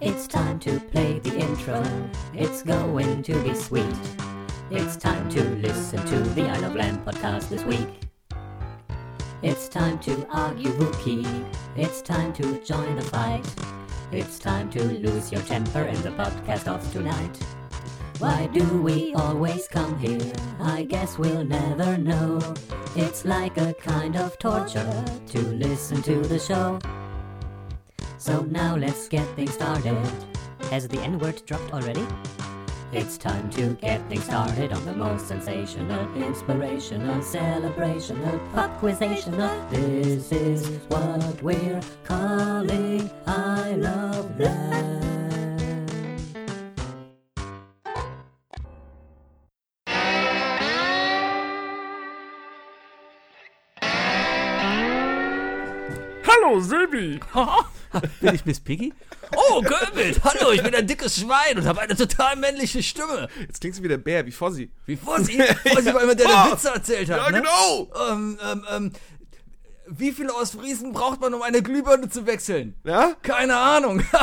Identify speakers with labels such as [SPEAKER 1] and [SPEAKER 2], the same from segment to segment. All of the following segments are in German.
[SPEAKER 1] It's time to play the intro. It's going to be sweet. It's time to listen to the Isle of Lamb podcast this week. It's time to argue Wookie. It's time to join the fight. It's time to lose your temper in the podcast of tonight. Why do we always come here? I guess we'll never know. It's like a kind of torture to listen to the show. So now let's get things started. Has the N word dropped already? It's time to get things started on the most sensational, inspirational, celebrational, popquizational. This is what we're calling I Love Land.
[SPEAKER 2] Hallo Sebi!
[SPEAKER 3] Bin ich Miss Piggy?
[SPEAKER 4] Oh, Göbelt! Hallo, ich bin ein dickes Schwein und habe eine total männliche Stimme.
[SPEAKER 2] Jetzt klingst du wie der Bär, wie Fossi.
[SPEAKER 4] Wie Fossi, Fossi war immer der,
[SPEAKER 2] Ja.
[SPEAKER 4] der Witze erzählt hat.
[SPEAKER 2] Ja,
[SPEAKER 4] ne?
[SPEAKER 2] genau.
[SPEAKER 4] Ähm, ähm, ähm, wie viele Ostfriesen braucht man, um eine Glühbirne zu wechseln?
[SPEAKER 2] Ja?
[SPEAKER 4] Keine Ahnung.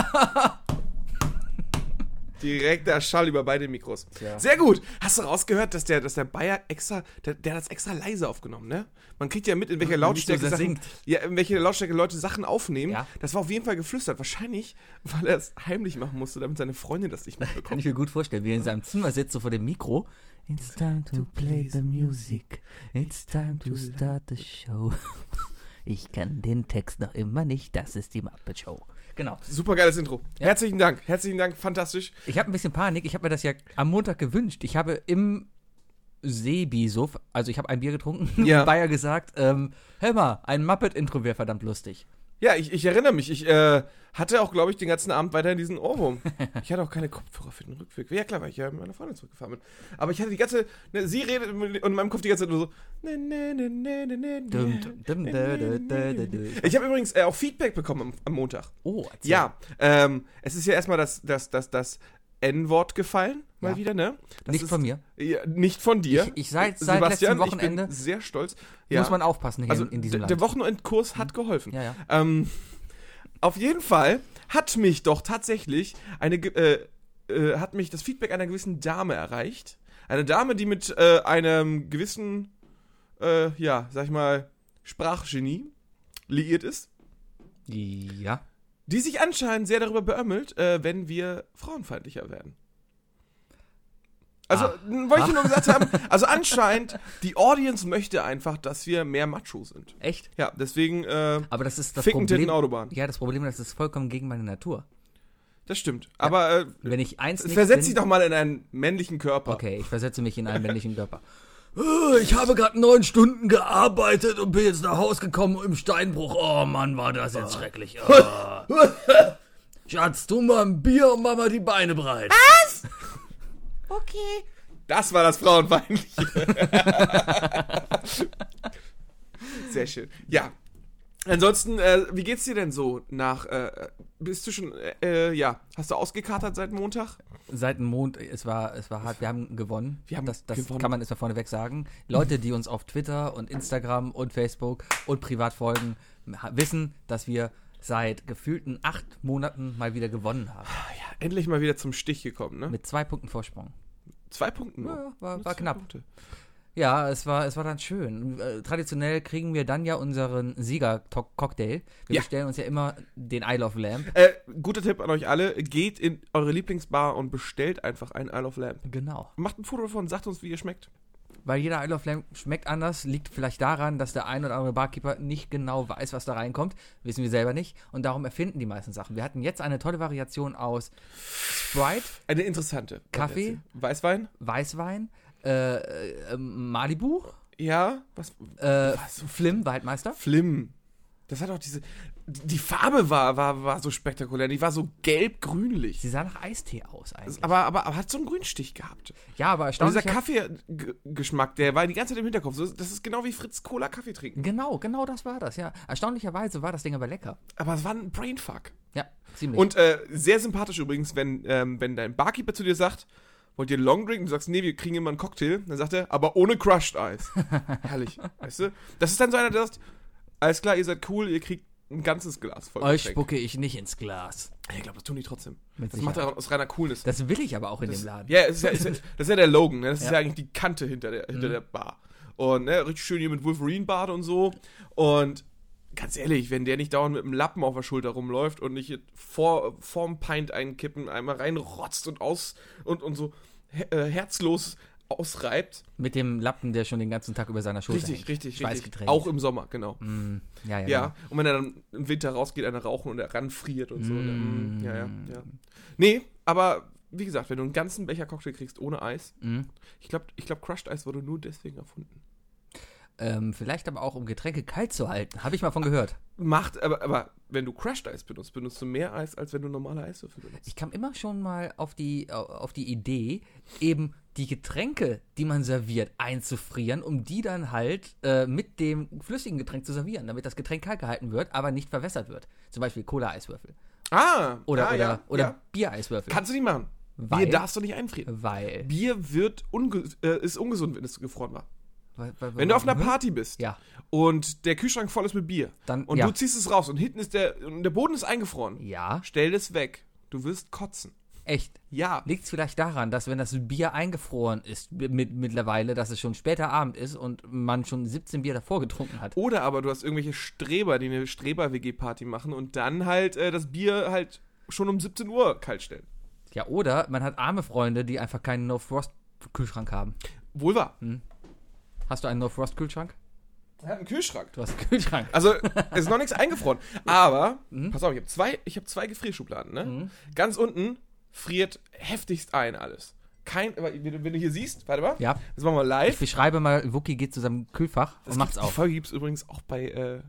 [SPEAKER 2] Direkter Schall über beide Mikros. Sehr gut. Hast du rausgehört, dass der, dass der Bayer extra, der, der hat das extra leise aufgenommen, ne? Man kriegt ja mit, in welcher
[SPEAKER 4] nicht so,
[SPEAKER 2] Lautstärke
[SPEAKER 4] dass er
[SPEAKER 2] Sachen,
[SPEAKER 4] singt.
[SPEAKER 2] ja, in welcher Lautstärke Leute Sachen aufnehmen.
[SPEAKER 4] Ja.
[SPEAKER 2] Das war auf jeden Fall geflüstert. Wahrscheinlich, weil er es heimlich machen musste, damit seine Freundin das nicht
[SPEAKER 4] Kann
[SPEAKER 2] mitbekommt.
[SPEAKER 4] ich mir gut vorstellen, wie er in seinem Zimmer sitzt, so vor dem Mikro. It's time to play the music. It's time to start the show. Ich kann den Text noch immer nicht. Das ist die Muppet Show. Genau.
[SPEAKER 2] Super geiles Intro. Herzlichen Dank. Herzlichen Dank. Fantastisch.
[SPEAKER 4] Ich habe ein bisschen Panik. Ich habe mir das ja am Montag gewünscht. Ich habe im Seebisof, also ich habe ein Bier getrunken,
[SPEAKER 2] Ja.
[SPEAKER 4] Bayer gesagt, ähm, hör mal, ein Muppet-Intro wäre verdammt lustig.
[SPEAKER 2] Ja, ich, ich erinnere mich. Ich äh, hatte auch, glaube ich, den ganzen Abend weiter diesen Ohrwurm. Ich hatte auch keine Kopfhörer für den Rückweg. Ja, klar, weil ich ja mit meiner Freundin zurückgefahren bin. Aber ich hatte die ganze. Ne, sie redet mit- und in meinem Kopf die ganze Zeit nur so. ne, ne, ne, ne, ne, ne,
[SPEAKER 4] Dum,
[SPEAKER 2] ne.
[SPEAKER 4] dum, dum, dö, dö, dö, dö, dö.
[SPEAKER 2] Ich habe übrigens äh, auch Feedback bekommen am, am Montag.
[SPEAKER 4] Oh, erzähl.
[SPEAKER 2] Ja, ähm, es ist ja erstmal das, das, das, das N-Wort gefallen. Mal
[SPEAKER 4] Ja.
[SPEAKER 2] wieder, ne? Das
[SPEAKER 4] Nicht
[SPEAKER 2] ist-
[SPEAKER 4] von mir.
[SPEAKER 2] Ja, nicht von dir.
[SPEAKER 4] Ich- ich seit- seit
[SPEAKER 2] Sebastian,
[SPEAKER 4] letztem
[SPEAKER 2] Ich
[SPEAKER 4] Wochenende
[SPEAKER 2] bin sehr stolz. Ja.
[SPEAKER 4] Muss man aufpassen hier in, in diesem
[SPEAKER 2] d-
[SPEAKER 4] Land. Hm.
[SPEAKER 2] Der Wochenendkurs hat geholfen.
[SPEAKER 4] Ja, ja.
[SPEAKER 2] Ähm, auf jeden Fall hat mich doch tatsächlich eine ge- äh, äh, hat mich das Feedback einer gewissen Dame erreicht. Eine Dame, die mit äh, einem gewissen, äh, ja, sag ich mal, Sprachgenie liiert ist,
[SPEAKER 4] ja.
[SPEAKER 2] die sich anscheinend sehr darüber beömmelt, äh, wenn wir frauenfeindlicher werden. Also,
[SPEAKER 4] Ah.
[SPEAKER 2] n- wollte ich nur gesagt haben, also anscheinend, die Audience möchte einfach, dass wir mehr Macho sind.
[SPEAKER 4] Echt?
[SPEAKER 2] Ja, deswegen, äh,
[SPEAKER 4] Aber das ist das
[SPEAKER 2] Ficken, Titten,
[SPEAKER 4] Problem.
[SPEAKER 2] Autobahn.
[SPEAKER 4] Ja, das Problem ist, das ist vollkommen gegen meine Natur.
[SPEAKER 2] Das stimmt. Aber äh,
[SPEAKER 4] Wenn ich eins nicht
[SPEAKER 2] versetz
[SPEAKER 4] bin-
[SPEAKER 2] dich doch mal in einen männlichen Körper.
[SPEAKER 4] Okay, ich versetze mich in einen männlichen Körper. Äh, Ich habe gerade neun Stunden gearbeitet und bin jetzt nach Hause gekommen im Steinbruch. Oh Mann, war das jetzt schrecklich. Ah. Schatz, tu mal ein Bier und mach mal die Beine breit.
[SPEAKER 2] Das war das Frauenfeindliche. Sehr schön. Ja. Ansonsten, äh, wie geht's dir denn so nach, äh, bist du schon, äh, äh, ja, hast du ausgekatert seit Montag?
[SPEAKER 4] Seit dem Mond, es war, es war hart, wir haben gewonnen.
[SPEAKER 2] Wir haben
[SPEAKER 4] das das
[SPEAKER 2] gewonnen.
[SPEAKER 4] kann man jetzt mal vorneweg sagen. Leute, die uns auf Twitter und Instagram und Facebook und privat folgen, ha- wissen, dass wir seit gefühlten acht Monaten mal wieder gewonnen haben.
[SPEAKER 2] Endlich mal wieder zum Stich gekommen, ne? Mit
[SPEAKER 4] Mit zwei Punkten Vorsprung.
[SPEAKER 2] zwei Punkten. nur.
[SPEAKER 4] Ja, war,
[SPEAKER 2] Nur zwei
[SPEAKER 4] war knapp.
[SPEAKER 2] Punkte.
[SPEAKER 4] Ja, es war, es war dann schön. Äh, Traditionell kriegen wir dann ja unseren Sieger-Cocktail. Wir
[SPEAKER 2] Ja.
[SPEAKER 4] bestellen uns ja immer den Isle of Lamb.
[SPEAKER 2] Äh, guter Tipp an euch alle, geht in eure Lieblingsbar und bestellt einfach einen Isle of Lamb.
[SPEAKER 4] Genau.
[SPEAKER 2] Macht ein Foto davon, sagt uns, wie ihr schmeckt.
[SPEAKER 4] Weil jeder Isle of Lamb schmeckt anders, liegt vielleicht daran, dass der ein oder andere Barkeeper nicht genau weiß, was da reinkommt. Wissen wir selber nicht. Und darum erfinden die meisten Sachen. Wir hatten jetzt eine tolle Variation aus Sprite,
[SPEAKER 2] Eine interessante.
[SPEAKER 4] Kaffee?
[SPEAKER 2] Weißwein?
[SPEAKER 4] Weißwein, äh, äh, Malibu,
[SPEAKER 2] Ja, was?
[SPEAKER 4] äh, Flim, Waldmeister.
[SPEAKER 2] Flim. Das hat auch diese. Die Farbe war, war, war so spektakulär. Die war so gelb-grünlich.
[SPEAKER 4] Sie sah nach Eistee aus eigentlich.
[SPEAKER 2] Aber, aber, aber hat so einen Grünstich gehabt.
[SPEAKER 4] Ja, aber
[SPEAKER 2] Und Also, dieser
[SPEAKER 4] erstaunlich.
[SPEAKER 2] Kaffeegeschmack, der war die ganze Zeit im Hinterkopf. So, Das ist genau wie Fritz Cola Kaffee trinken.
[SPEAKER 4] Genau, genau das war das, ja. Erstaunlicherweise war das Ding aber lecker.
[SPEAKER 2] Aber es war ein Brainfuck.
[SPEAKER 4] Ja, ziemlich.
[SPEAKER 2] Und äh, sehr sympathisch übrigens, wenn, ähm, wenn dein Barkeeper zu dir sagt, wollt ihr einen Longdrink? Und du sagst, nee, wir kriegen immer einen Cocktail. Dann sagt er, aber ohne Crushed Eis. Herrlich. Weißt du? Das ist dann so einer, der sagt, alles klar, ihr seid cool, ihr kriegt ein ganzes Glas voll
[SPEAKER 4] Euch
[SPEAKER 2] Getränk.
[SPEAKER 4] spucke ich nicht ins Glas.
[SPEAKER 2] Ich glaube, das tun die trotzdem.
[SPEAKER 4] Mit
[SPEAKER 2] Das macht
[SPEAKER 4] Sicherheit.
[SPEAKER 2] er aus reiner Coolness.
[SPEAKER 4] das will ich aber auch in dem Laden.
[SPEAKER 2] Ja, es ist ja, es ist, das ist ja der Logan, ne? Das ist
[SPEAKER 4] Ja. Mhm.
[SPEAKER 2] ja eigentlich die Kante hinter der, hinter der Bar. Und ne, richtig schön hier mit Wolverine-Bart und so. Und ganz ehrlich, wenn der nicht dauernd mit dem Lappen auf der Schulter rumläuft und nicht vor, vorm Pint einkippen, einmal reinrotzt und aus und, und so he- äh, herzlos ausreibt.
[SPEAKER 4] Mit dem Lappen, der schon den ganzen Tag über seiner Schulter
[SPEAKER 2] Richtig,
[SPEAKER 4] hängt.
[SPEAKER 2] richtig, richtig.
[SPEAKER 4] Schweißgetränkt.
[SPEAKER 2] Auch im Sommer, genau.
[SPEAKER 4] Ja, ja.
[SPEAKER 2] Ja, und wenn er dann im Winter rausgeht, einer rauchen und er ranfriert und so. ne? Ja, ja, ja. Nee, aber wie gesagt, wenn du einen ganzen Becher Cocktail kriegst ohne Eis,
[SPEAKER 4] Mhm.
[SPEAKER 2] ich glaube, ich glaub, Crushed Eis wurde nur deswegen erfunden.
[SPEAKER 4] Ähm, vielleicht aber auch, um Getränke kalt zu halten. Habe ich mal von gehört.
[SPEAKER 2] Macht, aber, aber wenn du Crushed Eis benutzt, benutzt du mehr Eis, als wenn du normale Eiswürfel benutzt.
[SPEAKER 4] Ich kam immer schon mal auf die, auf die Idee, eben die Getränke, die man serviert, einzufrieren, um die dann halt äh, mit dem flüssigen Getränk zu servieren, damit das Getränk kalt gehalten wird, aber nicht verwässert wird. Zum Beispiel Cola-Eiswürfel.
[SPEAKER 2] Ah,
[SPEAKER 4] Oder,
[SPEAKER 2] ja,
[SPEAKER 4] oder,
[SPEAKER 2] ja,
[SPEAKER 4] oder
[SPEAKER 2] ja.
[SPEAKER 4] Bier-Eiswürfel.
[SPEAKER 2] Kannst du nicht machen.
[SPEAKER 4] Weil-
[SPEAKER 2] Bier darfst du nicht einfrieren.
[SPEAKER 4] Weil.
[SPEAKER 2] Bier wird unge äh, ist ungesund, wenn es gefroren war.
[SPEAKER 4] weil- weil-
[SPEAKER 2] Wenn du auf einer
[SPEAKER 4] Hm?
[SPEAKER 2] Party bist
[SPEAKER 4] Ja.
[SPEAKER 2] und der Kühlschrank voll ist mit Bier
[SPEAKER 4] Dann-
[SPEAKER 2] und
[SPEAKER 4] ja.
[SPEAKER 2] du ziehst es raus und hinten ist der, und der Boden ist eingefroren,
[SPEAKER 4] Ja,
[SPEAKER 2] Stell das weg. Du wirst kotzen.
[SPEAKER 4] echt.
[SPEAKER 2] Ja.
[SPEAKER 4] Liegt es vielleicht daran, dass wenn das Bier eingefroren ist mit, mittlerweile, dass es schon später Abend ist und man schon 17 Bier davor getrunken hat?
[SPEAKER 2] Oder aber du hast irgendwelche Streber, die eine Streber-WG-Party machen und dann halt äh, das Bier halt schon um 17 Uhr kalt stellen.
[SPEAKER 4] Ja, oder man hat arme Freunde, die einfach keinen No-Frost-Kühlschrank haben.
[SPEAKER 2] Wohl wahr.
[SPEAKER 4] Hm. Hast du einen No-Frost-Kühlschrank?
[SPEAKER 2] Er hat einen Kühlschrank.
[SPEAKER 4] Du hast einen Kühlschrank.
[SPEAKER 2] Also, es ist noch nichts eingefroren. Aber,
[SPEAKER 4] Hm.
[SPEAKER 2] pass auf, ich habe zwei, ich hab zwei Gefrierschubladen. Ne? Ganz unten friert heftigst ein alles. Kein, aber wenn du wenn du hier siehst, warte mal,
[SPEAKER 4] Ja.
[SPEAKER 2] das machen wir
[SPEAKER 4] Ich
[SPEAKER 2] live.
[SPEAKER 4] beschreibe mal, Wookie geht zu seinem Kühlfach und
[SPEAKER 2] gibt's-
[SPEAKER 4] macht's
[SPEAKER 2] Die
[SPEAKER 4] auf.
[SPEAKER 2] Folge gibt es übrigens auch bei äh,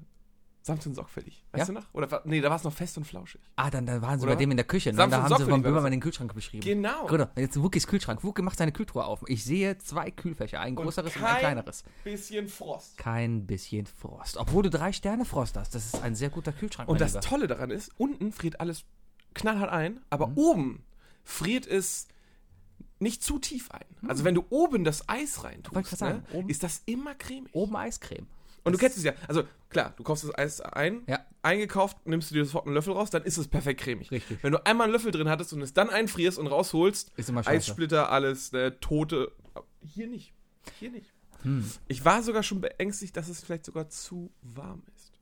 [SPEAKER 2] Samson Sorgfällig. Weißt du noch? Oder, war- nee, da war es noch fest und flauschig.
[SPEAKER 4] Ah, dann, dann waren sie
[SPEAKER 2] Oder?
[SPEAKER 4] bei dem in der Küche. Ne?
[SPEAKER 2] Samson
[SPEAKER 4] Und da haben sie
[SPEAKER 2] Sockel,
[SPEAKER 4] von
[SPEAKER 2] die war
[SPEAKER 4] Böhmermann
[SPEAKER 2] das.
[SPEAKER 4] den Kühlschrank beschrieben.
[SPEAKER 2] Genau.
[SPEAKER 4] Genau, jetzt Wookies Kühlschrank. Wookie macht seine Kühltruhe auf. Ich sehe zwei Kühlfächer, ein größeres und, ein
[SPEAKER 2] kein
[SPEAKER 4] kleineres.
[SPEAKER 2] Bisschen Frost.
[SPEAKER 4] Kein bisschen Frost. Obwohl du drei Sterne Frost hast. Das ist ein sehr guter Kühlschrank.
[SPEAKER 2] Und
[SPEAKER 4] mein
[SPEAKER 2] das
[SPEAKER 4] Lieber.
[SPEAKER 2] Tolle daran ist, unten friert alles knallhart ein, aber
[SPEAKER 4] Mhm.
[SPEAKER 2] oben friert es nicht zu tief ein. Also wenn du oben das Eis
[SPEAKER 4] Mhm. Wollte ich
[SPEAKER 2] reintust,
[SPEAKER 4] gerade
[SPEAKER 2] ne,
[SPEAKER 4] sagen, oben-
[SPEAKER 2] ist das immer cremig.
[SPEAKER 4] Oben Eiscreme.
[SPEAKER 2] Und du kennst es ja. Also klar, du kaufst das Eis ein,
[SPEAKER 4] Ja.
[SPEAKER 2] eingekauft, nimmst du dir sofort einen Löffel raus, dann ist es perfekt cremig.
[SPEAKER 4] Richtig.
[SPEAKER 2] Wenn du einmal einen Löffel drin hattest und es dann einfrierst und rausholst,
[SPEAKER 4] Ist immer scheiße.
[SPEAKER 2] Eissplitter, alles, ne, tote. Hier nicht. Hier nicht.
[SPEAKER 4] Hm.
[SPEAKER 2] Ich war sogar schon beängstigt, dass es vielleicht sogar zu warm ist.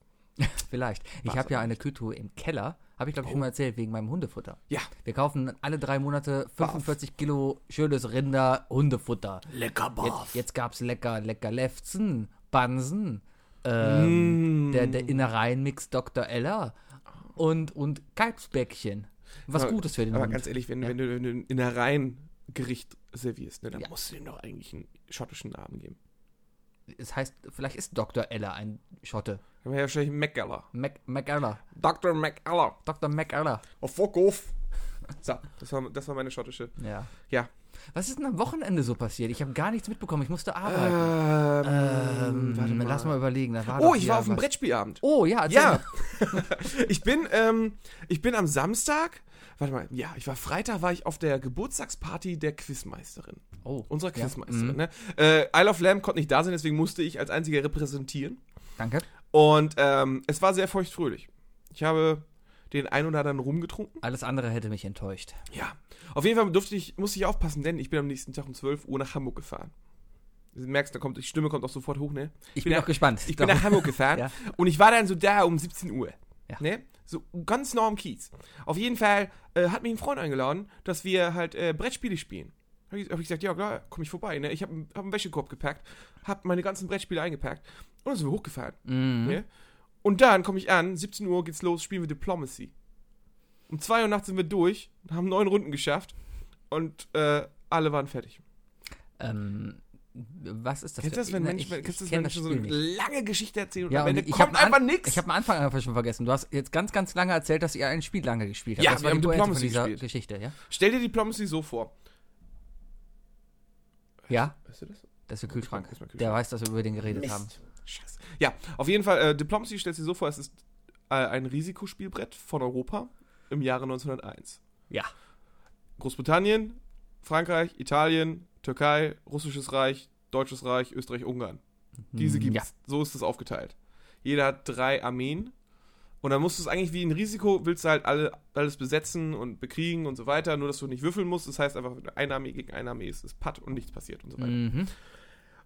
[SPEAKER 4] Vielleicht. Ich
[SPEAKER 2] War's
[SPEAKER 4] habe ja
[SPEAKER 2] aber Oh.
[SPEAKER 4] eine Kühltruhe im Keller. Habe ich, glaube ich, schon mal erzählt, wegen meinem Hundefutter.
[SPEAKER 2] Ja.
[SPEAKER 4] Wir kaufen alle drei Monate 45 Kilo schönes Rinder Hundefutter.
[SPEAKER 5] Lecker
[SPEAKER 4] Jetzt, jetzt gab's lecker, lecker Lefzen, Bansen,
[SPEAKER 2] Mm.
[SPEAKER 4] ähm, der, der Innereienmix Dr. Ella und, und Kalbsbäckchen. Was
[SPEAKER 2] Aber-
[SPEAKER 4] Gutes für den
[SPEAKER 2] Aber
[SPEAKER 4] Hund.
[SPEAKER 2] ganz ehrlich, wenn, wenn du wenn du ein Innereien-Gericht servierst, ne, dann musst du ihm doch eigentlich einen schottischen Namen geben.
[SPEAKER 4] es heißt, vielleicht ist Dr. Ella ein Schotte.
[SPEAKER 2] Dann wäre ja wahrscheinlich McEller.
[SPEAKER 4] Mac, McElla.
[SPEAKER 2] Dr. McEller.
[SPEAKER 4] Dr. McElla.
[SPEAKER 2] Oh, fuck off. So, das war, das war meine schottische.
[SPEAKER 4] Ja.
[SPEAKER 2] Ja.
[SPEAKER 4] Was ist denn am Wochenende so passiert? Ich habe gar nichts mitbekommen. Ich musste arbeiten.
[SPEAKER 2] Ähm,
[SPEAKER 4] Ähm, Lass mal überlegen. Da war
[SPEAKER 2] Oh,
[SPEAKER 4] doch
[SPEAKER 2] ich
[SPEAKER 4] hier
[SPEAKER 2] war auf dem
[SPEAKER 4] was.
[SPEAKER 2] Brettspielabend.
[SPEAKER 4] Oh, ja. erzähl
[SPEAKER 2] Ja.
[SPEAKER 4] mal.
[SPEAKER 2] ich bin, ähm, ich bin am Samstag. Warte mal, ja, ich war Freitag, war ich auf der Geburtstagsparty der Quizmeisterin.
[SPEAKER 4] Oh,
[SPEAKER 2] Unserer
[SPEAKER 4] ja.
[SPEAKER 2] Quizmeisterin, ne? Äh, Isle of Lamb konnte nicht da sein, deswegen musste ich als einziger repräsentieren.
[SPEAKER 4] Danke.
[SPEAKER 2] Und ähm, es war sehr feuchtfröhlich. Ich habe den ein oder anderen rumgetrunken.
[SPEAKER 4] Alles andere hätte mich enttäuscht.
[SPEAKER 2] Ja. Auf jeden Fall durfte ich, musste ich aufpassen, denn ich bin am nächsten Tag um 12 Uhr nach Hamburg gefahren. Du merkst, da kommt, die Stimme kommt auch sofort hoch, ne?
[SPEAKER 4] Ich bin
[SPEAKER 2] nach-
[SPEAKER 4] auch gespannt.
[SPEAKER 2] Ich bin nach Hamburg gefahren
[SPEAKER 4] Ja.
[SPEAKER 2] und ich war dann so da um 17 Uhr.
[SPEAKER 4] Ja.
[SPEAKER 2] Ne? So ganz nah am Kiez. Auf jeden Fall äh, hat mich ein Freund eingeladen, dass wir halt äh, Brettspiele spielen. Hab ich, hab ich gesagt, ja klar, komm ich vorbei. Ne? Ich habe hab einen Wäschekorb gepackt, hab meine ganzen Brettspiele eingepackt und dann sind wir hochgefahren.
[SPEAKER 4] Mhm.
[SPEAKER 2] Ne? Und dann komme ich an, 17 Uhr geht's los, spielen wir Diplomacy. Um 2 Uhr nachts sind wir durch, haben neun Runden geschafft und äh, alle waren fertig.
[SPEAKER 4] Ähm, was ist das?
[SPEAKER 2] Kennst du das, wenn
[SPEAKER 4] Na,
[SPEAKER 2] Menschen,
[SPEAKER 4] ich-
[SPEAKER 2] kennst du das,
[SPEAKER 4] ich kenn
[SPEAKER 2] wenn
[SPEAKER 4] das
[SPEAKER 2] Menschen so
[SPEAKER 4] Spiel
[SPEAKER 2] eine
[SPEAKER 4] nicht.
[SPEAKER 2] lange Geschichte erzählen und
[SPEAKER 4] Ja,
[SPEAKER 2] am
[SPEAKER 4] und
[SPEAKER 2] Ende
[SPEAKER 4] ich
[SPEAKER 2] kommt
[SPEAKER 4] hab an-
[SPEAKER 2] einfach nichts?
[SPEAKER 4] Ich habe am Anfang einfach schon vergessen. Du hast jetzt ganz, ganz lange erzählt, dass ihr ein Spiel lange gespielt habt.
[SPEAKER 2] Ja,
[SPEAKER 4] das
[SPEAKER 2] wir haben
[SPEAKER 4] Kohärte von
[SPEAKER 2] Diplomacy
[SPEAKER 4] dieser
[SPEAKER 2] gespielt.
[SPEAKER 4] Geschichte, ja?
[SPEAKER 2] Stell dir Diplomacy so vor.
[SPEAKER 4] Ja,
[SPEAKER 2] Hörst du das? Oh.
[SPEAKER 4] das ist der Kühlschrank.
[SPEAKER 2] Ist mein Kühlschrank.
[SPEAKER 4] Der weiß, dass wir über den geredet haben.
[SPEAKER 2] Scheiße. Ja, auf jeden Fall, äh, Diplomacy stellst du dir so vor, es ist äh, ein Risikospielbrett von Europa im Jahre 1901.
[SPEAKER 4] Ja.
[SPEAKER 2] Großbritannien, Frankreich, Italien, Türkei, Russisches Reich, Deutsches Reich, Österreich, Ungarn. Diese
[SPEAKER 4] Hm,
[SPEAKER 2] gibt's.
[SPEAKER 4] ja.
[SPEAKER 2] So ist das aufgeteilt. Jeder hat drei Armeen Und dann musst du es eigentlich wie ein Risiko, willst du halt alle, alles besetzen und bekriegen und so weiter, nur dass du nicht würfeln musst. Das heißt einfach, wenn du eine Armee gegen eine Armee ist, ist Patt und nichts passiert und so weiter.
[SPEAKER 4] Mhm.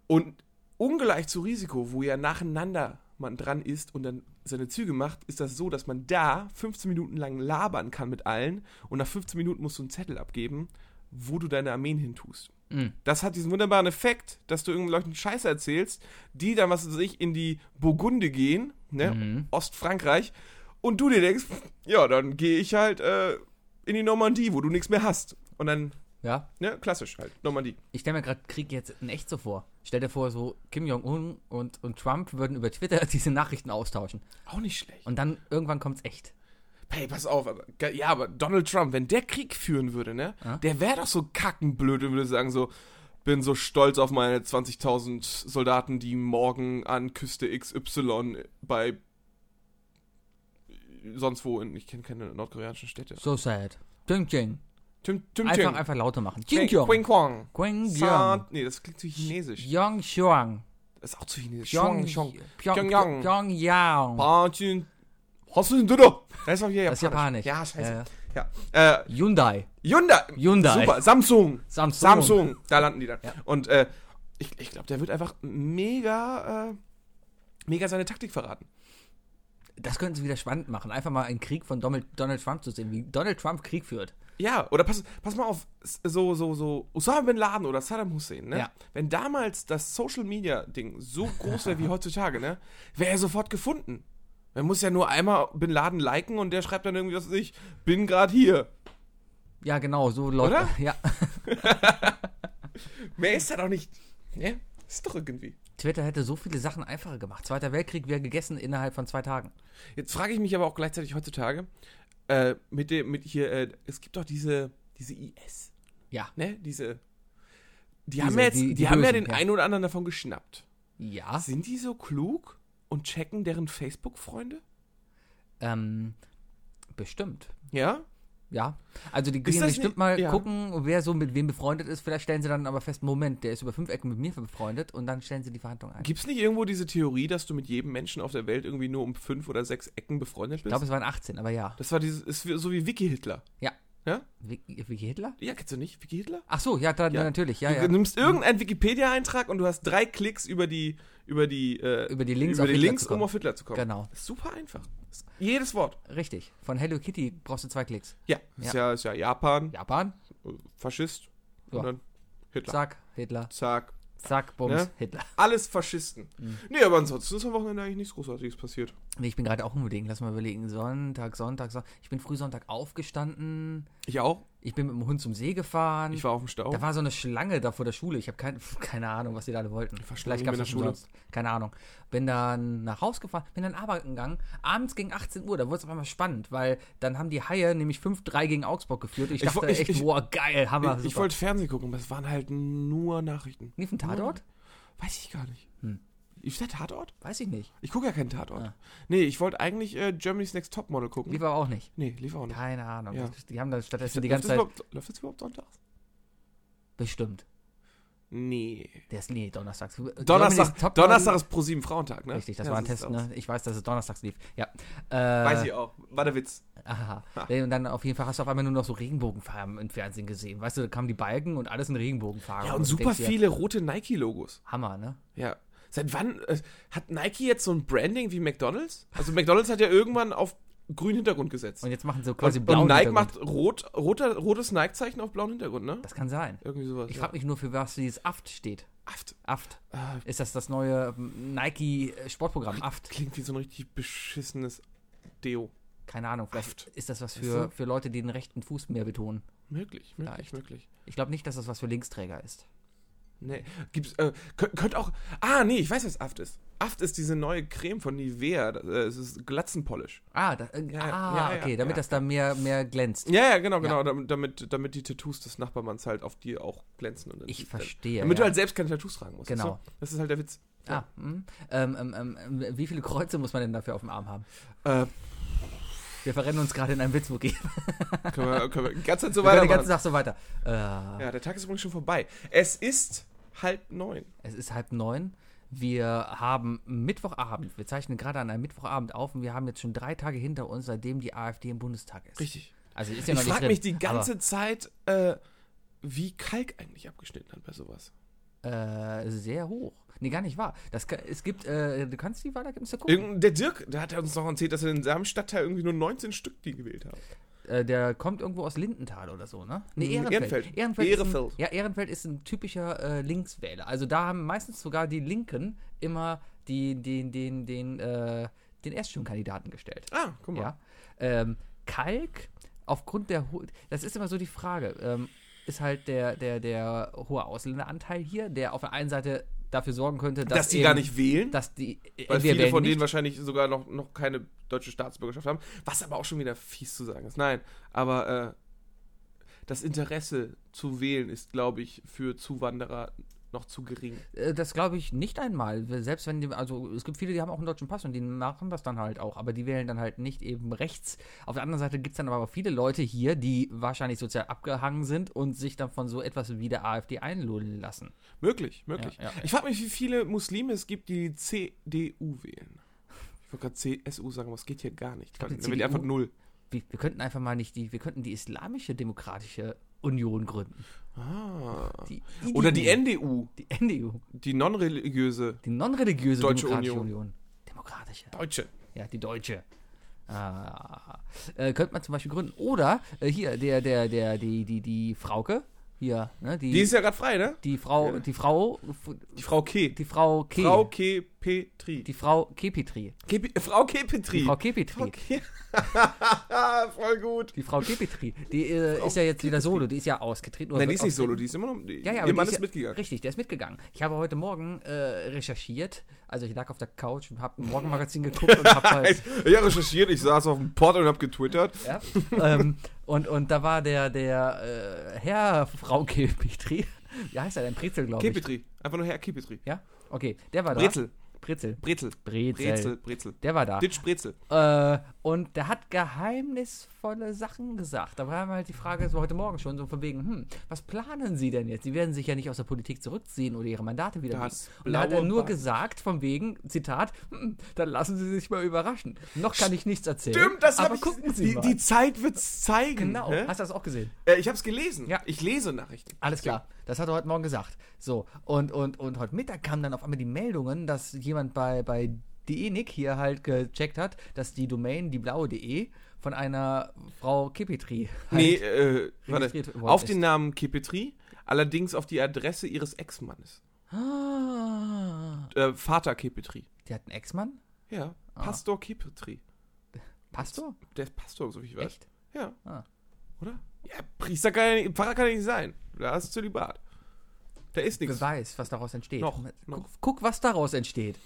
[SPEAKER 2] Und ungleich zu Risiko, wo ja nacheinander man dran ist und dann seine Züge macht, ist das so, dass man da 15 Minuten lang labern kann mit allen und nach 15 Minuten musst du einen Zettel abgeben, wo du deine Armeen hintust.
[SPEAKER 4] Mhm.
[SPEAKER 2] Das hat diesen wunderbaren Effekt, dass du irgendwelchen Leuten Scheiße erzählst, die dann, was weiß ich, in die Burgunde gehen, ne, Ostfrankreich, und du dir denkst, ja, dann gehe ich halt äh, in die Normandie, wo du nichts mehr hast. Und dann,
[SPEAKER 4] Ja,
[SPEAKER 2] ne, klassisch halt, Normandie.
[SPEAKER 4] ich stelle mir gerade Krieg jetzt in echt so vor. Stell dir vor, so Kim Jong-un und, und Trump würden über Twitter diese Nachrichten austauschen.
[SPEAKER 2] Auch nicht schlecht.
[SPEAKER 4] Und dann irgendwann kommt's echt.
[SPEAKER 2] Hey, pass auf, aber, ge- ja, aber Donald Trump, wenn der Krieg führen würde, ne, der wäre doch so kackenblöd und würde sagen so, bin so stolz auf meine 20.000 Soldaten, die morgen an Küste XY bei sonst wo, in, ich kenne keine nordkoreanischen Städte.
[SPEAKER 4] So sad. Ding, ding.
[SPEAKER 2] Tim, Tim,
[SPEAKER 4] Einfach,
[SPEAKER 2] Tim.
[SPEAKER 4] einfach lauter machen.
[SPEAKER 2] Qing, Qing Kwang.
[SPEAKER 4] Qing
[SPEAKER 2] San,
[SPEAKER 4] Yong.
[SPEAKER 2] nee, das klingt zu chinesisch.
[SPEAKER 4] Yong Xiong.
[SPEAKER 2] Das ist auch zu chinesisch.
[SPEAKER 4] Pyong- Pyong-
[SPEAKER 2] Pyongyang.
[SPEAKER 4] Pyongyang.
[SPEAKER 2] Ba, Jin- Hast du den Döder? Das ist doch hier
[SPEAKER 4] Das ist japanisch.
[SPEAKER 2] Ja, scheiße.
[SPEAKER 4] Ja,
[SPEAKER 2] Ja. Äh,
[SPEAKER 4] Hyundai.
[SPEAKER 2] Hyundai.
[SPEAKER 4] Hyundai.
[SPEAKER 2] Super. Samsung.
[SPEAKER 4] Samsung.
[SPEAKER 2] Samsung. Da landen die dann. Und äh, ich, ich glaube, der wird einfach mega, äh, mega seine Taktik verraten.
[SPEAKER 4] Das könnten sie wieder spannend machen. Einfach mal einen Krieg von Donald, Donald Trump zu sehen, wie Donald Trump Krieg führt.
[SPEAKER 2] Ja, oder pass, pass mal auf, s- so, so, so, Osama Bin Laden oder Saddam Hussein, ne?
[SPEAKER 4] Ja.
[SPEAKER 2] Wenn damals das Social Media Ding so groß wäre wie heutzutage, ne? Wäre er sofort gefunden. Man muss ja nur einmal Bin Laden liken und der schreibt dann irgendwie, was weiß ich, bin gerade hier.
[SPEAKER 4] Ja, genau, so läuft
[SPEAKER 2] Oder?
[SPEAKER 4] das. Ja.
[SPEAKER 2] Mehr ist da doch nicht. Ne? Ist doch irgendwie.
[SPEAKER 4] Twitter hätte so viele Sachen einfacher gemacht. Zweiter Weltkrieg wäre gegessen innerhalb von zwei Tagen.
[SPEAKER 2] Jetzt frage ich mich aber auch gleichzeitig heutzutage, äh, mit dem, mit hier, äh, es gibt doch diese, diese IS,
[SPEAKER 4] Ja.
[SPEAKER 2] ne? Diese. Die
[SPEAKER 4] Diese,
[SPEAKER 2] haben ja jetzt,
[SPEAKER 4] die-
[SPEAKER 2] die,
[SPEAKER 4] die
[SPEAKER 2] haben ja
[SPEAKER 4] Bösen,
[SPEAKER 2] den
[SPEAKER 4] ja.
[SPEAKER 2] einen oder anderen davon geschnappt.
[SPEAKER 4] Ja.
[SPEAKER 2] Sind die so klug und checken deren Facebook-Freunde?
[SPEAKER 4] Ähm, bestimmt.
[SPEAKER 2] Ja?
[SPEAKER 4] Ja. Also die
[SPEAKER 2] Ist
[SPEAKER 4] gehen
[SPEAKER 2] das
[SPEAKER 4] bestimmt
[SPEAKER 2] nicht-
[SPEAKER 4] mal
[SPEAKER 2] ja.
[SPEAKER 4] gucken, wer so mit wem befreundet ist. Vielleicht stellen sie dann aber fest, Moment, der ist über fünf Ecken mit mir befreundet und dann stellen sie die Verhandlung ein. Ich
[SPEAKER 2] Gibt es nicht irgendwo diese Theorie, dass du mit jedem Menschen auf der Welt irgendwie nur um fünf oder sechs Ecken befreundet bist?
[SPEAKER 4] glaube, es waren 18, aber ja.
[SPEAKER 2] das war dieses, ist wie- so wie Wiki-Hitler.
[SPEAKER 4] Ja.
[SPEAKER 2] Ja?
[SPEAKER 4] Wie, wie Hitler?
[SPEAKER 2] Ja, kennst du nicht? Wiki-Hitler?
[SPEAKER 4] Ach so, ja, da,
[SPEAKER 2] Ja.
[SPEAKER 4] natürlich, ja,
[SPEAKER 2] du
[SPEAKER 4] ja. Mhm.
[SPEAKER 2] nimmst irgendeinen Wikipedia-Eintrag und du hast drei Klicks über die, über die, äh,
[SPEAKER 4] Über die Links
[SPEAKER 2] über
[SPEAKER 4] auf
[SPEAKER 2] die
[SPEAKER 4] Hitler
[SPEAKER 2] Links
[SPEAKER 4] zu
[SPEAKER 2] um
[SPEAKER 4] kommen.
[SPEAKER 2] auf Hitler zu kommen.
[SPEAKER 4] Genau.
[SPEAKER 2] Ist super einfach. Ist jedes Wort.
[SPEAKER 4] Richtig. Von Hello Kitty brauchst du zwei Klicks.
[SPEAKER 2] Ja. Ist ja, ist ja Japan,
[SPEAKER 4] Japan,
[SPEAKER 2] äh, Faschist
[SPEAKER 4] Ja.
[SPEAKER 2] und dann Hitler. Zack.
[SPEAKER 4] zack, Hitler, zack, Bums,
[SPEAKER 2] Ne?
[SPEAKER 4] Hitler.
[SPEAKER 2] Alles Faschisten.
[SPEAKER 4] Mhm.
[SPEAKER 2] Nee, aber ansonsten ist am Wochenende eigentlich nichts Großartiges passiert.
[SPEAKER 4] Nee, ich bin gerade auch unbedingt, lass mal überlegen. Sonntag, Sonntag, Sonntag. Ich bin früh Sonntag aufgestanden.
[SPEAKER 2] Ich auch.
[SPEAKER 4] Ich bin mit dem Hund zum See gefahren.
[SPEAKER 2] Ich war auf dem Stau.
[SPEAKER 4] Mhm. da war so eine Schlange da vor der Schule. Ich habe kein, pf, keine Ahnung, was die da alle wollten.
[SPEAKER 2] verstehe
[SPEAKER 4] Vielleicht
[SPEAKER 2] nicht
[SPEAKER 4] gab es
[SPEAKER 2] mehr
[SPEAKER 4] das
[SPEAKER 2] in der
[SPEAKER 4] umsonst. Keine Ahnung. Bin dann nach Haus gefahren, bin dann arbeiten gegangen. Abends gegen 18 Uhr, da wurde es auf einmal spannend, weil dann haben die Haie nämlich 5-3 gegen Augsburg geführt. Ich
[SPEAKER 2] Ich wo-
[SPEAKER 4] dachte
[SPEAKER 2] ich-
[SPEAKER 4] echt,
[SPEAKER 2] ich-
[SPEAKER 4] boah, geil, Hammer.
[SPEAKER 2] ich ich
[SPEAKER 4] super.
[SPEAKER 2] wollte Fernsehen gucken, aber es waren halt nur Nachrichten.
[SPEAKER 4] Lief ein Tatort?
[SPEAKER 2] Weiß ich gar nicht.
[SPEAKER 4] Hm.
[SPEAKER 2] Ist der Tatort?
[SPEAKER 4] Weiß ich nicht.
[SPEAKER 2] Ich gucke ja keinen Tatort.
[SPEAKER 4] Ah.
[SPEAKER 2] Nee, ich wollte eigentlich äh, Germany's Next Topmodel gucken.
[SPEAKER 4] Lief aber auch nicht.
[SPEAKER 2] nee, lief auch nicht.
[SPEAKER 4] Keine Ahnung.
[SPEAKER 2] Ja.
[SPEAKER 4] Das, die haben da stattdessen
[SPEAKER 2] Läuft
[SPEAKER 4] die
[SPEAKER 2] das
[SPEAKER 4] ganze Zeit.
[SPEAKER 2] überhaupt- Läuft das überhaupt sonntags?
[SPEAKER 4] Bestimmt.
[SPEAKER 2] Nee.
[SPEAKER 4] Der ist nee, donnerstags. Germany's
[SPEAKER 2] Donnerstag,
[SPEAKER 4] Top
[SPEAKER 2] Donnerstag
[SPEAKER 4] Model-
[SPEAKER 2] ist pro sieben Frauentag, ne?
[SPEAKER 4] Richtig, das
[SPEAKER 2] Ja,
[SPEAKER 4] war ein
[SPEAKER 2] ist
[SPEAKER 4] Test,
[SPEAKER 2] das.
[SPEAKER 4] ne? Ich weiß, dass es donnerstags lief. Ja. Äh,
[SPEAKER 2] Weiß ich auch. War der Witz.
[SPEAKER 4] Aha.
[SPEAKER 2] Ha.
[SPEAKER 4] Nee, Und dann auf jeden Fall hast du auf einmal nur noch so Regenbogenfarben im Fernsehen gesehen. Weißt du, da kamen die Balken und alles in Regenbogenfarben.
[SPEAKER 2] Ja, und
[SPEAKER 4] du
[SPEAKER 2] super
[SPEAKER 4] denkst dir,
[SPEAKER 2] viele rote Nike-Logos.
[SPEAKER 4] Hammer, ne?
[SPEAKER 2] Ja. Seit wann äh, hat Nike jetzt so ein Branding wie McDonalds? Also McDonalds hat ja irgendwann auf grünen Hintergrund gesetzt.
[SPEAKER 4] Und jetzt machen sie quasi
[SPEAKER 2] Und,
[SPEAKER 4] blau.
[SPEAKER 2] und Nike macht rot, roter, rotes Nike-Zeichen auf blauen Hintergrund, ne?
[SPEAKER 4] Das kann sein.
[SPEAKER 2] Irgendwie sowas.
[SPEAKER 4] Ich
[SPEAKER 2] ja.
[SPEAKER 4] frage mich nur, für was dieses AFT steht.
[SPEAKER 2] Aft.
[SPEAKER 4] AFT.
[SPEAKER 2] Ah,
[SPEAKER 4] Ist das das neue ähm, Nike-Sportprogramm? AFT.
[SPEAKER 2] klingt wie so ein richtig beschissenes Deo.
[SPEAKER 4] Keine Ahnung.
[SPEAKER 2] Aft.
[SPEAKER 4] Vielleicht ist das was
[SPEAKER 2] Weißt
[SPEAKER 4] für,
[SPEAKER 2] du?
[SPEAKER 4] für Leute, die den rechten Fuß mehr betonen.
[SPEAKER 2] Möglich, möglich,
[SPEAKER 4] Vielleicht.
[SPEAKER 2] möglich.
[SPEAKER 4] Ich glaube nicht, dass das was für Linksträger ist.
[SPEAKER 2] Nee. Gibt's, äh, könnt, könnt auch. Ah, nee, ich weiß, was Aft ist. Aft ist diese neue Creme von Nivea. Das, äh, es ist Glatzenpolish.
[SPEAKER 4] Ah, da, äh,
[SPEAKER 2] Ja,
[SPEAKER 4] ah
[SPEAKER 2] ja, ja,
[SPEAKER 4] okay, damit
[SPEAKER 2] ja.
[SPEAKER 4] das da mehr, mehr glänzt.
[SPEAKER 2] Ja, ja, genau, genau. dam- Damit, damit die Tattoos des Nachbarmanns halt auf die auch glänzen. Und dann-
[SPEAKER 4] Ich verstehe.
[SPEAKER 2] Damit du
[SPEAKER 4] ja.
[SPEAKER 2] halt selbst keine Tattoos tragen musst.
[SPEAKER 4] Genau.
[SPEAKER 2] weißt du? Das ist halt der Witz.
[SPEAKER 4] ah, hm. ähm, ähm, ähm, ähm, wie viele Kreuze muss man denn dafür auf dem Arm haben?
[SPEAKER 2] Äh,
[SPEAKER 4] Wir verrennen uns gerade in einem Witz, Wookie. Wir
[SPEAKER 2] können, wir, können wir die ganze Zeit so
[SPEAKER 4] können
[SPEAKER 2] weiter
[SPEAKER 4] den ganzen Tag so weiter. Äh,
[SPEAKER 2] Ja, der Tag ist übrigens schon vorbei. Es ist halb neun.
[SPEAKER 4] Es ist halb neun. Wir haben Mittwochabend. Wir zeichnen gerade an einem Mittwochabend auf und wir haben jetzt schon drei Tage hinter uns, seitdem die AfD im Bundestag ist.
[SPEAKER 2] Richtig.
[SPEAKER 4] Also ist ja
[SPEAKER 2] Ich
[SPEAKER 4] noch nicht
[SPEAKER 2] frage
[SPEAKER 4] drin,
[SPEAKER 2] mich die ganze Zeit, äh, wie Kalk eigentlich abgeschnitten hat bei sowas.
[SPEAKER 4] Aber, äh, sehr hoch. Nee, gar nicht wahr. Das, ka- es gibt, äh, du kannst die Wahlergebnisse gucken.
[SPEAKER 2] Irgend, der Dirk, der hat ja uns noch erzählt, dass er in seinem Stadtteil irgendwie nur 19 Stück die gewählt haben.
[SPEAKER 4] Äh, der kommt irgendwo aus Lindenthal oder so, ne? Nee,
[SPEAKER 2] Mhm.
[SPEAKER 4] Ehrenfeld.
[SPEAKER 2] Ehrenfeld.
[SPEAKER 4] Ist
[SPEAKER 2] Ehrenfeld.
[SPEAKER 4] ein, ja, Ehrenfeld ist ein typischer äh, Linkswähler. Also da haben meistens sogar die Linken immer die, den, den, den, äh, den Erststimmkandidaten gestellt.
[SPEAKER 2] Ah, guck mal.
[SPEAKER 4] Ja. Ähm, Kalk, aufgrund der ho- das ist immer so die Frage, ähm, ist halt der, der, der hohe Ausländeranteil hier, der auf der einen Seite dafür sorgen könnte, dass,
[SPEAKER 2] dass die
[SPEAKER 4] eben-
[SPEAKER 2] gar nicht wählen,
[SPEAKER 4] dass die
[SPEAKER 2] weil
[SPEAKER 4] entweder
[SPEAKER 2] viele
[SPEAKER 4] wählen
[SPEAKER 2] von denen
[SPEAKER 4] nicht,
[SPEAKER 2] wahrscheinlich sogar noch, noch keine deutsche Staatsbürgerschaft haben. Was aber auch schon wieder fies zu sagen ist. Nein, aber äh, das Interesse zu wählen ist, glaube ich, für Zuwanderer noch zu gering.
[SPEAKER 4] äh, das glaube ich nicht einmal. Selbst wenn die, also es gibt viele, die haben auch einen deutschen Pass und die machen das dann halt auch, aber die wählen dann halt nicht eben rechts. Auf der anderen Seite gibt es dann aber viele Leute hier, die wahrscheinlich sozial abgehangen sind und sich dann von so etwas wie der AfD einlullen lassen.
[SPEAKER 2] Möglich, möglich.
[SPEAKER 4] Ja, ja.
[SPEAKER 2] Ich frage mich, wie viele Muslime es gibt, die die CDU wählen. Ich wollte gerade CSU sagen, aber es geht hier gar nicht.
[SPEAKER 4] glaub, die
[SPEAKER 2] Dann wird die
[SPEAKER 4] CDU
[SPEAKER 2] einfach null.
[SPEAKER 4] Wir, wir könnten einfach mal nicht die, wir könnten die Islamische Demokratische Union gründen.
[SPEAKER 2] Ah.
[SPEAKER 4] Die
[SPEAKER 2] Oder die NDU,
[SPEAKER 4] IDU, die NDU,
[SPEAKER 2] die non-religiöse
[SPEAKER 4] die non-religiöse
[SPEAKER 2] Deutsche
[SPEAKER 4] Demokratische
[SPEAKER 2] Union.
[SPEAKER 4] Union. Demokratische.
[SPEAKER 2] Deutsche.
[SPEAKER 4] Ja, die Deutsche. Ah, äh, könnte man zum Beispiel gründen. Oder äh, hier, der, der, der, die, die, die Frauke, hier, ne, die,
[SPEAKER 2] Die
[SPEAKER 4] die,
[SPEAKER 2] ist ja gerade frei, ne?
[SPEAKER 4] Frau, die Frau,
[SPEAKER 2] Die Frau K.
[SPEAKER 4] die Frau Ke,
[SPEAKER 2] Frau K. Petri.
[SPEAKER 4] die Frau Kepetri,
[SPEAKER 2] Kepi- Frau Kepetri.
[SPEAKER 4] die Frau Kepetri,
[SPEAKER 2] Okay. Voll gut.
[SPEAKER 4] die Frau Kepetri, die äh, ist ja jetzt wieder solo, die ist ja ausgetreten. oder
[SPEAKER 2] Nein,
[SPEAKER 4] wird
[SPEAKER 2] die ist nicht
[SPEAKER 4] austreten.
[SPEAKER 2] solo, die ist immer noch. Die,
[SPEAKER 4] Ja, ja, aber
[SPEAKER 2] ihr
[SPEAKER 4] die
[SPEAKER 2] Mann
[SPEAKER 4] ist
[SPEAKER 2] ist
[SPEAKER 4] ja-
[SPEAKER 2] mitgegangen.
[SPEAKER 4] Richtig, der ist mitgegangen. Ich habe heute Morgen äh, recherchiert. Also ich lag auf der Couch und habe ein Morgenmagazin geguckt und habe halt,
[SPEAKER 2] Ich habe recherchiert, ich saß auf dem Pott und habe getwittert.
[SPEAKER 4] ja, ähm, und, und da war der, der äh, Herr Frau Kepetri. Wie heißt er denn? Brezel, glaube ich.
[SPEAKER 2] Kepetri. Einfach nur Herr Kepetri.
[SPEAKER 4] Ja? Okay, der war da.
[SPEAKER 2] Brezel.
[SPEAKER 4] Brezel.
[SPEAKER 2] Brezel.
[SPEAKER 4] Brezel.
[SPEAKER 2] Brezel. Brezel.
[SPEAKER 4] Der war da.
[SPEAKER 2] Ditch Brezel.
[SPEAKER 4] Äh, und der hat geheimnisvolle Sachen gesagt. Da war mal halt die Frage, das war heute Morgen schon, so von wegen, hm, was planen Sie denn jetzt? Sie werden sich ja nicht aus der Politik zurückziehen oder Ihre Mandate wieder
[SPEAKER 2] Das
[SPEAKER 4] Und da hat er
[SPEAKER 2] blaue
[SPEAKER 4] nur
[SPEAKER 2] Band.
[SPEAKER 4] gesagt, von wegen, Zitat, hm, dann lassen Sie sich mal überraschen. Noch kann ich nichts erzählen.
[SPEAKER 2] hab
[SPEAKER 4] aber gucken Sie
[SPEAKER 2] die,
[SPEAKER 4] mal.
[SPEAKER 2] die Zeit wird's zeigen.
[SPEAKER 4] genau,
[SPEAKER 2] Ne?
[SPEAKER 4] hast du das auch gesehen?
[SPEAKER 2] Äh, ich hab's gelesen.
[SPEAKER 4] Ja.
[SPEAKER 2] Ich lese Nachrichten.
[SPEAKER 4] Alles klar, das hat er heute Morgen gesagt. So, und, und, und heute Mittag kamen dann auf einmal die Meldungen, dass jemand bei, bei DENIC hier halt gecheckt hat, dass die Domain, die blaue DE, E, von einer Frau Kipitri. Halt
[SPEAKER 2] Nee, äh, warte.
[SPEAKER 4] registriert worden
[SPEAKER 2] Auf
[SPEAKER 4] ist.
[SPEAKER 2] den Namen Kepetri, allerdings auf die Adresse ihres Ex-Mannes.
[SPEAKER 4] Ah,
[SPEAKER 2] Äh, Vater Kepetri.
[SPEAKER 4] die hat einen Ex-Mann?
[SPEAKER 2] Ja.
[SPEAKER 4] Ah.
[SPEAKER 2] Pastor Kepetri.
[SPEAKER 4] Pastor?
[SPEAKER 2] Der ist Pastor, so wie ich weiß.
[SPEAKER 4] Echt?
[SPEAKER 2] Ja.
[SPEAKER 4] Ah.
[SPEAKER 2] Oder? Ja, Priester kann ja nicht, Pfarrer kann ja nicht sein. Da hast du Zölibat. Da ist nichts.
[SPEAKER 4] Wer weiß, was daraus entsteht.
[SPEAKER 2] Noch,
[SPEAKER 4] guck,
[SPEAKER 2] noch. Hm.
[SPEAKER 4] guck, was daraus entsteht.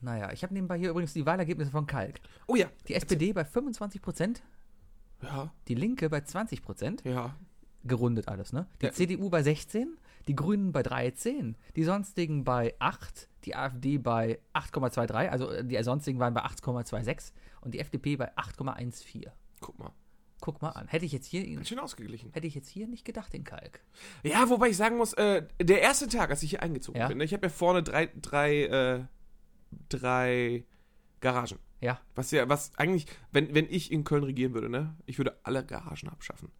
[SPEAKER 4] Naja, ich habe nebenbei hier übrigens die Wahlergebnisse von Kalk.
[SPEAKER 2] Oh ja.
[SPEAKER 4] Die SPD bei 25 Prozent,
[SPEAKER 2] Ja,
[SPEAKER 4] die Linke bei 20 Prozent,
[SPEAKER 2] ja.
[SPEAKER 4] gerundet alles, ne? Die
[SPEAKER 2] Ja.
[SPEAKER 4] CDU bei 16, die Grünen bei 13, die Sonstigen bei 8, die AfD bei 8,23, also äh, die Sonstigen waren bei 8,26 und die FDP bei 8,14.
[SPEAKER 2] Guck mal.
[SPEAKER 4] Guck mal an. Hätte ich jetzt hier,
[SPEAKER 2] Ganz schön ausgeglichen.
[SPEAKER 4] hätte ich jetzt hier nicht gedacht, den Kalk.
[SPEAKER 2] Ja, wobei ich sagen muss, äh, der erste Tag, als ich hier eingezogen
[SPEAKER 4] Ja.
[SPEAKER 2] bin, ne, ich habe ja vorne drei, drei, äh, drei Garagen.
[SPEAKER 4] Ja,
[SPEAKER 2] Was ja, was eigentlich, wenn, wenn ich in Köln regieren würde, ne? Ich würde alle Garagen abschaffen.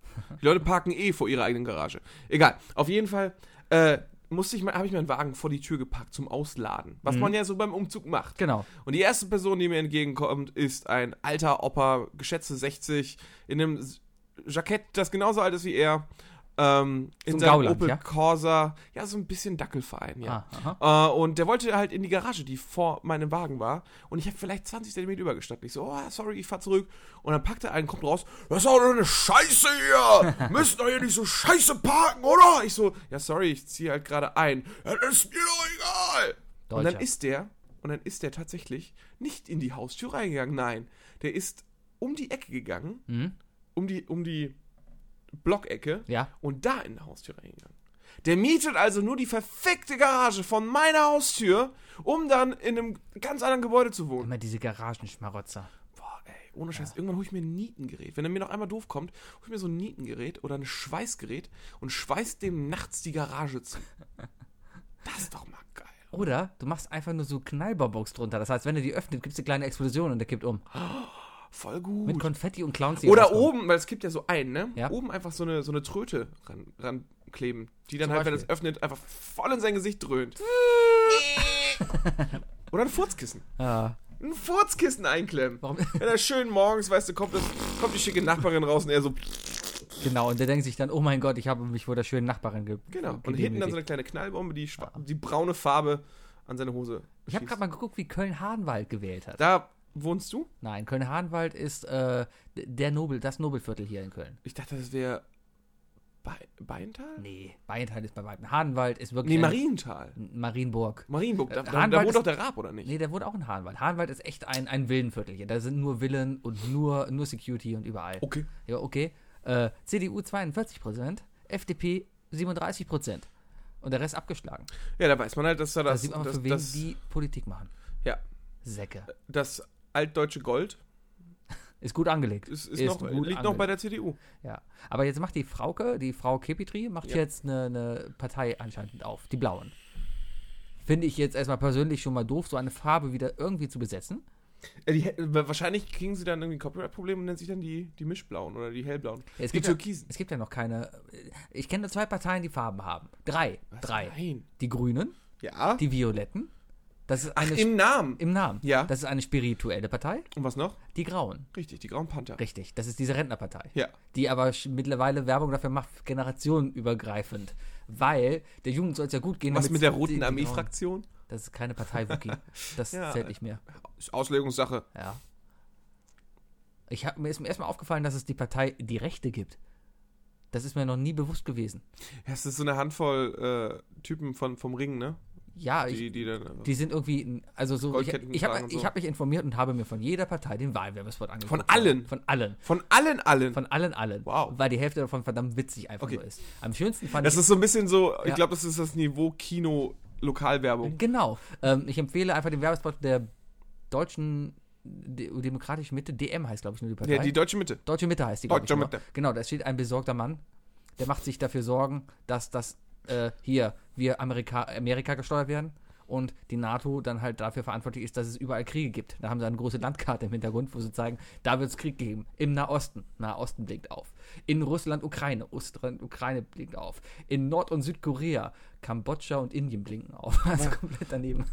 [SPEAKER 2] Die Leute parken eh vor ihrer eigenen Garage. Egal. Auf jeden Fall äh, musste ich mal, habe ich meinen Wagen vor die Tür geparkt zum Ausladen.
[SPEAKER 4] Mhm.
[SPEAKER 2] Was man ja so beim Umzug macht.
[SPEAKER 4] genau.
[SPEAKER 2] Und die erste Person, die mir entgegenkommt, ist ein alter Opa, geschätzte 60, in einem S- Jackett, das genauso alt ist wie er. Ähm, in
[SPEAKER 4] So ein
[SPEAKER 2] seinem
[SPEAKER 4] Gauland,
[SPEAKER 2] Opel
[SPEAKER 4] ja?
[SPEAKER 2] Corsa. Ja, so ein bisschen Dackelverein, ja.
[SPEAKER 4] Ah, aha.
[SPEAKER 2] Äh, und der wollte halt in die Garage, die vor meinem Wagen war. Und ich habe vielleicht 20 Zentimeter übergestanden. Ich so, oh, sorry, ich fahr zurück. Und dann packt er einen, kommt raus. Das ist auch nur eine Scheiße hier. Müsst doch hier nicht so scheiße parken, oder? Ich so, ja, sorry, ich ziehe halt gerade ein. Das ist mir doch egal. Und dann
[SPEAKER 4] Deutscher.
[SPEAKER 2] ist der, und dann ist der tatsächlich nicht in die Haustür reingegangen. Nein, der ist um die Ecke gegangen. Um die, um die Blockecke
[SPEAKER 4] Ja.
[SPEAKER 2] und da in die Haustür reingegangen. Der mietet also nur die verfickte Garage von meiner Haustür, um dann in einem ganz anderen Gebäude zu wohnen.
[SPEAKER 4] Immer diese Garagenschmarotzer.
[SPEAKER 2] Boah, ey, ohne Scheiß. Irgendwann hole ich mir ein Nietengerät. Wenn er mir noch einmal doof kommt, hole ich mir so ein Nietengerät oder ein Schweißgerät und schweiß dem nachts die Garage zu. Das ist doch mal geil.
[SPEAKER 4] Oder du machst einfach nur so Knallbarbox drunter. Das heißt, wenn er die öffnet, gibt es eine kleine Explosion und der kippt um.
[SPEAKER 2] Voll
[SPEAKER 4] Mit
[SPEAKER 2] gut.
[SPEAKER 4] Konfetti und Clowns. die
[SPEAKER 2] Oder
[SPEAKER 4] rauskommen.
[SPEAKER 2] oben, weil es gibt ja so einen, ne?
[SPEAKER 4] Ja.
[SPEAKER 2] Oben einfach so eine, so eine Tröte ran, rankleben, die dann
[SPEAKER 4] Zum
[SPEAKER 2] halt, wenn
[SPEAKER 4] Beispiel.
[SPEAKER 2] es öffnet, einfach voll in sein Gesicht dröhnt. Oder ein Furzkissen.
[SPEAKER 4] Ah.
[SPEAKER 2] Ein Furzkissen einklemmen.
[SPEAKER 4] Warum?
[SPEAKER 2] Wenn er schön morgens, weißt du, kommt, das, kommt die schicke Nachbarin raus und er so,
[SPEAKER 4] genau, und der denkt sich dann, oh mein Gott, ich habe mich vor der schönen Nachbarin ge
[SPEAKER 2] genau. Und hinten dann so eine kleine Knallbombe, die, schwa- die braune Farbe an seine Hose.
[SPEAKER 4] Ich habe
[SPEAKER 2] schießt.
[SPEAKER 4] gerade mal geguckt, wie Köln-Hahnwald gewählt hat.
[SPEAKER 2] Da wohnst du?
[SPEAKER 4] Nein, Köln-Hahnwald ist äh, d- der Nobel, das Nobelviertel hier in Köln.
[SPEAKER 2] Ich dachte, das wäre Be Beintal?
[SPEAKER 4] Nee, Beintal ist bei weitem. Hahnwald ist wirklich.
[SPEAKER 2] Nee,
[SPEAKER 4] ein-
[SPEAKER 2] Mariental.
[SPEAKER 4] Marienburg.
[SPEAKER 2] Marienburg, da, da, da
[SPEAKER 4] Hahnwald
[SPEAKER 2] wohnt
[SPEAKER 4] Äh, ist-
[SPEAKER 2] doch der Raab, oder nicht?
[SPEAKER 4] Nee, der wurde auch in Hahnwald. Hahnwald ist echt ein, ein Villenviertel hier. Da sind nur Villen und nur, nur Security und überall.
[SPEAKER 2] Okay.
[SPEAKER 4] Ja, okay. Äh, CDU 42%, FDP 37%. Und der Rest abgeschlagen.
[SPEAKER 2] Ja, da weiß man halt, dass da
[SPEAKER 4] Da
[SPEAKER 2] das,
[SPEAKER 4] sieht man mal,
[SPEAKER 2] das,
[SPEAKER 4] für wen
[SPEAKER 2] das,
[SPEAKER 4] die Politik machen.
[SPEAKER 2] Ja.
[SPEAKER 4] Säcke.
[SPEAKER 2] das altdeutsche Gold
[SPEAKER 4] Ist gut angelegt.
[SPEAKER 2] ist, ist, noch, liegt noch bei der CDU.
[SPEAKER 4] Ja. Aber jetzt macht die Frauke, die Frau Kepitri, macht
[SPEAKER 2] Ja.
[SPEAKER 4] jetzt eine, eine Partei anscheinend auf. Die Blauen. Finde ich jetzt erstmal persönlich schon mal doof, so eine Farbe wieder irgendwie zu besetzen.
[SPEAKER 2] Äh, Die, hä- wa- wahrscheinlich kriegen sie dann irgendwie ein Copyright-Problem und nennen sich dann die, die Mischblauen oder die Hellblauen.
[SPEAKER 4] Es
[SPEAKER 2] die
[SPEAKER 4] gibt ja-
[SPEAKER 2] Türkisen.
[SPEAKER 4] Es gibt ja noch keine. äh, Ich kenne nur zwei Parteien, die Farben haben. Drei. Drei.
[SPEAKER 2] Nein.
[SPEAKER 4] Die Grünen,
[SPEAKER 2] Ja.
[SPEAKER 4] die Violetten. Das ist
[SPEAKER 2] Ach,
[SPEAKER 4] eine
[SPEAKER 2] im Namen.
[SPEAKER 4] im Namen.
[SPEAKER 2] Ja.
[SPEAKER 4] Das ist eine spirituelle Partei.
[SPEAKER 2] Und was noch?
[SPEAKER 4] Die Grauen.
[SPEAKER 2] Richtig, die Grauen Panther.
[SPEAKER 4] Richtig. Das ist diese Rentnerpartei.
[SPEAKER 2] Ja.
[SPEAKER 4] Die aber sch- mittlerweile Werbung dafür macht, generationenübergreifend. Weil der Jugend soll es ja gut gehen.
[SPEAKER 2] Was
[SPEAKER 4] damit
[SPEAKER 2] mit der
[SPEAKER 4] die-
[SPEAKER 2] Roten
[SPEAKER 4] die Grauen-
[SPEAKER 2] Armee-Fraktion?
[SPEAKER 4] Das ist keine Partei, Wookie. Das
[SPEAKER 2] Ja.
[SPEAKER 4] zählt nicht mehr.
[SPEAKER 2] Ist Auslegungssache.
[SPEAKER 4] Ja. Ich hab, mir ist mir erstmal aufgefallen, dass es die Partei Die Rechte gibt. Das ist mir noch nie bewusst gewesen.
[SPEAKER 2] Ja, es ist so eine Handvoll äh, Typen von, vom Ring, ne?
[SPEAKER 4] Ja, ich,
[SPEAKER 2] Die, die dann. äh,
[SPEAKER 4] Die sind irgendwie, also so, ich,
[SPEAKER 2] Goldketten
[SPEAKER 4] ich habe
[SPEAKER 2] tragen und so.
[SPEAKER 4] ich hab mich informiert und habe mir von jeder Partei den Wahlwerbespot angeguckt.
[SPEAKER 2] Von allen?
[SPEAKER 4] Von allen.
[SPEAKER 2] Von allen, allen.
[SPEAKER 4] Von allen, allen.
[SPEAKER 2] Wow.
[SPEAKER 4] Weil die Hälfte davon verdammt witzig einfach
[SPEAKER 2] Okay.
[SPEAKER 4] nur ist. Am schönsten fand
[SPEAKER 2] das
[SPEAKER 4] ich,
[SPEAKER 2] ist so ein bisschen so, ich
[SPEAKER 4] Ja.
[SPEAKER 2] glaube, das ist das Niveau Kino-Lokalwerbung.
[SPEAKER 4] genau, ähm, ich empfehle einfach den Werbespot der deutschen De demokratischen Mitte, DM heißt glaube ich nur die Partei.
[SPEAKER 2] Ja, die deutsche Mitte.
[SPEAKER 4] Deutsche Mitte heißt die. glaub ich,
[SPEAKER 2] Deutsche
[SPEAKER 4] nur.
[SPEAKER 2] Mitte.
[SPEAKER 4] Genau, da steht ein besorgter Mann, der macht sich dafür Sorgen, dass das äh, hier wir Amerika, Amerika gesteuert werden und die NATO dann halt dafür verantwortlich ist, dass es überall Kriege gibt. Da haben sie eine große Landkarte im Hintergrund, wo sie zeigen, da wird es Krieg geben. Im Nahosten, Nahosten blinkt auf. In Russland, Ukraine, Russland, Ukraine blinkt auf. In Nord- und Südkorea, Kambodscha und Indien blinken auf. Also komplett daneben.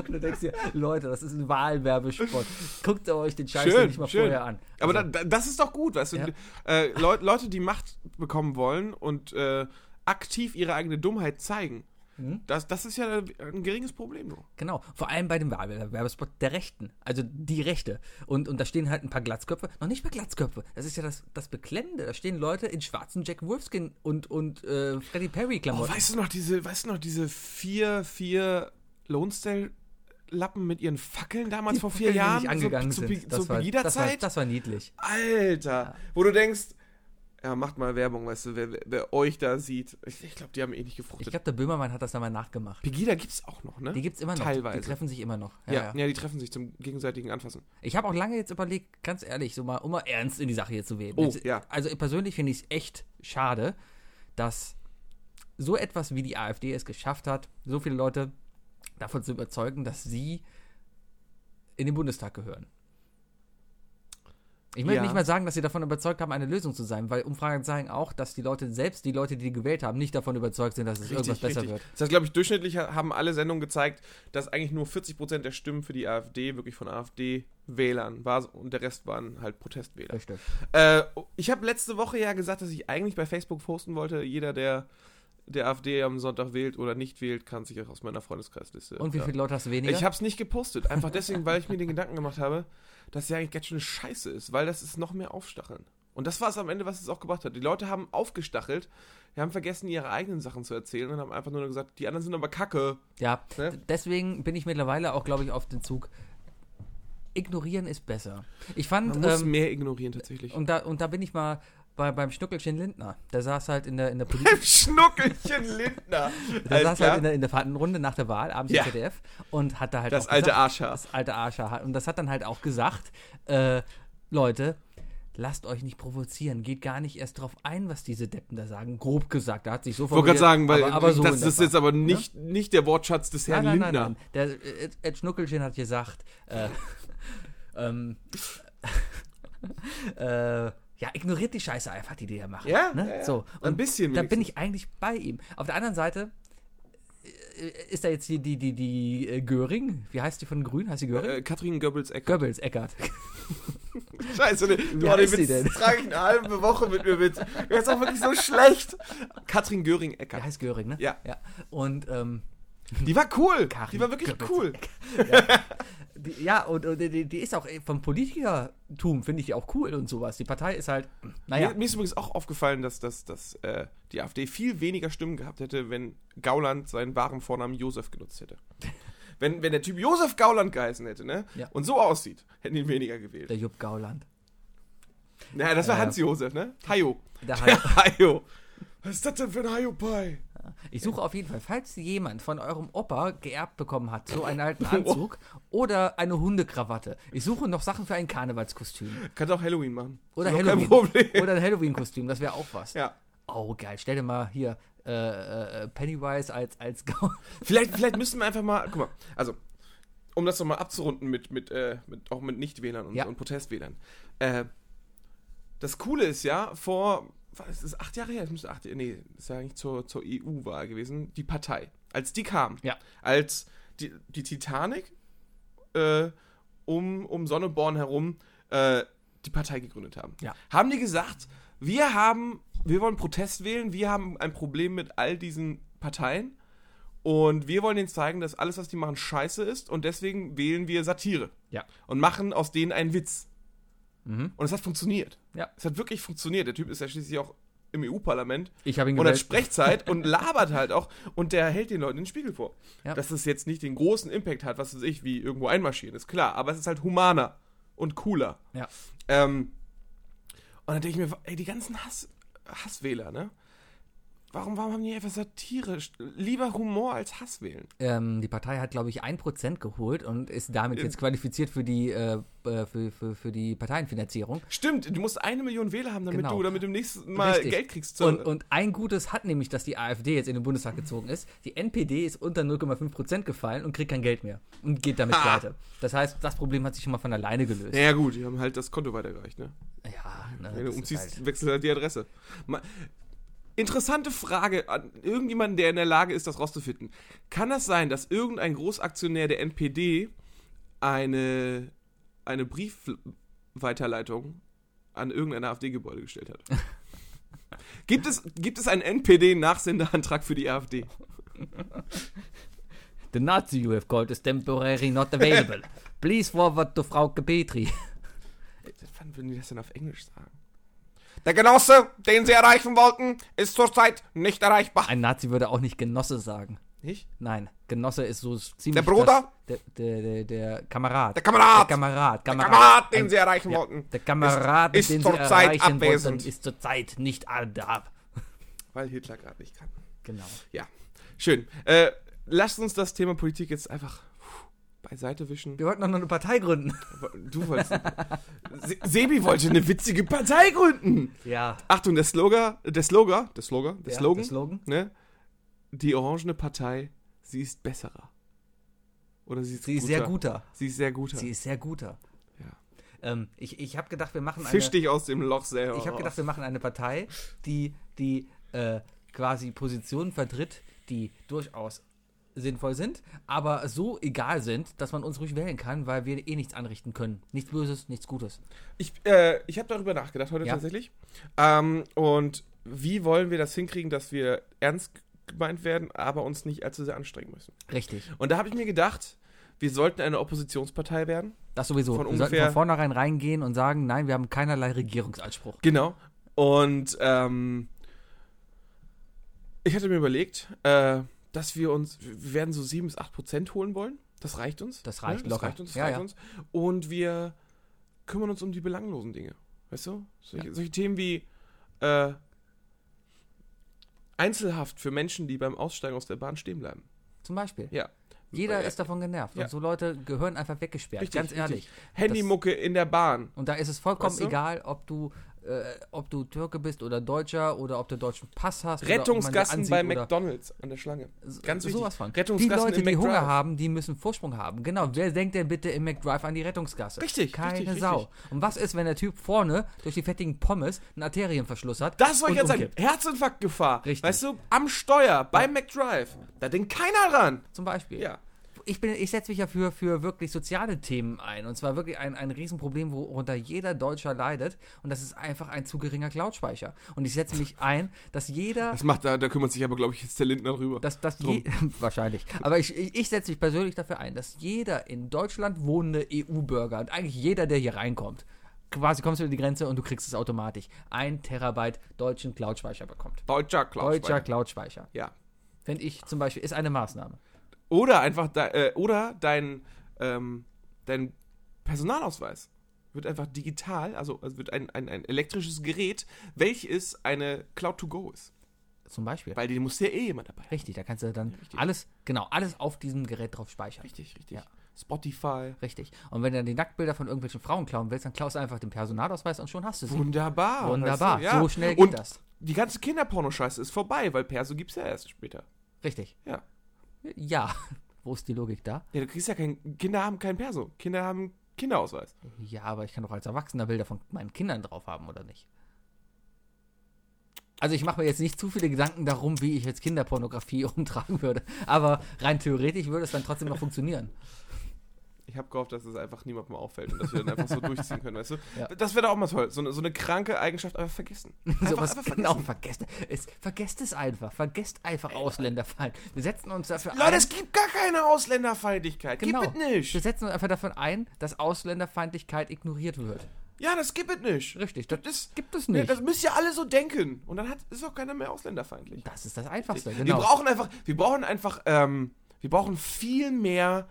[SPEAKER 4] und du denkst dir, Leute, das ist ein Wahlwerbespot. Guckt euch den Scheiß doch
[SPEAKER 2] Schön,
[SPEAKER 4] nicht mal
[SPEAKER 2] schön.
[SPEAKER 4] vorher an.
[SPEAKER 2] Aber
[SPEAKER 4] Also-
[SPEAKER 2] da, da, das ist doch gut, weißt du?
[SPEAKER 4] Ja.
[SPEAKER 2] Äh, Leu Leute, die Macht bekommen wollen und äh, aktiv ihre eigene Dummheit zeigen,
[SPEAKER 4] Mhm.
[SPEAKER 2] das, das ist ja ein geringes Problem. Nur.
[SPEAKER 4] Genau, vor allem bei dem Werbe- Werbespot der Rechten, also die Rechte. Und, und da stehen halt ein paar Glatzköpfe, noch nicht mal Glatzköpfe, das ist ja das, das Beklemmende, da stehen Leute in schwarzen Jack Wolfskin und, und äh, Freddie
[SPEAKER 2] Oh,
[SPEAKER 4] Perry-Klamotten.
[SPEAKER 2] weißt du noch diese, weißt du noch diese vier, vier Lonesdale-Lappen mit ihren Fackeln damals vor vier
[SPEAKER 4] Die
[SPEAKER 2] Jahren?
[SPEAKER 4] nicht angegangen
[SPEAKER 2] zu,
[SPEAKER 4] sind.
[SPEAKER 2] Zu,
[SPEAKER 4] das,
[SPEAKER 2] zur
[SPEAKER 4] war, das, war,
[SPEAKER 2] Pegida-Zeit?
[SPEAKER 4] das war niedlich.
[SPEAKER 2] Alter, wo du denkst, ja, macht mal Werbung, weißt du, wer, wer- wer euch da sieht. Ich, ich glaube, die haben eh nicht
[SPEAKER 4] Ich
[SPEAKER 2] gefruchtet.
[SPEAKER 4] glaube, der Böhmermann hat das dann mal nachgemacht.
[SPEAKER 2] Pegida gibt's auch noch, ne?
[SPEAKER 4] Die gibt's immer noch.
[SPEAKER 2] Teilweise.
[SPEAKER 4] Die treffen sich immer noch. Ja,
[SPEAKER 2] ja,
[SPEAKER 4] ja.
[SPEAKER 2] ja. die treffen sich zum gegenseitigen Anfassen.
[SPEAKER 4] Ich habe auch lange jetzt überlegt, ganz ehrlich, so mal, um mal ernst in die Sache hier zu werden.
[SPEAKER 2] Oh,
[SPEAKER 4] jetzt,
[SPEAKER 2] ja.
[SPEAKER 4] Also persönlich finde ich es echt schade, dass so etwas wie die AfD es geschafft hat, so viele Leute davon zu überzeugen, dass sie in den Bundestag gehören. Ich möchte
[SPEAKER 2] Ja.
[SPEAKER 4] nicht mal sagen, dass sie davon überzeugt haben, eine Lösung zu sein, weil Umfragen zeigen auch, dass die Leute, selbst die Leute, die die gewählt haben, nicht davon überzeugt sind, dass es irgendwas besser wird.
[SPEAKER 2] Das heißt, glaube ich, durchschnittlich ha- haben alle Sendungen gezeigt, dass eigentlich nur 40% der Stimmen für die AfD wirklich von AfD-Wählern war so- und der Rest waren halt Protestwähler.
[SPEAKER 4] Richtig.
[SPEAKER 2] Äh, ich habe letzte Woche ja gesagt, dass ich eigentlich bei Facebook posten wollte, jeder, der der AfD am Sonntag wählt oder nicht wählt, kann sich auch aus meiner Freundeskreisliste.
[SPEAKER 4] Und wie
[SPEAKER 2] ja.
[SPEAKER 4] viele Leute hast du weniger?
[SPEAKER 2] Ich habe es nicht gepostet, einfach deswegen, weil ich mir den Gedanken gemacht habe, dass ja eigentlich ganz schön scheiße ist, weil das ist noch mehr Aufstacheln. Und das war es am Ende, was es auch gebracht hat. Die Leute haben aufgestachelt, die haben vergessen, ihre eigenen Sachen zu erzählen und haben einfach nur gesagt, die anderen sind aber kacke.
[SPEAKER 4] Ja,
[SPEAKER 2] Ne?
[SPEAKER 4] d- deswegen bin ich mittlerweile auch, glaube ich, auf den Zug. Ignorieren ist besser. Ich
[SPEAKER 2] Man
[SPEAKER 4] fand,
[SPEAKER 2] muss
[SPEAKER 4] ähm,
[SPEAKER 2] mehr ignorieren tatsächlich.
[SPEAKER 4] und, da, und da bin ich mal bei, beim Schnuckelchen Lindner. Der saß halt in der, in der Politik.
[SPEAKER 2] Beim Schnuckelchen Lindner.
[SPEAKER 4] Der
[SPEAKER 2] Alles
[SPEAKER 4] saß
[SPEAKER 2] klar?
[SPEAKER 4] halt in der, in der Fahrtenrunde nach der Wahl, abends
[SPEAKER 2] Ja.
[SPEAKER 4] im ZDF, und hat da halt
[SPEAKER 2] das
[SPEAKER 4] auch
[SPEAKER 2] alte
[SPEAKER 4] gesagt,
[SPEAKER 2] Arschhaar.
[SPEAKER 4] das alte Arschhaar. Und das hat dann halt auch gesagt, äh, Leute, lasst euch nicht provozieren, geht gar nicht erst drauf ein, was diese Deppen da sagen. Grob gesagt, da hat sich so
[SPEAKER 2] Ich wollte gerade sagen, weil
[SPEAKER 4] aber, aber so
[SPEAKER 2] das,
[SPEAKER 4] in
[SPEAKER 2] das ist
[SPEAKER 4] etwa.
[SPEAKER 2] jetzt aber nicht, nicht der Wortschatz des Herrn
[SPEAKER 4] nein, nein,
[SPEAKER 2] Lindner.
[SPEAKER 4] nein, nein. Der äh, Ed- Ed Schnuckelchen hat gesagt, äh, ähm, äh, ja, ignoriert die Scheiße einfach, die die da machen.
[SPEAKER 2] Ja,
[SPEAKER 4] ne?
[SPEAKER 2] ja, ja.
[SPEAKER 4] so.
[SPEAKER 2] Ein bisschen
[SPEAKER 4] Da bin ich eigentlich bei ihm. Auf der anderen Seite äh, ist da jetzt die, die, die, die äh, Göring, wie heißt die von Grün? Heißt die Göring?
[SPEAKER 2] Äh, Katrin Goebbels-Ecker.
[SPEAKER 4] Goebbels, Eckert.
[SPEAKER 2] Scheiße, ne? du
[SPEAKER 4] heißt
[SPEAKER 2] hast den
[SPEAKER 4] sie denn?
[SPEAKER 2] Witz trage ich eine halbe Woche mit mir mit. Der ist auch wirklich so schlecht. Katrin
[SPEAKER 4] Der
[SPEAKER 2] Göring-Ecker.
[SPEAKER 4] heißt Göring, ne?
[SPEAKER 2] Ja.
[SPEAKER 4] ja. Und, ähm,
[SPEAKER 2] Die war cool.
[SPEAKER 4] Karin
[SPEAKER 2] Die war wirklich
[SPEAKER 4] Goebbels.
[SPEAKER 2] cool.
[SPEAKER 4] die, ja, und, und die, die ist auch äh, vom Politikertum, finde ich die auch cool und sowas. Die Partei ist halt, naja.
[SPEAKER 2] Mir, mir ist übrigens auch aufgefallen, dass, dass, dass äh, die AfD viel weniger Stimmen gehabt hätte, wenn Gauland seinen wahren Vornamen Josef genutzt hätte. Wenn, wenn der Typ Josef Gauland geheißen hätte, ne?
[SPEAKER 4] Ja.
[SPEAKER 2] Und so aussieht, hätten ihn weniger gewählt.
[SPEAKER 4] Der Jupp Gauland.
[SPEAKER 2] Naja, das war
[SPEAKER 4] Äh,
[SPEAKER 2] Hans-Josef, ne? Hajo.
[SPEAKER 4] Der hat,
[SPEAKER 2] Der Hajo. Was ist das denn für ein Hajo-Pie?
[SPEAKER 4] Ich suche auf jeden Fall, falls jemand von eurem Opa geerbt bekommen hat, so einen alten Anzug oder eine Hundekrawatte. Ich suche noch Sachen für ein Karnevalskostüm.
[SPEAKER 2] Kannst auch Halloween machen.
[SPEAKER 4] Oder
[SPEAKER 2] Ist auch
[SPEAKER 4] Halloween.
[SPEAKER 2] Kein Problem.
[SPEAKER 4] Oder ein Halloween-Kostüm, das wäre auch was.
[SPEAKER 2] Ja.
[SPEAKER 4] Oh, geil. Stell dir mal hier äh, äh, Pennywise als, als Gaul.
[SPEAKER 2] Vielleicht, vielleicht müssten wir einfach mal, guck mal, also, um das nochmal abzurunden mit, mit, äh, mit, auch mit Nichtwählern und,
[SPEAKER 4] Ja.
[SPEAKER 2] und Protestwählern. Äh, das Coole ist ja, vor, was ist das, acht Jahre her, es müsste acht, nee, das ist ja eigentlich zur, zur EU-Wahl gewesen, die Partei, als die kam,
[SPEAKER 4] Ja.
[SPEAKER 2] als die, die Titanic äh, um, um Sonneborn herum äh, die Partei gegründet haben.
[SPEAKER 4] Ja.
[SPEAKER 2] Haben die gesagt, wir haben, wir wollen Protest wählen, wir haben ein Problem mit all diesen Parteien und wir wollen denen zeigen, dass alles, was die machen, scheiße ist und deswegen wählen wir Satire
[SPEAKER 4] Ja.
[SPEAKER 2] und machen aus denen einen Witz.
[SPEAKER 4] Mhm.
[SPEAKER 2] Und es hat funktioniert.
[SPEAKER 4] Ja.
[SPEAKER 2] Es hat wirklich funktioniert. Der Typ ist ja schließlich auch im E EU-Parlament
[SPEAKER 4] Ich habe ihn
[SPEAKER 2] und hat
[SPEAKER 4] gewählt.
[SPEAKER 2] Sprechzeit und labert halt auch und der hält den Leuten den Spiegel vor.
[SPEAKER 4] Ja.
[SPEAKER 2] Dass es jetzt nicht den großen Impact hat, was weiß ich, wie irgendwo einmarschieren, ist klar, aber es ist halt humaner und cooler.
[SPEAKER 4] Ja.
[SPEAKER 2] Ähm, und dann denke ich mir, ey, die ganzen Hass, Hasswähler, ne? Warum, warum haben die einfach Satire? Lieber Humor als Hass wählen.
[SPEAKER 4] Ähm, die Partei hat, glaube ich, 1% geholt und ist damit jetzt qualifiziert für die, äh, äh, für, für, für die Parteienfinanzierung.
[SPEAKER 2] Stimmt, du musst eine Million Wähler haben, damit
[SPEAKER 4] Genau.
[SPEAKER 2] du damit im nächsten Mal
[SPEAKER 4] Richtig.
[SPEAKER 2] Geld kriegst. zur-
[SPEAKER 4] Und, und ein Gutes hat nämlich, dass die AfD jetzt in den Bundestag gezogen ist. Die NPD ist unter 0,5% gefallen und kriegt kein Geld mehr und geht damit
[SPEAKER 2] Ha.
[SPEAKER 4] pleite. Das heißt, das Problem hat sich schon mal von alleine gelöst.
[SPEAKER 2] naja gut, die haben halt das Konto weitergereicht, ne?
[SPEAKER 4] Ja, ne,
[SPEAKER 2] Wenn du
[SPEAKER 4] das ist
[SPEAKER 2] umziehst,
[SPEAKER 4] halt-
[SPEAKER 2] wechselst halt die Adresse. Ma- Interessante Frage an irgendjemanden, der in der Lage ist, das rauszufinden. Kann das sein, dass irgendein Großaktionär der NPD eine, eine Briefweiterleitung an irgendein AfD-Gebäude gestellt hat? gibt, es, gibt es einen NPD-Nachsendeantrag für die AfD?
[SPEAKER 4] The Nazi you have called is temporarily not available. Please forward to Frau Petri.
[SPEAKER 2] Wann würden die das denn auf Englisch sagen? Der Genosse, den sie erreichen wollten, ist zurzeit nicht erreichbar.
[SPEAKER 4] Ein Nazi würde auch nicht Genosse sagen.
[SPEAKER 2] Nicht?
[SPEAKER 4] Nein, Genosse ist so ziemlich.
[SPEAKER 2] Der Bruder?
[SPEAKER 4] Das, der, der, der, der Kamerad.
[SPEAKER 2] Der Kamerad!
[SPEAKER 4] Der Kamerad.
[SPEAKER 2] Der Kamerad, den
[SPEAKER 4] Ein-
[SPEAKER 2] sie erreichen
[SPEAKER 4] Ja,
[SPEAKER 2] wollten.
[SPEAKER 4] Der Kamerad,
[SPEAKER 2] Ist- ist
[SPEAKER 4] den sie
[SPEAKER 2] zurzeit
[SPEAKER 4] erreichen
[SPEAKER 2] abwesend.
[SPEAKER 4] wollten, ist zurzeit nicht da.
[SPEAKER 2] Weil Hitler gerade nicht kann.
[SPEAKER 4] Genau.
[SPEAKER 2] Ja, schön. Äh, lasst uns das Thema Politik jetzt einfach puh, beiseite wischen.
[SPEAKER 4] Wir wollten doch noch eine Partei gründen.
[SPEAKER 2] Du wolltest. Se Sebi wollte eine witzige Partei gründen.
[SPEAKER 4] Ja.
[SPEAKER 2] Achtung, der Slogan, der Slogan, der Slogan, der
[SPEAKER 4] Ja,
[SPEAKER 2] Slogan,
[SPEAKER 4] der Slogan.
[SPEAKER 2] ne? Die orangene Partei, sie ist besserer. Oder sie ist,
[SPEAKER 4] Sie ist
[SPEAKER 2] guter.
[SPEAKER 4] sehr guter.
[SPEAKER 2] Sie ist sehr guter.
[SPEAKER 4] Sie ist sehr guter.
[SPEAKER 2] Ja.
[SPEAKER 4] Ähm, ich ich habe gedacht, wir machen eine.
[SPEAKER 2] Fisch dich aus dem Loch selber.
[SPEAKER 4] Ich habe gedacht, wir machen eine Partei, die, die äh, quasi Positionen vertritt, die durchaus sinnvoll sind, aber so egal sind, dass man uns ruhig wählen kann, weil wir eh nichts anrichten können. Nichts Böses, nichts Gutes.
[SPEAKER 2] Ich, äh, ich habe darüber nachgedacht heute
[SPEAKER 4] Ja.
[SPEAKER 2] tatsächlich. Ähm, und wie wollen wir das hinkriegen, dass wir ernst gemeint werden, aber uns nicht allzu sehr anstrengen müssen?
[SPEAKER 4] Richtig.
[SPEAKER 2] Und da habe ich mir gedacht, wir sollten eine Oppositionspartei werden.
[SPEAKER 4] Das sowieso.
[SPEAKER 2] Von
[SPEAKER 4] wir sollten
[SPEAKER 2] ungefähr-
[SPEAKER 4] von vornherein reingehen und sagen, nein, wir haben keinerlei Regierungsanspruch.
[SPEAKER 2] Genau. Und ähm, ich hatte mir überlegt, äh, dass wir uns, wir werden so 7 bis 8 Prozent holen wollen. Das reicht uns. ne?
[SPEAKER 4] Das reicht
[SPEAKER 2] das
[SPEAKER 4] locker.
[SPEAKER 2] Reicht uns, das
[SPEAKER 4] Ja,
[SPEAKER 2] reicht
[SPEAKER 4] ja.
[SPEAKER 2] uns. Und wir kümmern uns um die belanglosen Dinge. Weißt du? Solche, solche Themen wie äh, Einzelhaft für Menschen, die beim Aussteigen aus der Bahn stehen bleiben.
[SPEAKER 4] Zum Beispiel.
[SPEAKER 2] Ja. Äh,
[SPEAKER 4] Jeder ist davon genervt.
[SPEAKER 2] Ja.
[SPEAKER 4] Und so Leute gehören einfach weggesperrt,
[SPEAKER 2] Richtig,
[SPEAKER 4] ganz ehrlich.
[SPEAKER 2] richtig. Handymucke in der Bahn.
[SPEAKER 4] Und da ist es vollkommen
[SPEAKER 2] Weißt du?
[SPEAKER 4] egal, ob du, äh, ob du Türke bist oder Deutscher oder ob du deutschen Pass hast. oder ob man dir
[SPEAKER 2] Rettungsgassen
[SPEAKER 4] ansieht
[SPEAKER 2] bei
[SPEAKER 4] oder-
[SPEAKER 2] McDonalds an der Schlange. Ganz wichtig.
[SPEAKER 4] sowas von. Die
[SPEAKER 2] Rettungsgassen
[SPEAKER 4] Leute,
[SPEAKER 2] im
[SPEAKER 4] die Hunger
[SPEAKER 2] McDrive.
[SPEAKER 4] haben, die müssen Vorsprung haben. Genau, wer denkt denn bitte im McDrive an die Rettungsgasse?
[SPEAKER 2] Richtig,
[SPEAKER 4] Keine
[SPEAKER 2] richtig,
[SPEAKER 4] Sau.
[SPEAKER 2] richtig.
[SPEAKER 4] Und was ist, wenn der Typ vorne durch die fettigen Pommes einen Arterienverschluss hat?
[SPEAKER 2] Das wollte ich
[SPEAKER 4] und
[SPEAKER 2] jetzt sagen.
[SPEAKER 4] umkippt?
[SPEAKER 2] Herzinfarktgefahr.
[SPEAKER 4] Richtig.
[SPEAKER 2] Weißt du, am Steuer, beim McDrive. Da denkt keiner dran.
[SPEAKER 4] Zum Beispiel.
[SPEAKER 2] Ja.
[SPEAKER 4] Ich, bin- ich setze mich ja für, für wirklich soziale Themen ein. Und zwar wirklich ein, ein Riesenproblem, worunter jeder Deutscher leidet. Und das ist einfach ein zu geringer Cloud-Speicher. Und ich setze mich ein, dass jeder.
[SPEAKER 2] Das macht, da, da kümmert sich aber, glaube ich, jetzt der Lindner drüber.
[SPEAKER 4] Dass, dass je, wahrscheinlich. Aber ich, ich, ich setze mich persönlich dafür ein, dass jeder in Deutschland wohnende EU-Bürger und eigentlich jeder, der hier reinkommt, quasi kommst du über die Grenze und du kriegst es automatisch. Ein Terabyte deutschen Cloud-Speicher bekommt.
[SPEAKER 2] Deutscher Klaus.
[SPEAKER 4] Deutscher Cloud-Speicher.
[SPEAKER 2] Ja.
[SPEAKER 4] Finde ich zum Beispiel, ist eine Maßnahme.
[SPEAKER 2] Oder einfach, de, äh, oder dein, ähm, dein Personalausweis wird einfach digital, also es wird ein, ein, ein elektrisches Gerät, welches eine Cloud-to-go ist.
[SPEAKER 4] Zum Beispiel.
[SPEAKER 2] Weil die muss ja eh jemand dabei haben.
[SPEAKER 4] Richtig, da kannst du dann alles, genau, alles auf diesem Gerät drauf speichern.
[SPEAKER 2] Richtig, richtig.
[SPEAKER 4] Ja.
[SPEAKER 2] Spotify.
[SPEAKER 4] Richtig. Und wenn du dann die Nacktbilder von irgendwelchen Frauen klauen willst, dann klaust du einfach den Personalausweis und schon hast du sie.
[SPEAKER 2] Wunderbar.
[SPEAKER 4] Wunderbar,
[SPEAKER 2] weißt du, ja.
[SPEAKER 4] so schnell geht
[SPEAKER 2] Und
[SPEAKER 4] das.
[SPEAKER 2] die ganze Kinderpornoscheiße ist vorbei, weil Perso gibt's ja erst später.
[SPEAKER 4] Richtig.
[SPEAKER 2] Ja.
[SPEAKER 4] Ja. Wo ist die Logik da?
[SPEAKER 2] Ja, du kriegst ja kein. Kinder haben kein Perso. Kinder haben einen Kinderausweis.
[SPEAKER 4] Ja, aber ich kann doch als Erwachsener Bilder von meinen Kindern drauf haben, oder nicht? Also ich mache mir jetzt nicht zu viele Gedanken darum, wie ich jetzt Kinderpornografie umtragen würde. Aber rein theoretisch würde es dann trotzdem noch funktionieren.
[SPEAKER 2] Ich habe gehofft, dass es einfach niemandem auffällt und dass wir dann einfach so durchziehen können, weißt du?
[SPEAKER 4] Ja.
[SPEAKER 2] Das wäre doch auch mal toll. So eine, so eine kranke Eigenschaft einfach vergessen. Einfach,
[SPEAKER 4] Sowas
[SPEAKER 2] einfach vergessen.
[SPEAKER 4] genau vergessen. Äh, Es, vergesst es einfach. Vergesst einfach Ausländerfallen. Wir setzen uns dafür
[SPEAKER 2] Leute, es gibt gar keine Ausländerfeindlichkeit.
[SPEAKER 4] Genau.
[SPEAKER 2] Gibt es nicht.
[SPEAKER 4] Wir setzen uns einfach davon ein, dass Ausländerfeindlichkeit ignoriert wird.
[SPEAKER 2] ja, das gibt es nicht.
[SPEAKER 4] Richtig, das,
[SPEAKER 2] ist-
[SPEAKER 4] gibt es
[SPEAKER 2] Ja,
[SPEAKER 4] nicht.
[SPEAKER 2] das müsst ihr alle so denken. Und dann hat, ist auch keiner mehr ausländerfeindlich.
[SPEAKER 4] das ist das Einfachste, genau.
[SPEAKER 2] Wir brauchen einfach, wir brauchen einfach, ähm, wir brauchen viel mehr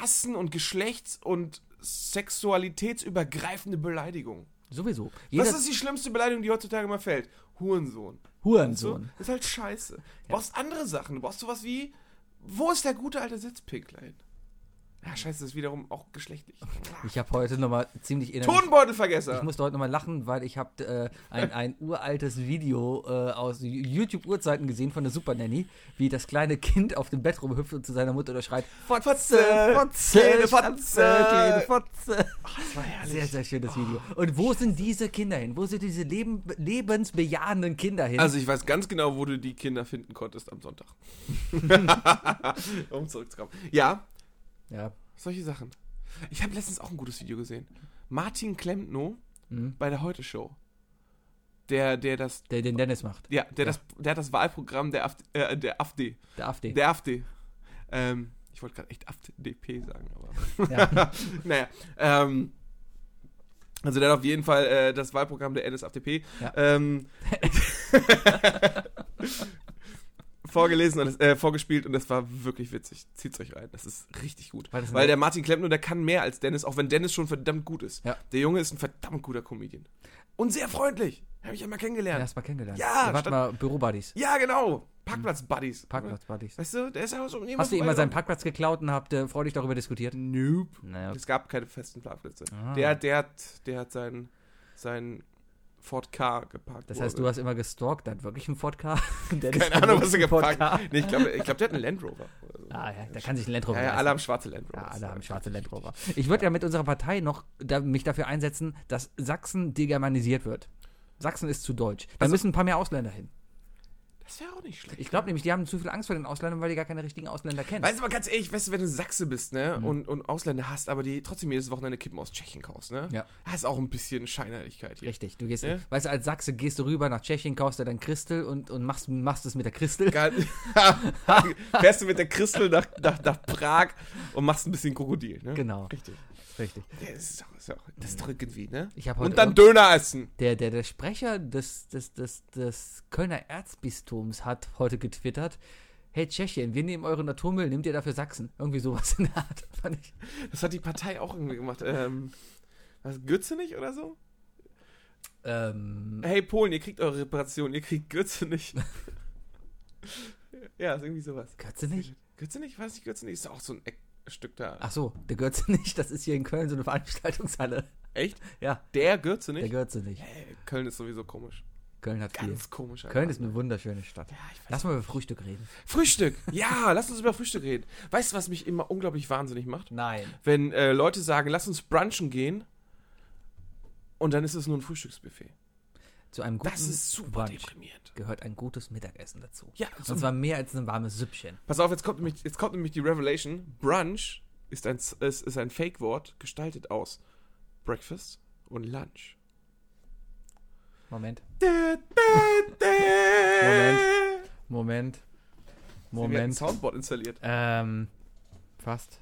[SPEAKER 2] Rassen- und Geschlechts- und sexualitätsübergreifende Beleidigungen.
[SPEAKER 4] Sowieso. Jeder
[SPEAKER 2] Was ist die schlimmste Beleidigung, die heutzutage immer fällt? Hurensohn.
[SPEAKER 4] Hurensohn.
[SPEAKER 2] So, ist halt scheiße. Du brauchst andere Sachen. Du brauchst sowas wie, wo ist der gute alte Sitzpinklein? Ja, scheiße, das ist wiederum auch geschlechtlich.
[SPEAKER 4] Ich habe heute nochmal ziemlich innerlich Ich
[SPEAKER 2] Tonbeutelvergesser!
[SPEAKER 4] musste heute nochmal lachen, weil ich habe äh, ein, ein uraltes Video äh, aus YouTube-Urzeiten gesehen von der Super Nanny, wie das kleine Kind auf dem Bett rumhüpft und zu seiner Mutter oder schreit: Fotze, Fotze,
[SPEAKER 2] Kleine
[SPEAKER 4] kleine
[SPEAKER 2] Fotze."
[SPEAKER 4] Fotze, kleine Fotze.
[SPEAKER 2] Das war herrlich. Oh,
[SPEAKER 4] Sehr, sehr schönes Video. Und wo sind diese Kinder hin? Wo sind diese leben, lebensbejahenden Kinder hin?
[SPEAKER 2] Also ich weiß ganz genau, wo du die Kinder finden konntest am Sonntag. um zurückzukommen. Ja,
[SPEAKER 4] ja,
[SPEAKER 2] solche Sachen. Ich habe letztens auch ein gutes Video gesehen. Martin Klempno bei der Heute Show. Der, der das,
[SPEAKER 4] hm. der den Dennis macht.
[SPEAKER 2] ja, der das, der hat das Wahlprogramm der AfD, äh, der AfD,
[SPEAKER 4] Der AfD.
[SPEAKER 2] der AfD. Ähm, ich wollte gerade echt AfDP sagen, aber
[SPEAKER 4] ja.
[SPEAKER 2] naja, ähm, also der hat auf jeden Fall äh, das Wahlprogramm der NSFDP
[SPEAKER 4] Ja.
[SPEAKER 2] ähm, vorgelesen und das, äh, vorgespielt und das war wirklich witzig. Zieht's euch rein, das ist richtig gut.
[SPEAKER 4] War das ein-
[SPEAKER 2] Weil der Martin Klempner, der kann mehr als Dennis, auch wenn Dennis schon verdammt gut ist.
[SPEAKER 4] Ja.
[SPEAKER 2] Der Junge ist ein verdammt guter Comedian. Und sehr freundlich. Habe ich einmal kennengelernt.
[SPEAKER 4] Erst mal kennengelernt.
[SPEAKER 2] Ja,
[SPEAKER 4] Ihr wart
[SPEAKER 2] statt-
[SPEAKER 4] mal Bürobuddies.
[SPEAKER 2] Ja, genau. Parkplatz-Buddies.
[SPEAKER 4] Parkplatz-Buddies.
[SPEAKER 2] Weißt du, der ist auch so um
[SPEAKER 4] Hm. Hast du ihm mal seinen Parkplatz geklaut und habt äh, freudig darüber diskutiert?
[SPEAKER 2] Nope.
[SPEAKER 4] Naja,
[SPEAKER 2] Es gab keine festen Parkplätze.
[SPEAKER 4] Ah.
[SPEAKER 2] Der, der hat, der hat sein, sein Ford K geparkt.
[SPEAKER 4] Das
[SPEAKER 2] wo
[SPEAKER 4] heißt,
[SPEAKER 2] er-
[SPEAKER 4] du hast immer gestalkt, dann wirklich einen Ford Car?
[SPEAKER 2] keine Ahnung, was er geparkt hat. Nee, ich glaube, ich glaub, der hat einen Land Rover. oder so.
[SPEAKER 4] Ah, ja, da kann sich ein Land Rover
[SPEAKER 2] ja, ja,
[SPEAKER 4] leisten.
[SPEAKER 2] alle haben schwarze Land Rover.
[SPEAKER 4] ja, alle haben schwarze Land Rover. Ich würde ja mit unserer Partei noch da, mich dafür einsetzen, dass Sachsen degermanisiert wird. Sachsen ist zu deutsch. Da
[SPEAKER 2] Also
[SPEAKER 4] müssen ein paar mehr Ausländer hin.
[SPEAKER 2] Das wäre auch nicht schlecht.
[SPEAKER 4] Ich glaube nämlich, die haben zu viel Angst vor den Ausländern, weil die gar keine richtigen Ausländer kennen.
[SPEAKER 2] Weißt du mal ganz ehrlich, weißt du, wenn du Sachse bist, ne,
[SPEAKER 4] Hm.
[SPEAKER 2] und, und Ausländer hast, aber die trotzdem jedes Wochenende Kippen aus Tschechien kaufst, ne?
[SPEAKER 4] Ja.
[SPEAKER 2] Das ist auch ein bisschen Scheinerlichkeit hier.
[SPEAKER 4] Richtig, du gehst,
[SPEAKER 2] Ja.
[SPEAKER 4] weißt du, als Sachse gehst du rüber nach Tschechien, kaufst dir dann Christel und, und machst, machst es mit der Christel.
[SPEAKER 2] Geil. Fährst du mit der Christel nach, nach, nach Prag und machst ein bisschen Krokodil, ne?
[SPEAKER 4] Genau,
[SPEAKER 2] Richtig.
[SPEAKER 4] richtig.
[SPEAKER 2] Ja, das, ist doch, ist doch, das ist doch irgendwie, ne?
[SPEAKER 4] Ich hab heute
[SPEAKER 2] und dann
[SPEAKER 4] irg-
[SPEAKER 2] Döner essen.
[SPEAKER 4] Der, der, der Sprecher des, des, des, des Kölner Erzbistums hat heute getwittert, hey Tschechien, wir nehmen euren Atommüll, nehmt ihr dafür Sachsen. Irgendwie sowas in der Art. Fand ich.
[SPEAKER 2] Das hat die Partei auch irgendwie gemacht. Ähm, was, Götze nicht oder so?
[SPEAKER 4] Ähm,
[SPEAKER 2] Hey Polen, ihr kriegt eure Reparation, ihr kriegt Götze nicht. ja, ist irgendwie sowas.
[SPEAKER 4] Götze nicht?
[SPEAKER 2] Götze nicht? Weiß nicht, Götze nicht? Ist doch auch so ein Eckstück da.
[SPEAKER 4] Ach so, der Götze nicht. Das ist hier in Köln so eine Veranstaltungshalle.
[SPEAKER 2] Echt?
[SPEAKER 4] Ja,
[SPEAKER 2] Der Götze
[SPEAKER 4] der
[SPEAKER 2] nicht?
[SPEAKER 4] Götze nicht.
[SPEAKER 2] Äh, Köln ist sowieso komisch.
[SPEAKER 4] Köln hat viel.
[SPEAKER 2] Ganz komisch.
[SPEAKER 4] Köln
[SPEAKER 2] Alter.
[SPEAKER 4] ist eine wunderschöne Stadt.
[SPEAKER 2] Ja, ich weiß
[SPEAKER 4] Lass mal über Frühstück reden.
[SPEAKER 2] Frühstück. Ja, lass uns über Frühstück reden. Weißt du, was mich immer unglaublich wahnsinnig macht?
[SPEAKER 4] Nein.
[SPEAKER 2] Wenn äh, Leute sagen, lass uns brunchen gehen und dann ist es nur ein Frühstücksbuffet.
[SPEAKER 4] Zu einem guten
[SPEAKER 2] Das ist super
[SPEAKER 4] Brunch
[SPEAKER 2] deprimierend.
[SPEAKER 4] gehört ein gutes Mittagessen dazu.
[SPEAKER 2] Ja, so-
[SPEAKER 4] Und zwar mehr als ein warmes Süppchen.
[SPEAKER 2] Pass auf, jetzt kommt nämlich, jetzt kommt nämlich die Revelation. Brunch ist ein, Z- ist, ist ein Fake-Wort, gestaltet aus Breakfast und Lunch.
[SPEAKER 4] Moment.
[SPEAKER 2] Moment. Wir
[SPEAKER 4] Moment.
[SPEAKER 2] hatten ein
[SPEAKER 4] Moment.
[SPEAKER 2] Soundboard installiert.
[SPEAKER 4] Ähm, fast.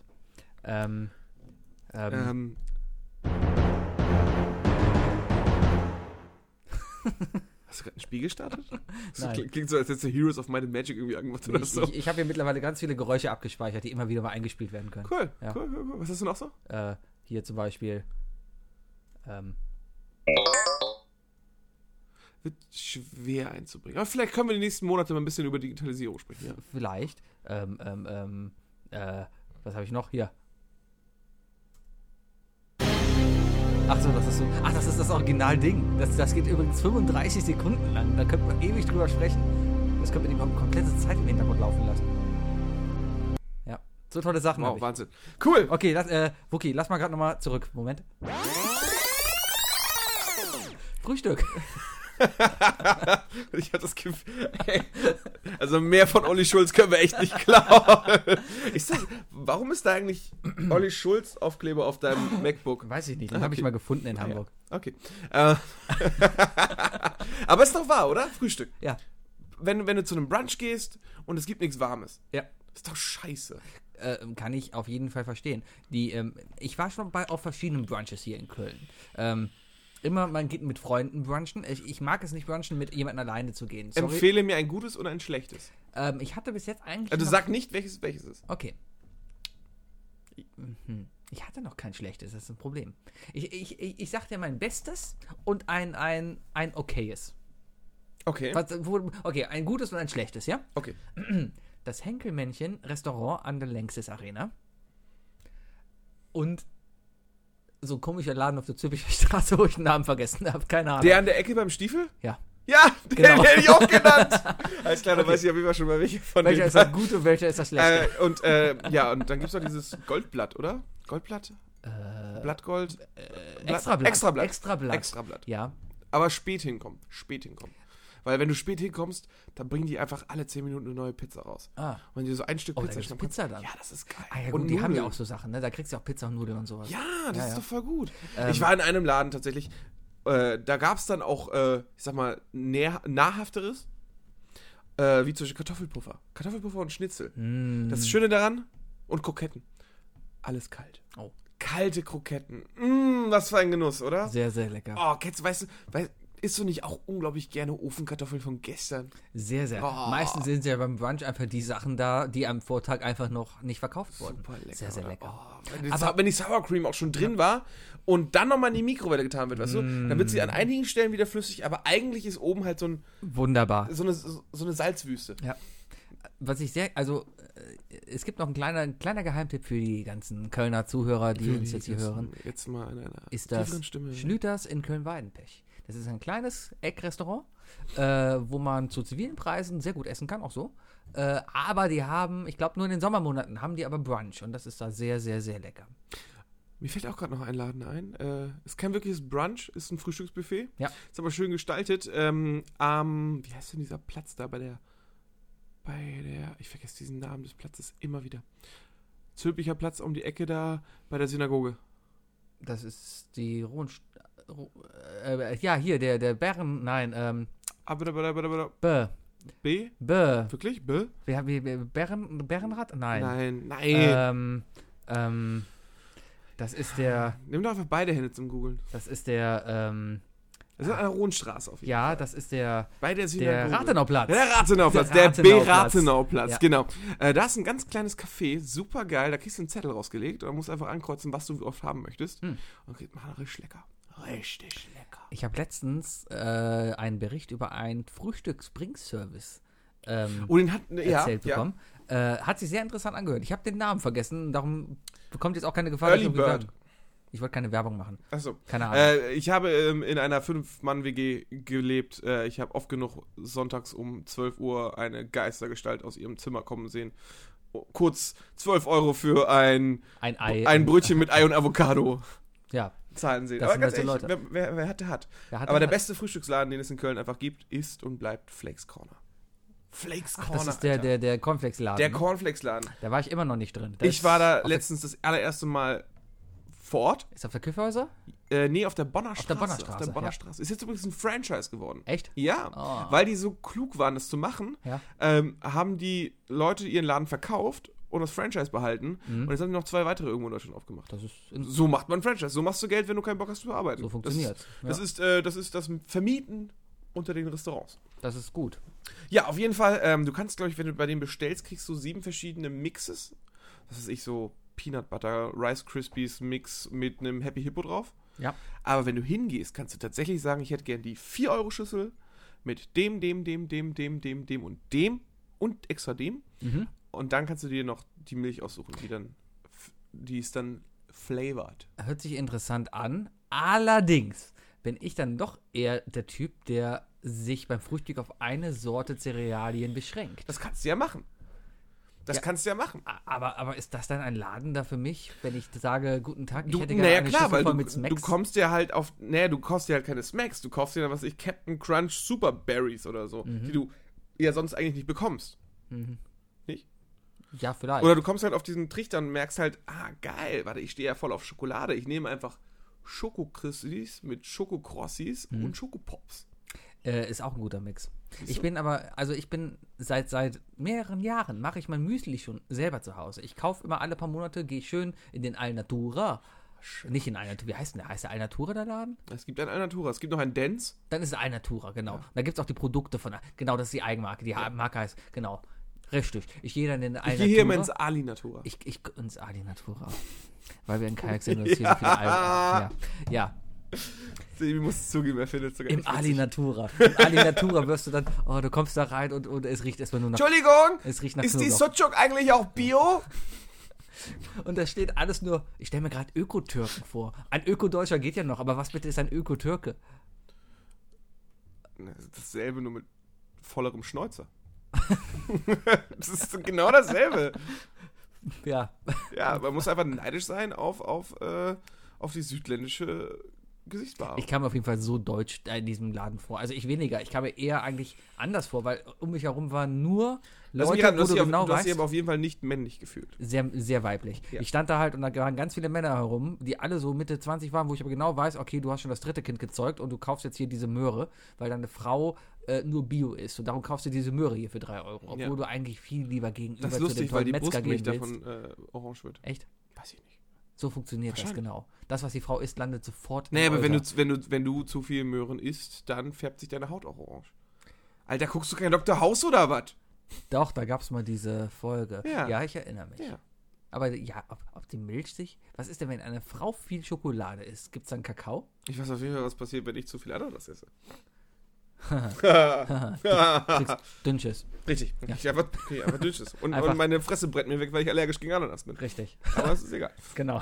[SPEAKER 4] Ähm, ähm,
[SPEAKER 2] Ähm, Hast du gerade ein Spiel gestartet? Das
[SPEAKER 4] Nein.
[SPEAKER 2] klingt, klingt so, als hättest du Heroes of Might and Magic irgendwie angemacht oder
[SPEAKER 4] ich
[SPEAKER 2] so.
[SPEAKER 4] ich, ich habe hier mittlerweile ganz viele Geräusche abgespeichert, die immer wieder mal eingespielt werden können.
[SPEAKER 2] cool,
[SPEAKER 4] Ja.
[SPEAKER 2] cool, cool, cool. Was hast du noch so?
[SPEAKER 4] Äh, hier zum Beispiel. Ähm,
[SPEAKER 2] Wird schwer einzubringen. Aber vielleicht können wir die nächsten Monate mal ein bisschen über Digitalisierung sprechen. Ja.
[SPEAKER 4] vielleicht. Ähm, ähm, ähm, äh, was habe ich noch hier? Ach so, das ist so. Ach, das ist das Original-Ding. Das, das geht übrigens 35 Sekunden lang. Da könnte man ewig drüber sprechen. Das könnte man die kom- komplette Zeit im Hintergrund laufen lassen. Ja. So tolle Sachen. hab
[SPEAKER 2] Wow,
[SPEAKER 4] ich.
[SPEAKER 2] Wahnsinn. Cool.
[SPEAKER 4] Okay, lass, äh, Wookie, lass mal gerade nochmal zurück. Moment. Frühstück.
[SPEAKER 2] Ich habe das Gefühl, ey, also mehr von Olli Schulz können wir echt nicht klauen. Ist das, warum ist da eigentlich Olli Schulz Aufkleber auf deinem MacBook?
[SPEAKER 4] Weiß ich nicht, den habe ich mal gefunden in Hamburg.
[SPEAKER 2] Okay. Äh, Aber ist doch wahr, oder? Frühstück.
[SPEAKER 4] Ja.
[SPEAKER 2] Wenn, wenn du zu einem Brunch gehst und es gibt nichts Warmes.
[SPEAKER 4] Ja.
[SPEAKER 2] Ist doch scheiße.
[SPEAKER 4] Äh, kann ich auf jeden Fall verstehen. Die, ähm, ich war schon bei auf verschiedenen Brunches hier in Köln. Ähm, immer, man geht mit Freunden brunchen. Ich, ich mag es nicht brunchen, mit jemandem alleine zu gehen. Sorry.
[SPEAKER 2] Empfehle mir ein gutes oder ein schlechtes.
[SPEAKER 4] Ähm, ich hatte bis jetzt eigentlich.
[SPEAKER 2] Also
[SPEAKER 4] noch-
[SPEAKER 2] sag nicht, welches welches ist.
[SPEAKER 4] Okay. Mhm. Ich hatte noch kein schlechtes, das ist ein Problem. Ich, ich, ich, ich sag dir mein Bestes und ein, ein, ein okayes.
[SPEAKER 2] Okay.
[SPEAKER 4] Was, wo, okay, ein gutes und ein schlechtes, ja?
[SPEAKER 2] Okay.
[SPEAKER 4] Das Henkelmännchen Restaurant an der Längstes Arena. Und so ein komischer Laden auf der Züricher Straße, wo ich den Namen vergessen habe. Keine Ahnung.
[SPEAKER 2] Der an der Ecke beim Stiefel?
[SPEAKER 4] ja.
[SPEAKER 2] Ja, den
[SPEAKER 4] Genau.
[SPEAKER 2] hätte ich auch genannt. Alles klar, dann weiß ich auf jeden Fall schon mal, welche von
[SPEAKER 4] Welcher
[SPEAKER 2] den
[SPEAKER 4] ist das Gute und welcher ist das Schlechte?
[SPEAKER 2] Äh, und äh, ja, und dann gibt's noch dieses Goldblatt, oder? Goldblatt? Blattgold?
[SPEAKER 4] Äh, Extrablatt.
[SPEAKER 2] Extrablatt.
[SPEAKER 4] Extrablatt.
[SPEAKER 2] Extrablatt.
[SPEAKER 4] Ja.
[SPEAKER 2] Aber spät hinkommen. Spät hinkommen. Weil wenn du spät hinkommst, dann bringen die einfach alle 10 Minuten eine neue Pizza raus.
[SPEAKER 4] Ah.
[SPEAKER 2] Und wenn du so ein Stück
[SPEAKER 4] Oh, da
[SPEAKER 2] Pizza
[SPEAKER 4] gibt's
[SPEAKER 2] schnappen
[SPEAKER 4] Pizza dann.
[SPEAKER 2] Ja, das ist geil.
[SPEAKER 4] Ah ja, gut, die haben ja
[SPEAKER 2] Nudeln.
[SPEAKER 4] auch so Sachen, ne? Da kriegst du auch Pizza und Nudeln und sowas.
[SPEAKER 2] Ja, das
[SPEAKER 4] Ja,
[SPEAKER 2] ist
[SPEAKER 4] ja.
[SPEAKER 2] doch voll gut.
[SPEAKER 4] Ähm.
[SPEAKER 2] ich war in einem Laden tatsächlich. Äh, da gab es dann auch, äh, ich sag mal, näher, nahrhafteres. Äh, wie zum Beispiel Kartoffelpuffer. Kartoffelpuffer und Schnitzel.
[SPEAKER 4] Mm.
[SPEAKER 2] Das Schöne daran und Kroketten. Alles kalt.
[SPEAKER 4] Oh.
[SPEAKER 2] Kalte Kroketten. Mm, was für ein Genuss, oder?
[SPEAKER 4] Sehr, sehr lecker.
[SPEAKER 2] Oh, kennst, weißt du, weißt, isst du nicht auch unglaublich gerne Ofenkartoffeln von gestern?
[SPEAKER 4] Sehr, sehr.
[SPEAKER 2] Oh.
[SPEAKER 4] Meistens sind ja beim Brunch einfach die Sachen da, die am Vortag einfach noch nicht verkauft wurden. sehr, sehr
[SPEAKER 2] oder?
[SPEAKER 4] lecker.
[SPEAKER 2] Oh, wenn, die,
[SPEAKER 4] Aber-
[SPEAKER 2] wenn die Sour Cream auch schon drin war und dann nochmal in die Mikrowelle getan wird, weißt du, dann wird
[SPEAKER 4] Mm.
[SPEAKER 2] sie an einigen Stellen wieder flüssig, aber eigentlich ist oben halt so, ein,
[SPEAKER 4] Wunderbar.
[SPEAKER 2] so, eine, so eine Salzwüste.
[SPEAKER 4] Was ich sehr, also äh, es gibt noch einen kleiner, einen kleiner Geheimtipp für die ganzen Kölner Zuhörer, die uns jetzt hier hören.
[SPEAKER 2] Jetzt mal in einer
[SPEAKER 4] Ist das
[SPEAKER 2] tieferen Stimme.
[SPEAKER 4] Schlüters in Köln-Weidenpech. Das ist ein kleines Eckrestaurant, äh, wo man zu zivilen Preisen sehr gut essen kann, auch so. Äh, aber die haben, ich glaube nur in den Sommermonaten haben die aber Brunch und das ist da sehr, sehr, sehr lecker.
[SPEAKER 2] Mir fällt auch gerade noch ein Laden ein. Äh, ist kein wirkliches Brunch, ist ein Frühstücksbuffet.
[SPEAKER 4] Ja.
[SPEAKER 2] Ist aber schön gestaltet. Ähm, am, wie heißt denn dieser Platz da bei der, bei der, ich vergesse diesen Namen des Platzes immer wieder. Zülpicher Platz um die Ecke da bei der Synagoge.
[SPEAKER 4] Das ist die Rohnst Ro- äh, ja, hier, der, der Bären, nein, ähm,
[SPEAKER 2] Aber
[SPEAKER 4] B,
[SPEAKER 2] B?
[SPEAKER 4] B,
[SPEAKER 2] Wirklich? B?
[SPEAKER 4] wir haben wir- wir- Bären, Bärenrad? Nein.
[SPEAKER 2] Nein, nein.
[SPEAKER 4] Ähm, ähm, das ist der,
[SPEAKER 2] Nimm doch einfach beide Hände zum Googeln.
[SPEAKER 4] das ist der, ähm,
[SPEAKER 2] Das ist an der Rohnstraße auf jeden
[SPEAKER 4] ja, das ist der,
[SPEAKER 2] Fall. Bei der Synagoge.
[SPEAKER 4] der Rathenauplatz.
[SPEAKER 2] Der Rathenauplatz,
[SPEAKER 4] Der
[SPEAKER 2] der
[SPEAKER 4] Rathenauplatz.
[SPEAKER 2] B-Rathenauplatz,
[SPEAKER 4] Ja.
[SPEAKER 2] genau. Äh, da ist ein ganz kleines Café, super geil, da kriegst du einen Zettel rausgelegt und dann musst du einfach ankreuzen, was du oft haben möchtest.
[SPEAKER 4] Hm.
[SPEAKER 2] Und kriegst mal richtig lecker. Richtig lecker.
[SPEAKER 4] Ich habe letztens äh, einen Bericht über einen Frühstücksbringservice ähm,
[SPEAKER 2] Und den hat, ja,
[SPEAKER 4] erzählt
[SPEAKER 2] Oh, ja.
[SPEAKER 4] bekommen. Äh, hat sich sehr interessant angehört. Ich habe den Namen vergessen, darum bekommt jetzt auch keine Gefahr.
[SPEAKER 2] Early
[SPEAKER 4] dass ich
[SPEAKER 2] Bird.
[SPEAKER 4] Werbung- Ich wollte keine Werbung machen.
[SPEAKER 2] Achso.
[SPEAKER 4] Keine Ahnung.
[SPEAKER 2] Äh, ich habe ähm, in einer Fünf-Mann-WG gelebt. Äh, ich habe oft genug sonntags um 12 Uhr eine Geistergestalt aus ihrem Zimmer kommen sehen. Oh, Kurz 12 Euro für ein,
[SPEAKER 4] ein Ei. äh,
[SPEAKER 2] ein Brötchen mit Ei und Avocado
[SPEAKER 4] ja,
[SPEAKER 2] zahlen sehen.
[SPEAKER 4] Das
[SPEAKER 2] Aber
[SPEAKER 4] sind
[SPEAKER 2] ganz
[SPEAKER 4] nette
[SPEAKER 2] ehrlich,
[SPEAKER 4] Leute.
[SPEAKER 2] wer, wer, wer hat, der hat.
[SPEAKER 4] Wer hat,
[SPEAKER 2] Aber
[SPEAKER 4] der
[SPEAKER 2] der
[SPEAKER 4] hat.
[SPEAKER 2] beste Frühstücksladen, den es in Köln einfach gibt, ist und bleibt Flakes Corner. Flakes Corner.
[SPEAKER 4] das ist der,
[SPEAKER 2] Alter.
[SPEAKER 4] der, der Cornflakes-Laden.
[SPEAKER 2] der
[SPEAKER 4] ne?
[SPEAKER 2] Cornflakes-Laden.
[SPEAKER 4] da war ich immer noch nicht drin. Das
[SPEAKER 2] Ich war da
[SPEAKER 4] auf der-
[SPEAKER 2] letztens das allererste Mal vor Ort.
[SPEAKER 4] Ist auf der Küffhäuser?
[SPEAKER 2] Äh, nee, auf der Bonner Straße.
[SPEAKER 4] der Bonner Straße,
[SPEAKER 2] Bonner
[SPEAKER 4] ja.
[SPEAKER 2] Straße. Ist jetzt übrigens ein Franchise geworden.
[SPEAKER 4] Echt?
[SPEAKER 2] Ja,
[SPEAKER 4] Oh.
[SPEAKER 2] weil die so klug waren, das zu machen,
[SPEAKER 4] Ja.
[SPEAKER 2] ähm, haben die Leute ihren Laden verkauft und das Franchise behalten.
[SPEAKER 4] Mhm.
[SPEAKER 2] Und jetzt haben die noch zwei weitere irgendwo in Deutschland aufgemacht.
[SPEAKER 4] Das ist in-
[SPEAKER 2] So macht man ein Franchise. So machst du Geld, wenn du keinen Bock hast zu arbeiten.
[SPEAKER 4] So funktioniert's. Ja.
[SPEAKER 2] Das, ist, das, ist, äh, das ist das Vermieten unter den Restaurants.
[SPEAKER 4] das ist gut.
[SPEAKER 2] Ja, auf jeden Fall. Ähm, du kannst, glaube ich, wenn du bei denen bestellst, kriegst du sieben verschiedene Mixes. Das ist ich so Peanut Butter, Rice Krispies Mix mit einem Happy Hippo drauf.
[SPEAKER 4] Ja.
[SPEAKER 2] Aber wenn du hingehst, kannst du tatsächlich sagen, ich hätte gern die 4-Euro-Schüssel mit dem, dem, dem, dem, dem, dem, dem und dem und extra dem.
[SPEAKER 4] Mhm.
[SPEAKER 2] Und dann kannst du dir noch die Milch aussuchen, die dann, f- die ist dann flavored.
[SPEAKER 4] Hört sich interessant an. Allerdings bin ich dann doch eher der Typ, der sich beim Frühstück auf eine Sorte Cerealien beschränkt.
[SPEAKER 2] Das kannst du ja machen. Das kannst du ja machen.
[SPEAKER 4] A- Aber, aber ist das dann ein Laden da für mich, wenn ich sage, guten Tag, ich
[SPEAKER 2] Du,
[SPEAKER 4] hätte gerne
[SPEAKER 2] naja,
[SPEAKER 4] eine
[SPEAKER 2] klar,
[SPEAKER 4] Schüssel
[SPEAKER 2] weil
[SPEAKER 4] voll
[SPEAKER 2] du,
[SPEAKER 4] mit Smacks?
[SPEAKER 2] du kommst dir halt auf, naja, du kaufst dir halt keine Smacks, du kaufst dir dann, was weiß ich, Captain Crunch Super Berries oder so,
[SPEAKER 4] Mhm.
[SPEAKER 2] die du ja sonst eigentlich nicht bekommst.
[SPEAKER 4] ja, vielleicht.
[SPEAKER 2] Oder du kommst halt auf diesen Trichter und merkst halt, ah, geil, warte, ich stehe ja voll auf Schokolade. Ich nehme einfach Schokokrissis mit Schokokrossis
[SPEAKER 4] Mhm.
[SPEAKER 2] und Schokopops.
[SPEAKER 4] Äh, ist auch ein guter Mix. Ich
[SPEAKER 2] du?
[SPEAKER 4] bin aber, also ich bin seit seit mehreren Jahren mache ich mein Müsli schon selber zu Hause. Ich kaufe immer alle paar Monate, gehe schön in den Alnatura. Nicht in Alnatura, wie heißt denn der? Heißt der Alnatura der Laden?
[SPEAKER 2] Es gibt ein Alnatura, es gibt noch ein Dance.
[SPEAKER 4] Dann ist es Alnatura, genau. Da gibt es auch die Produkte von, genau, das ist die Eigenmarke. Die Marke heißt, genau, richtig. Ich gehe dann in den
[SPEAKER 2] Ich gehe hier immer
[SPEAKER 4] Alnatura.
[SPEAKER 2] ins Alinatura.
[SPEAKER 4] Ich, ich ins Alnatura. Weil wir in Kajak sind, und es hier so viele Al ja. ja,
[SPEAKER 2] Ich muss zugeben, er findet sogar
[SPEAKER 4] Im
[SPEAKER 2] echt witzig.
[SPEAKER 4] Ali Natura. Im Ali Natura wirst du dann, oh, du kommst da rein und, und es riecht erstmal nur nach.
[SPEAKER 2] Entschuldigung,
[SPEAKER 4] Es riecht nach
[SPEAKER 2] ist die
[SPEAKER 4] Knoblauch.
[SPEAKER 2] Sucuk eigentlich auch Bio?
[SPEAKER 4] Und da steht alles nur, ich stelle mir gerade Ökotürken vor. Ein Ökodeutscher geht ja noch, aber was bitte ist ein Ökotürke?
[SPEAKER 2] Na, das ist Dasselbe, nur mit vollerem Schnäuzer. das ist genau dasselbe.
[SPEAKER 4] Ja,
[SPEAKER 2] Ja, man muss einfach neidisch sein auf, auf, äh, auf die südländische Gesichtsbehaarung.
[SPEAKER 4] ich kam mir auf jeden Fall so deutsch da in diesem Laden vor. Also ich weniger, ich kam mir eher eigentlich anders vor, weil um mich herum waren nur
[SPEAKER 2] Lass mich
[SPEAKER 4] Leute,
[SPEAKER 2] raten,
[SPEAKER 4] wo
[SPEAKER 2] du hast
[SPEAKER 4] du
[SPEAKER 2] dich auf-
[SPEAKER 4] genau
[SPEAKER 2] du hast dich
[SPEAKER 4] weißt,
[SPEAKER 2] aber auf jeden Fall nicht männlich gefühlt.
[SPEAKER 4] sehr, sehr weiblich.
[SPEAKER 2] Ja.
[SPEAKER 4] Ich stand da halt und da waren ganz viele Männer herum, die alle so Mitte 20 waren, wo ich aber genau weiß, okay, du hast schon das dritte Kind gezeugt und du kaufst jetzt hier diese Möhre, weil deine Frau äh, nur Bio ist und darum kaufst du diese Möhre hier für 3 Euro, obwohl
[SPEAKER 2] Ja.
[SPEAKER 4] du eigentlich viel lieber gegenüber
[SPEAKER 2] Das ist lustig, weil
[SPEAKER 4] tollen
[SPEAKER 2] die Brustmilch
[SPEAKER 4] gehen willst.
[SPEAKER 2] davon äh, orange wird.
[SPEAKER 4] Echt?
[SPEAKER 2] Weiß ich nicht.
[SPEAKER 4] So funktioniert das
[SPEAKER 2] Wahrscheinlich.
[SPEAKER 4] genau. Das, was die Frau isst, landet sofort im
[SPEAKER 2] Naja, aber wenn
[SPEAKER 4] Euter.
[SPEAKER 2] du, wenn, du, wenn du zu viel Möhren isst, dann färbt sich deine Haut auch orange. Alter, guckst du kein Dr. House oder was?
[SPEAKER 4] Doch, da gab es mal diese Folge.
[SPEAKER 2] Ja.
[SPEAKER 4] Ja, ich erinnere mich.
[SPEAKER 2] Ja.
[SPEAKER 4] Aber ja, ob, ob die Milch sich... Was ist denn, wenn eine Frau viel Schokolade isst? Gibt es dann Kakao?
[SPEAKER 2] Ich weiß auf jeden Fall, was passiert, wenn ich zu viel Ananas esse.
[SPEAKER 4] Kriegst Dünnschiss.
[SPEAKER 2] Richtig. Ich einfach, okay, einfach Dünnschiss. Und,
[SPEAKER 4] Einfach-
[SPEAKER 2] und meine Fresse brennt mir weg, weil ich allergisch gegen Ananas bin.
[SPEAKER 4] Richtig.
[SPEAKER 2] Aber es ist egal.
[SPEAKER 4] Genau.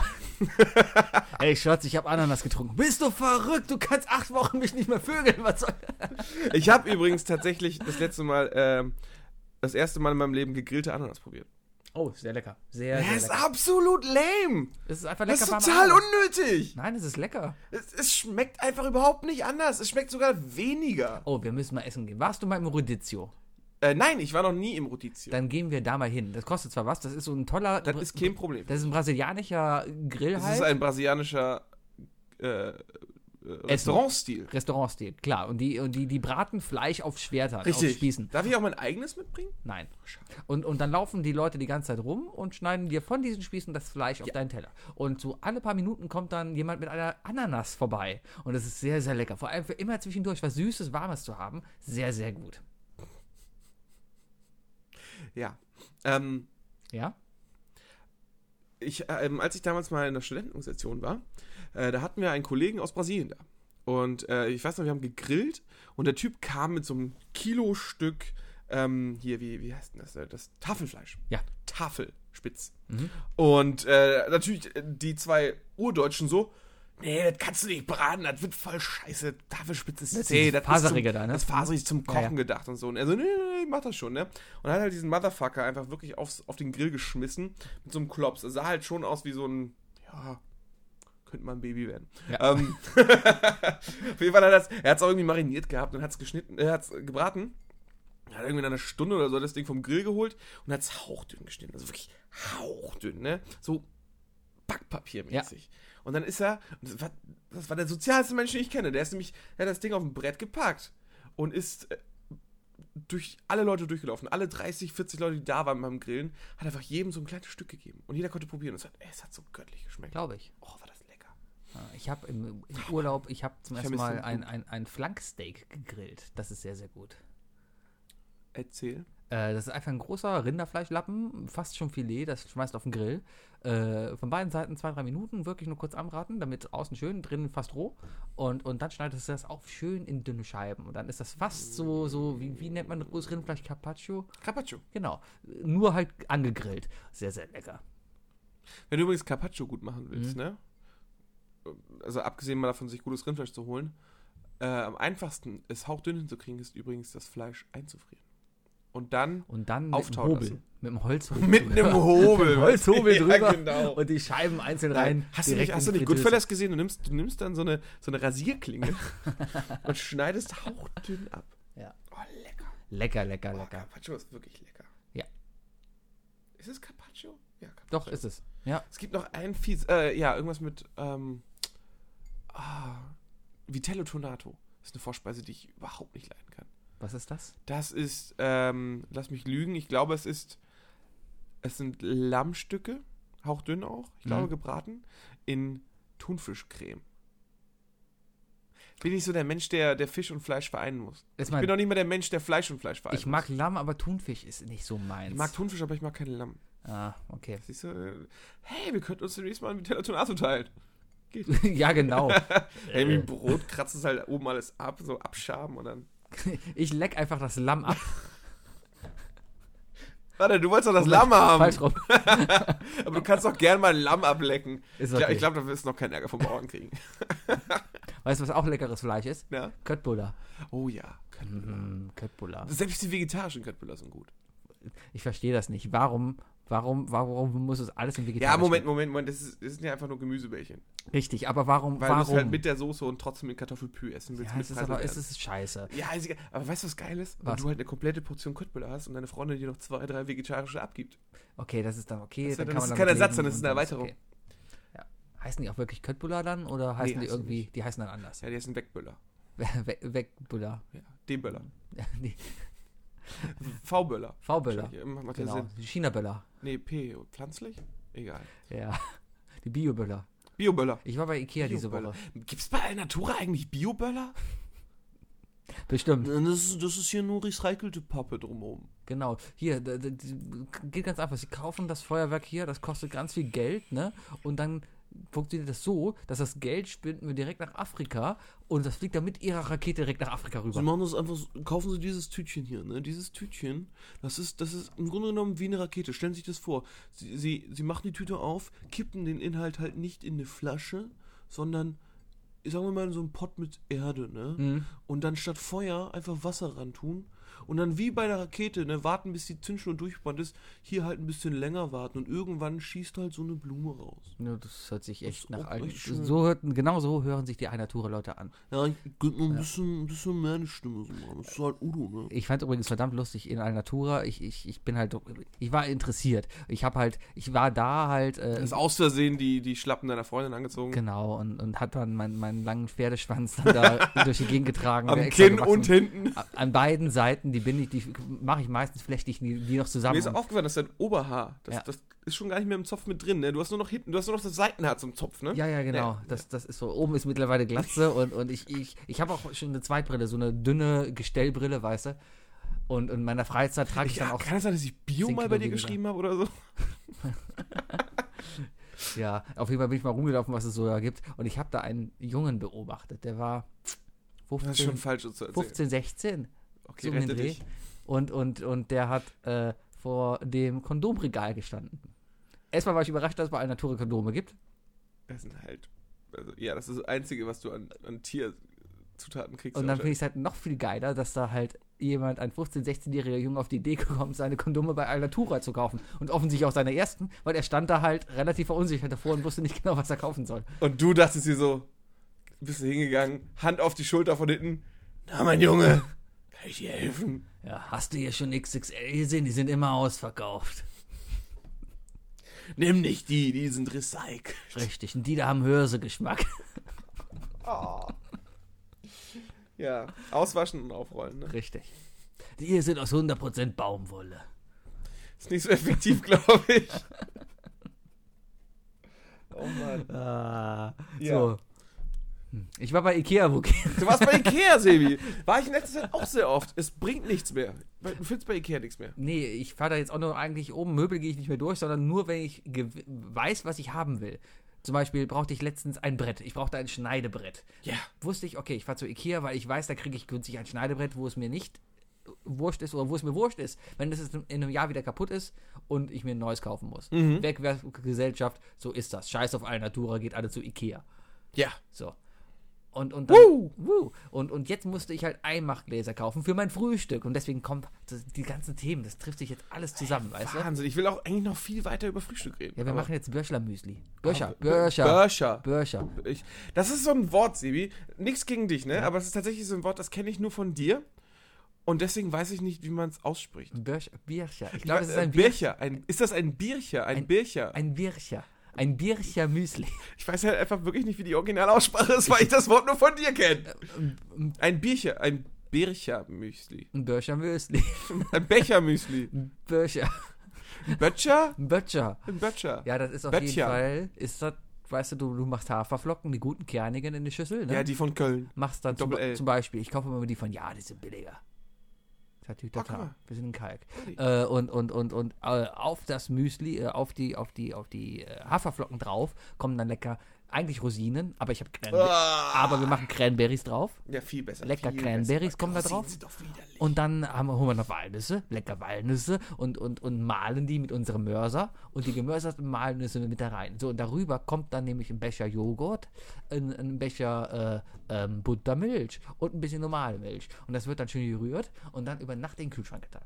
[SPEAKER 4] Ey, Schatz, ich habe Ananas getrunken. Bist du verrückt? Du kannst acht Wochen mich nicht mehr vögeln. Was soll
[SPEAKER 2] Ich habe übrigens tatsächlich das letzte Mal, ähm, das erste Mal in meinem Leben gegrillte Ananas probiert.
[SPEAKER 4] Oh, sehr lecker. Sehr,
[SPEAKER 2] Das
[SPEAKER 4] sehr
[SPEAKER 2] ist
[SPEAKER 4] lecker.
[SPEAKER 2] absolut lame.
[SPEAKER 4] Es ist einfach lecker.
[SPEAKER 2] Das ist
[SPEAKER 4] warme
[SPEAKER 2] total
[SPEAKER 4] Ananas.
[SPEAKER 2] unnötig.
[SPEAKER 4] Nein, es ist lecker.
[SPEAKER 2] Es, es schmeckt einfach überhaupt nicht anders. Es schmeckt sogar weniger.
[SPEAKER 4] Oh, wir müssen mal essen gehen. Warst du mal im Rodizio?
[SPEAKER 2] Äh, nein, ich war noch nie im Rotizio.
[SPEAKER 4] Dann gehen wir da mal hin. Das kostet zwar was, das ist so ein toller.
[SPEAKER 2] Das ist kein Problem.
[SPEAKER 4] Das ist ein brasilianischer Grill
[SPEAKER 2] Das
[SPEAKER 4] halt.
[SPEAKER 2] ist ein brasilianischer äh, äh, Restaurantstil.
[SPEAKER 4] Restaurantstil, klar. Und die, und die, die braten Fleisch auf Schwertern, auf Spießen.
[SPEAKER 2] Darf ich auch mein eigenes mitbringen?
[SPEAKER 4] Nein. Und, und dann laufen die Leute die ganze Zeit rum und schneiden dir von diesen Spießen das Fleisch auf deinen Teller. Und so alle paar Minuten kommt dann jemand mit einer Ananas vorbei. Und das ist sehr, sehr lecker. Vor allem für immer zwischendurch was Süßes, Warmes zu haben. Sehr, sehr gut.
[SPEAKER 2] Ja. Ähm,
[SPEAKER 4] Ja?
[SPEAKER 2] ich, äh, ähm, als ich damals mal in der Studentenorganisation war, äh, da hatten wir einen Kollegen aus Brasilien da. Und äh, ich weiß noch, wir haben gegrillt und der Typ kam mit so einem Kilostück ähm, hier, wie, wie heißt denn das? äh, Das Tafelfleisch.
[SPEAKER 4] Ja.
[SPEAKER 2] Tafelspitz.
[SPEAKER 4] Mhm.
[SPEAKER 2] Und äh, natürlich äh, die zwei Urdeutschen so, nee, das kannst du nicht braten, das wird voll scheiße. Tafelspitz ist zäh. Das
[SPEAKER 4] Faserige
[SPEAKER 2] ist zum,
[SPEAKER 4] da, ne?
[SPEAKER 2] Das faserig zum Kochen
[SPEAKER 4] Ja, ja.
[SPEAKER 2] gedacht und so. Und er so, nee, nee, nee, ich mach das schon, ne? Und hat halt diesen Motherfucker einfach wirklich aufs, auf den Grill geschmissen mit so einem Klops. Er sah halt schon aus wie so ein, ja, könnte mal ein Baby werden.
[SPEAKER 4] Ja.
[SPEAKER 2] Ähm, auf jeden Fall hat er das, er hat es auch irgendwie mariniert gehabt und hat es geschnitten, er hat es gebraten. Er hat irgendwie in einer Stunde oder so das Ding vom Grill geholt und hat es hauchdünn geschnitten. Also wirklich hauchdünn, ne? So Backpapiermäßig. Und dann ist er, und das war, das war der sozialste Mensch, den ich kenne. Der ist nämlich, der hat das Ding auf dem Brett geparkt und ist äh, durch alle Leute durchgelaufen. Alle 30, 40 Leute, die da waren beim Grillen, hat einfach jedem so ein kleines Stück gegeben. Und jeder konnte probieren. Und es hat, ey, es hat so göttlich geschmeckt.
[SPEAKER 4] glaube ich.
[SPEAKER 2] Oh, war das lecker.
[SPEAKER 4] Ja, Ich habe im, im Urlaub, ich habe zum ersten
[SPEAKER 2] vermisse
[SPEAKER 4] Mal
[SPEAKER 2] den
[SPEAKER 4] ein, ein, ein Flanksteak gegrillt. Das ist sehr, sehr gut.
[SPEAKER 2] Erzähl.
[SPEAKER 4] Äh, das ist einfach ein großer Rinderfleischlappen, fast schon Filet, das schmeißt auf den Grill. Äh, von beiden Seiten zwei, drei Minuten, wirklich nur kurz anbraten, damit außen schön, drinnen fast roh. Und, und dann schneidest du das auch schön in dünne Scheiben. Und dann ist das fast so, so wie, wie nennt man das große Rindfleisch? Carpaccio?
[SPEAKER 2] Carpaccio.
[SPEAKER 4] Genau. Nur halt angegrillt. Sehr, sehr lecker.
[SPEAKER 2] Wenn du übrigens Carpaccio gut machen willst,
[SPEAKER 4] Mhm.
[SPEAKER 2] ne? Also abgesehen mal davon, sich gutes Rindfleisch zu holen, äh, am einfachsten, es hauchdünn hinzukriegen, ist übrigens das Fleisch einzufrieren. Und dann
[SPEAKER 4] Und dann mit dem
[SPEAKER 2] Auftauen
[SPEAKER 4] Hobel.
[SPEAKER 2] lassen.
[SPEAKER 4] Mit dem Holzhobel.
[SPEAKER 2] mit einem Hobel.
[SPEAKER 4] Holzhobel
[SPEAKER 2] Ja,
[SPEAKER 4] drüber
[SPEAKER 2] genau.
[SPEAKER 4] und die Scheiben einzeln rein.
[SPEAKER 2] hast du
[SPEAKER 4] direkt
[SPEAKER 2] nicht, hast du
[SPEAKER 4] in die
[SPEAKER 2] nicht
[SPEAKER 4] Fritteuse.
[SPEAKER 2] Goodfellas gesehen? Du nimmst, du nimmst dann so eine, so eine Rasierklinge und schneidest hauchdünn ab.
[SPEAKER 4] Ja.
[SPEAKER 2] Oh, lecker.
[SPEAKER 4] Lecker, lecker,
[SPEAKER 2] Oh,
[SPEAKER 4] lecker.
[SPEAKER 2] Carpaccio ist wirklich lecker.
[SPEAKER 4] Ja.
[SPEAKER 2] Ist es Carpaccio? Ja, Carpaccio.
[SPEAKER 4] Doch, ist es. Ja.
[SPEAKER 2] Es gibt noch ein fies, äh, ja, irgendwas mit, ähm, ah, Vitello Tonato. Ist eine Vorspeise, die ich überhaupt nicht leiden kann.
[SPEAKER 4] Was ist das?
[SPEAKER 2] Das ist, ähm, lass mich lügen, ich glaube, es ist, es sind Lammstücke, hauchdünn auch, ich glaube,
[SPEAKER 4] Mhm.
[SPEAKER 2] gebraten, in Thunfischcreme. Bin ich so der Mensch, der, der Fisch und Fleisch vereinen muss.
[SPEAKER 4] Ist
[SPEAKER 2] Ich
[SPEAKER 4] mein,
[SPEAKER 2] bin doch nicht mehr der Mensch, der Fleisch und Fleisch vereinen
[SPEAKER 4] ich mag
[SPEAKER 2] muss.
[SPEAKER 4] Lamm, aber Thunfisch ist nicht so meins.
[SPEAKER 2] Ich mag Thunfisch, aber ich mag kein Lamm.
[SPEAKER 4] ah, okay.
[SPEAKER 2] Siehst du, äh, hey, wir könnten uns demnächst mal ein Vitello Tonato teilen.
[SPEAKER 4] ja, genau.
[SPEAKER 2] Ey, mit dem Brot kratzt es halt oben alles ab, so abschaben und dann.
[SPEAKER 4] Ich leck einfach das Lamm ab.
[SPEAKER 2] Warte, du wolltest doch das Lamm haben.
[SPEAKER 4] Falsch rum.
[SPEAKER 2] Aber du kannst doch gern mal ein Lamm ablecken.
[SPEAKER 4] Ist
[SPEAKER 2] Ich glaub-
[SPEAKER 4] okay.
[SPEAKER 2] Ich glaube, da wirst du noch keinen Ärger vom Bauern kriegen.
[SPEAKER 4] Weißt du, was auch leckeres Fleisch ist?
[SPEAKER 2] Ja?
[SPEAKER 4] Köttbullar.
[SPEAKER 2] Oh ja.
[SPEAKER 4] Mm, Köttbullar.
[SPEAKER 2] Selbst die vegetarischen Köttbullar sind gut.
[SPEAKER 4] Ich verstehe das nicht. Warum, warum, warum muss es alles im Vegetarisch
[SPEAKER 2] Ja, Moment, Moment, Moment. Das, ist, das sind ja einfach nur Gemüsebällchen.
[SPEAKER 4] Richtig, aber warum,
[SPEAKER 2] Weil du es
[SPEAKER 4] warum?
[SPEAKER 2] halt mit der Soße und trotzdem mit Kartoffelpü essen willst.
[SPEAKER 4] ja,
[SPEAKER 2] mit
[SPEAKER 4] es ist
[SPEAKER 2] Preiselbeeren.
[SPEAKER 4] aber, es ist scheiße.
[SPEAKER 2] ja, ist egal. aber weißt du, was geil ist? Wenn
[SPEAKER 4] Was?
[SPEAKER 2] du halt eine komplette Portion Köttbullar hast und deine Freundin dir noch zwei, drei vegetarische abgibt.
[SPEAKER 4] Okay, das ist dann okay.
[SPEAKER 2] Das ist-
[SPEAKER 4] dann
[SPEAKER 2] dann
[SPEAKER 4] kann
[SPEAKER 2] ist
[SPEAKER 4] man
[SPEAKER 2] kein
[SPEAKER 4] damit
[SPEAKER 2] Ersatz,
[SPEAKER 4] leben
[SPEAKER 2] dann ist es
[SPEAKER 4] und
[SPEAKER 2] eine
[SPEAKER 4] dann
[SPEAKER 2] Erweiterung.
[SPEAKER 4] okay. Ja. Heißen die auch wirklich Köttbullar dann oder heißen die
[SPEAKER 2] heißen die
[SPEAKER 4] irgendwie,
[SPEAKER 2] nicht.
[SPEAKER 4] die heißen dann anders?
[SPEAKER 2] Ja, die ist ein Wegböller.
[SPEAKER 4] We Wegbullar.
[SPEAKER 2] Ja, den Böller.
[SPEAKER 4] Nee,
[SPEAKER 2] V-Böller.
[SPEAKER 4] V-Böller.
[SPEAKER 2] Wahrscheinlich, ähm, Macht ja
[SPEAKER 4] Genau.
[SPEAKER 2] Sinn.
[SPEAKER 4] China-Böller.
[SPEAKER 2] Nee, P. Pflanzlich? Egal.
[SPEAKER 4] Ja. Die Bio-Böller.
[SPEAKER 2] Bioböller.
[SPEAKER 4] Ich war bei Ikea diese Woche.
[SPEAKER 2] Gibt es bei Alnatura eigentlich Bioböller?
[SPEAKER 4] Bestimmt.
[SPEAKER 2] Das ist, das ist hier nur recycelte Pappe drumherum.
[SPEAKER 4] Genau. Hier, d- d- d- geht ganz einfach. Sie kaufen das Feuerwerk hier, das kostet ganz viel Geld, ne? Und dann funktioniert das so, dass das Geld spenden wir direkt nach Afrika und das fliegt dann mit ihrer Rakete direkt nach Afrika
[SPEAKER 2] Sie
[SPEAKER 4] rüber.
[SPEAKER 2] machen das einfach, so- kaufen Sie dieses Tütchen hier, ne? Dieses Tütchen, das ist, das ist im Grunde genommen wie eine Rakete. Stellen Sie sich das vor. Sie, Sie, Sie machen die Tüte auf, kippen den Inhalt halt nicht in eine Flasche, sondern, sagen wir mal, in so einen Pott mit Erde, ne? Und dann statt Feuer einfach Wasser ran tun. Und dann wie bei der Rakete, ne, warten, bis die Zündschnur durchgebrannt ist, hier halt ein bisschen länger warten und irgendwann schießt halt so eine Blume raus.
[SPEAKER 4] Ja, das hört sich echt
[SPEAKER 2] ist
[SPEAKER 4] nach
[SPEAKER 2] auch
[SPEAKER 4] allen.
[SPEAKER 2] echt schön.
[SPEAKER 4] So hört, genau so hören sich die Einature-Leute an.
[SPEAKER 2] Ja, ich könnte noch ein bisschen, ein bisschen mehr die Stimme so machen. Das ist halt Udo, ne?
[SPEAKER 4] Ich fand übrigens verdammt lustig in Alnatura. Ich, ich, ich bin halt, ich war interessiert. Ich habe halt, ich war da halt. Äh,
[SPEAKER 2] Ist aus Versehen die, die Schlappen deiner Freundin angezogen.
[SPEAKER 4] Genau, und, und hat dann meinen, meinen langen Pferdeschwanz dann da durch die Gegend getragen. der
[SPEAKER 2] Am
[SPEAKER 4] extra
[SPEAKER 2] Kinn
[SPEAKER 4] gewachsen-
[SPEAKER 2] und hinten.
[SPEAKER 4] A- An beiden Seiten, die binde ich, die mache ich meistens flechtig die, die noch
[SPEAKER 2] Mir
[SPEAKER 4] zusammen.
[SPEAKER 2] ist auch aufgefallen, dass dein Oberhaar, das,
[SPEAKER 4] Ja.
[SPEAKER 2] das ist schon gar nicht mehr im Zopf mit drin, ne? Du hast nur noch hinten, du hast nur noch das Seitenhaar zum Zopf, ne?
[SPEAKER 4] ja, ja, genau. Das, das ist so. Oben ist mittlerweile Glatze und, und ich, ich, ich habe auch schon eine Zweitbrille, so eine dünne Gestellbrille, weißt du. Und in meiner Freizeit trage ich
[SPEAKER 2] Ja,
[SPEAKER 4] dann auch.
[SPEAKER 2] kann es sein, dass ich Bio
[SPEAKER 4] zehn
[SPEAKER 2] mal bei
[SPEAKER 4] Kilo
[SPEAKER 2] dir
[SPEAKER 4] weniger.
[SPEAKER 2] geschrieben habe oder so?
[SPEAKER 4] Ja, auf jeden Fall bin ich mal rumgelaufen, was es so da gibt. Und ich habe da einen Jungen beobachtet, der war
[SPEAKER 2] Das ist schon
[SPEAKER 4] 15,
[SPEAKER 2] falsch so zu erzählen.
[SPEAKER 4] 15 16.
[SPEAKER 2] Okay,
[SPEAKER 4] so um den
[SPEAKER 2] rette
[SPEAKER 4] Dreh.
[SPEAKER 2] dich.
[SPEAKER 4] Und, und, und der hat äh, vor dem Kondomregal gestanden. Erstmal war ich überrascht, dass es bei Alnatura Kondome gibt.
[SPEAKER 2] Das sind halt. Also, ja, das ist das Einzige, was du an, an Tierzutaten kriegst.
[SPEAKER 4] Und dann finde ich es halt noch viel geiler, dass da halt jemand, ein 15-, 16-jähriger Junge, auf die Idee kommt, seine Kondome bei Alnatura zu kaufen. Und offensichtlich auch seine ersten, weil er stand da halt relativ verunsichert davor und wusste nicht genau, was er kaufen soll.
[SPEAKER 2] Und du dachtest dir so, bist du hingegangen, Hand auf die Schulter von hinten. Na, mein Junge, kann ich dir helfen?
[SPEAKER 6] Ja, hast du hier schon XXL gesehen? Die sind immer ausverkauft.
[SPEAKER 2] Nimm nicht die, die sind recycelt.
[SPEAKER 6] Richtig, und die da haben Hörsegeschmack.
[SPEAKER 2] Oh. Ja, auswaschen und aufrollen. Ne?
[SPEAKER 4] Richtig.
[SPEAKER 6] Die hier sind aus 100% Baumwolle.
[SPEAKER 2] Ist nicht so effektiv, glaube ich. Oh Mann.
[SPEAKER 4] Ah,
[SPEAKER 2] Ja.
[SPEAKER 4] So. Hm. Ich war bei Ikea, wo
[SPEAKER 2] Du warst bei Ikea, Sebi. War ich in letzter Zeit auch sehr oft. Es bringt nichts mehr. Weil Du findest bei Ikea nichts mehr.
[SPEAKER 4] Nee, ich fahre da jetzt auch nur eigentlich oben, Möbel gehe ich nicht mehr durch, sondern nur, wenn ich gew- weiß, was ich haben will. Zum Beispiel brauchte ich letztens ein Brett. Ich brauchte ein Schneidebrett.
[SPEAKER 2] Ja.
[SPEAKER 4] Wusste ich, okay, ich fahre zu Ikea, weil ich weiß, da kriege ich günstig ein Schneidebrett, wo es mir nicht wurscht ist oder wo es mir wurscht ist. Wenn das jetzt in einem Jahr wieder kaputt ist und ich mir ein neues kaufen muss. Wegwerfgesellschaft, so ist das. Scheiß auf Alnatura, geht alle zu Ikea.
[SPEAKER 2] Ja.
[SPEAKER 4] So. Und, und, dann, Wuh! und, und jetzt musste ich halt Einmachgläser kaufen für mein Frühstück. Und deswegen kommt das, die ganzen Themen, das trifft sich jetzt alles zusammen, weißt du?
[SPEAKER 2] Wahnsinn. Ich will auch eigentlich noch viel weiter über Frühstück reden.
[SPEAKER 4] Ja, wir
[SPEAKER 2] Aber-
[SPEAKER 4] machen jetzt Börschler-Müsli. Börscher, Börscher,
[SPEAKER 2] Börscher.
[SPEAKER 4] Börscher.
[SPEAKER 2] Ich, das ist so ein Wort, Sebi. Nichts gegen dich, ne? Aber es ist tatsächlich so ein Wort, das kenne ich nur von dir. Und deswegen weiß ich nicht, wie man es ausspricht.
[SPEAKER 4] Börscher, Bierscher. Ich glaube, es ist
[SPEAKER 2] Äh,
[SPEAKER 4] ein Bier,
[SPEAKER 2] Bircher. Ein, ist das ein Bircher? Ein,
[SPEAKER 4] Ein-
[SPEAKER 2] Bircher?
[SPEAKER 4] ein Bierscher. Ein Bierscher-Müsli.
[SPEAKER 2] ich weiß halt einfach wirklich nicht, wie die Originalaussprache ist, weil ich das Wort nur von dir
[SPEAKER 4] Äh,
[SPEAKER 2] kenne.
[SPEAKER 4] ähm,
[SPEAKER 2] Ein Bircher. Ein Bircher-Müsli.
[SPEAKER 4] Ein Börscher-Müsli.
[SPEAKER 2] Ein Becher-Müsli.
[SPEAKER 4] Ein Börscher.
[SPEAKER 2] Ein Böttcher?
[SPEAKER 4] Ein Bötscher.
[SPEAKER 2] Ein Böttcher.
[SPEAKER 4] Ja, das ist auf jeden
[SPEAKER 2] Böttcher.
[SPEAKER 4] Fall, ist das, weißt du, du, du machst Haferflocken, die guten kernigen in die Schüssel, ne?
[SPEAKER 2] Ja, die von Köln.
[SPEAKER 4] machst dann zum,
[SPEAKER 2] Doppel-L.
[SPEAKER 4] zum Beispiel, ich kaufe immer die von, ja, die sind billiger.
[SPEAKER 2] Oh, guck mal.
[SPEAKER 4] Tatütata, wir sind in Kalk.
[SPEAKER 2] Ui.
[SPEAKER 4] Äh, und und, und, und äh, auf das Müsli, äh, auf die, auf die, auf die äh, Haferflocken drauf, kommen dann lecker, eigentlich Rosinen, aber ich habe
[SPEAKER 2] Ah.
[SPEAKER 4] Ah, Aber wir machen Cranberries drauf.
[SPEAKER 2] Ja, viel besser.
[SPEAKER 4] Lecker
[SPEAKER 2] viel
[SPEAKER 4] Cranberries
[SPEAKER 2] besser.
[SPEAKER 4] kommen da
[SPEAKER 2] Rosinen
[SPEAKER 4] drauf.
[SPEAKER 2] sind doch widerlich.
[SPEAKER 4] Und dann haben, wir- holen wir noch Walnüsse, lecker Walnüsse und, und, und mahlen die mit unserem Mörser und die gemörserten Walnüsse mit da rein. So, und darüber kommt dann nämlich ein Becher Joghurt, ein, ein Becher äh, ähm, Buttermilch und ein bisschen normale Milch. Und das wird dann schön gerührt und dann über Nacht in den Kühlschrank getan.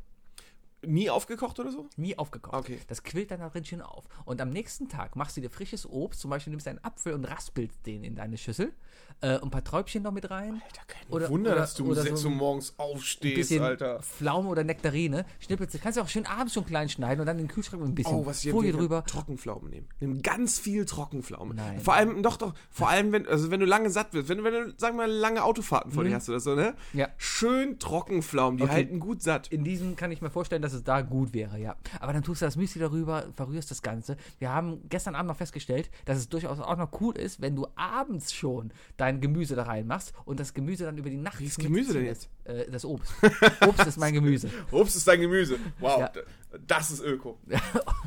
[SPEAKER 2] Nie aufgekocht oder so?
[SPEAKER 4] Nie aufgekocht.
[SPEAKER 2] Okay.
[SPEAKER 4] Das quillt dann darin schön auf. Und am nächsten Tag machst du dir frisches Obst, zum Beispiel nimmst du einen Apfel und raspelst den in deine Schüssel äh, und ein paar Träubchen noch mit rein.
[SPEAKER 2] Alter, kein
[SPEAKER 4] Oder-
[SPEAKER 2] Wunder,
[SPEAKER 4] oder-
[SPEAKER 2] dass du um
[SPEAKER 4] oder
[SPEAKER 2] 6
[SPEAKER 4] so
[SPEAKER 2] Uhr morgens aufstehst,
[SPEAKER 4] bisschen
[SPEAKER 2] Alter.
[SPEAKER 4] Pflaume oder Nektarine, schnippelst du. Kannst du auch schön abends schon klein schneiden und dann in den Kühlschrank mit ein bisschen
[SPEAKER 2] Oh, was ich
[SPEAKER 4] Folie
[SPEAKER 2] empfehlen
[SPEAKER 4] drüber.
[SPEAKER 2] kann, Trockenpflaumen nehmen. Nimm ganz viel Trockenpflaumen.
[SPEAKER 4] Nein.
[SPEAKER 2] Vor allem, doch, doch, vor allem, wenn, also wenn du lange satt wirst, wenn, du- wenn du, sagen wir mal, lange Autofahrten vor dir hast oder so, ne?
[SPEAKER 4] Mhm. Ja.
[SPEAKER 2] Schön Trockenpflaumen, die halten gut satt.
[SPEAKER 4] In diesem kann ich mir vorstellen, dass es da gut wäre, ja. Aber dann tust du das Müsli darüber, verrührst das Ganze. Wir haben gestern Abend noch festgestellt, dass es durchaus auch noch cool ist, wenn du abends schon dein Gemüse da reinmachst und das Gemüse dann über die Nacht.
[SPEAKER 2] Welches Gemüse denn
[SPEAKER 4] mitziehst. Äh, das Obst. Obst ist mein Gemüse.
[SPEAKER 2] Obst ist dein Gemüse. Wow,
[SPEAKER 4] Ja.
[SPEAKER 2] d- das ist Öko.
[SPEAKER 4] Genau.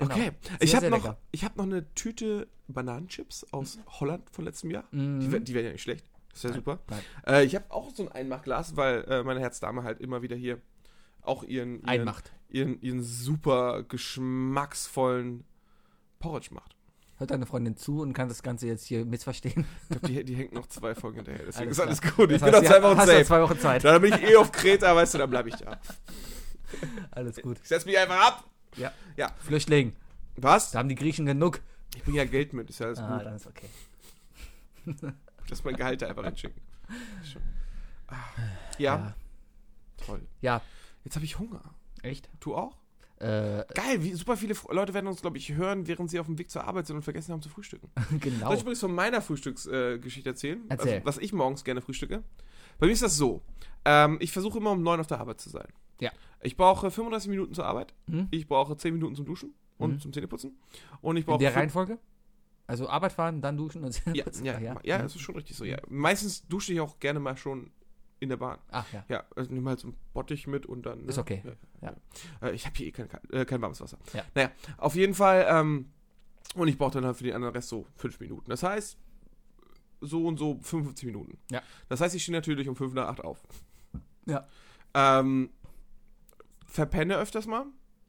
[SPEAKER 2] Okay,
[SPEAKER 4] Sehr,
[SPEAKER 2] ich habe
[SPEAKER 4] sehr
[SPEAKER 2] noch,
[SPEAKER 4] lecker.
[SPEAKER 2] ich hab noch eine Tüte Bananenchips aus Holland von letztem Jahr. Die, wär- die werden ja nicht schlecht. Das ist ja super.
[SPEAKER 4] Mhm. nein.
[SPEAKER 2] Äh, ich habe auch so ein Einmachglas, weil äh, meine Herzdame halt immer wieder hier auch ihren, ihren
[SPEAKER 4] Einmacht.
[SPEAKER 2] Ihren, ihren super geschmacksvollen Porridge macht.
[SPEAKER 4] Hört deine Freundin zu und kann das Ganze jetzt hier missverstehen.
[SPEAKER 2] Ich glaube, die, die hängt noch zwei Folgen hinterher. Deswegen
[SPEAKER 4] Alles
[SPEAKER 2] ist alles
[SPEAKER 4] klar.
[SPEAKER 2] gut. Ich
[SPEAKER 4] Das
[SPEAKER 2] bin
[SPEAKER 4] heißt,
[SPEAKER 2] noch
[SPEAKER 4] ja,
[SPEAKER 2] zwei Wochen
[SPEAKER 4] hast ja
[SPEAKER 2] safe.
[SPEAKER 4] zwei Wochen Zeit.
[SPEAKER 2] Dann bin ich eh auf Kreta, weißt du, dann bleibe ich da.
[SPEAKER 4] Alles gut.
[SPEAKER 2] Ich setz mich einfach ab.
[SPEAKER 4] Ja.
[SPEAKER 2] Ja.
[SPEAKER 4] Flüchtling,
[SPEAKER 2] Was?
[SPEAKER 4] da haben die Griechen genug.
[SPEAKER 2] Ich bringe ja Geld mit, ist ja alles
[SPEAKER 4] Ah,
[SPEAKER 2] gut.
[SPEAKER 4] dann ist okay.
[SPEAKER 2] Lass mein Gehalt da einfach reinschicken. Schon. Ah. Ja.
[SPEAKER 4] Ja.
[SPEAKER 2] Toll.
[SPEAKER 4] Ja,
[SPEAKER 2] Jetzt habe ich Hunger.
[SPEAKER 4] echt?
[SPEAKER 2] Du auch?
[SPEAKER 4] Äh,
[SPEAKER 2] Geil, wie, super viele Fr- Leute werden uns, glaube ich, hören, während sie auf dem Weg zur Arbeit sind und vergessen haben zu frühstücken.
[SPEAKER 4] genau.
[SPEAKER 2] Soll ich übrigens von meiner Frühstücksgeschichte äh, Geschichte erzählen?
[SPEAKER 4] Erzähl.
[SPEAKER 2] Also, was ich morgens gerne frühstücke? Bei mir ist das so. Ähm, ich versuche immer um neun auf der Arbeit zu sein.
[SPEAKER 4] Ja.
[SPEAKER 2] Ich brauche 35 Minuten zur Arbeit.
[SPEAKER 4] Mhm.
[SPEAKER 2] Ich brauche 10 Minuten zum Duschen und
[SPEAKER 4] Mhm.
[SPEAKER 2] zum Zähneputzen. Und ich brauche
[SPEAKER 4] In der
[SPEAKER 2] fün-
[SPEAKER 4] Reihenfolge? Also Arbeit fahren, dann duschen und
[SPEAKER 2] Ja,
[SPEAKER 4] putzen.
[SPEAKER 2] ja,
[SPEAKER 4] Ah,
[SPEAKER 2] ja.
[SPEAKER 4] Mhm.
[SPEAKER 2] das ist schon richtig so. Ja. Meistens dusche ich auch gerne mal schon in der Bahn.
[SPEAKER 4] Ach Ah, ja.
[SPEAKER 2] Ja, also nimm halt so einen Bottich mit und dann. ne?
[SPEAKER 4] Ist okay.
[SPEAKER 2] Ja, ja. Äh, Ich habe hier eh kein, kal- äh, kein warmes Wasser.
[SPEAKER 4] Ja.
[SPEAKER 2] Naja, auf jeden Fall. Ähm, und ich brauche dann halt für den anderen Rest so fünf Minuten. Das heißt, so und so 55 Minuten.
[SPEAKER 4] Ja.
[SPEAKER 2] Das heißt, ich stehe natürlich um fünf nach acht auf.
[SPEAKER 4] Ja.
[SPEAKER 2] Ähm, verpenne öfters mal.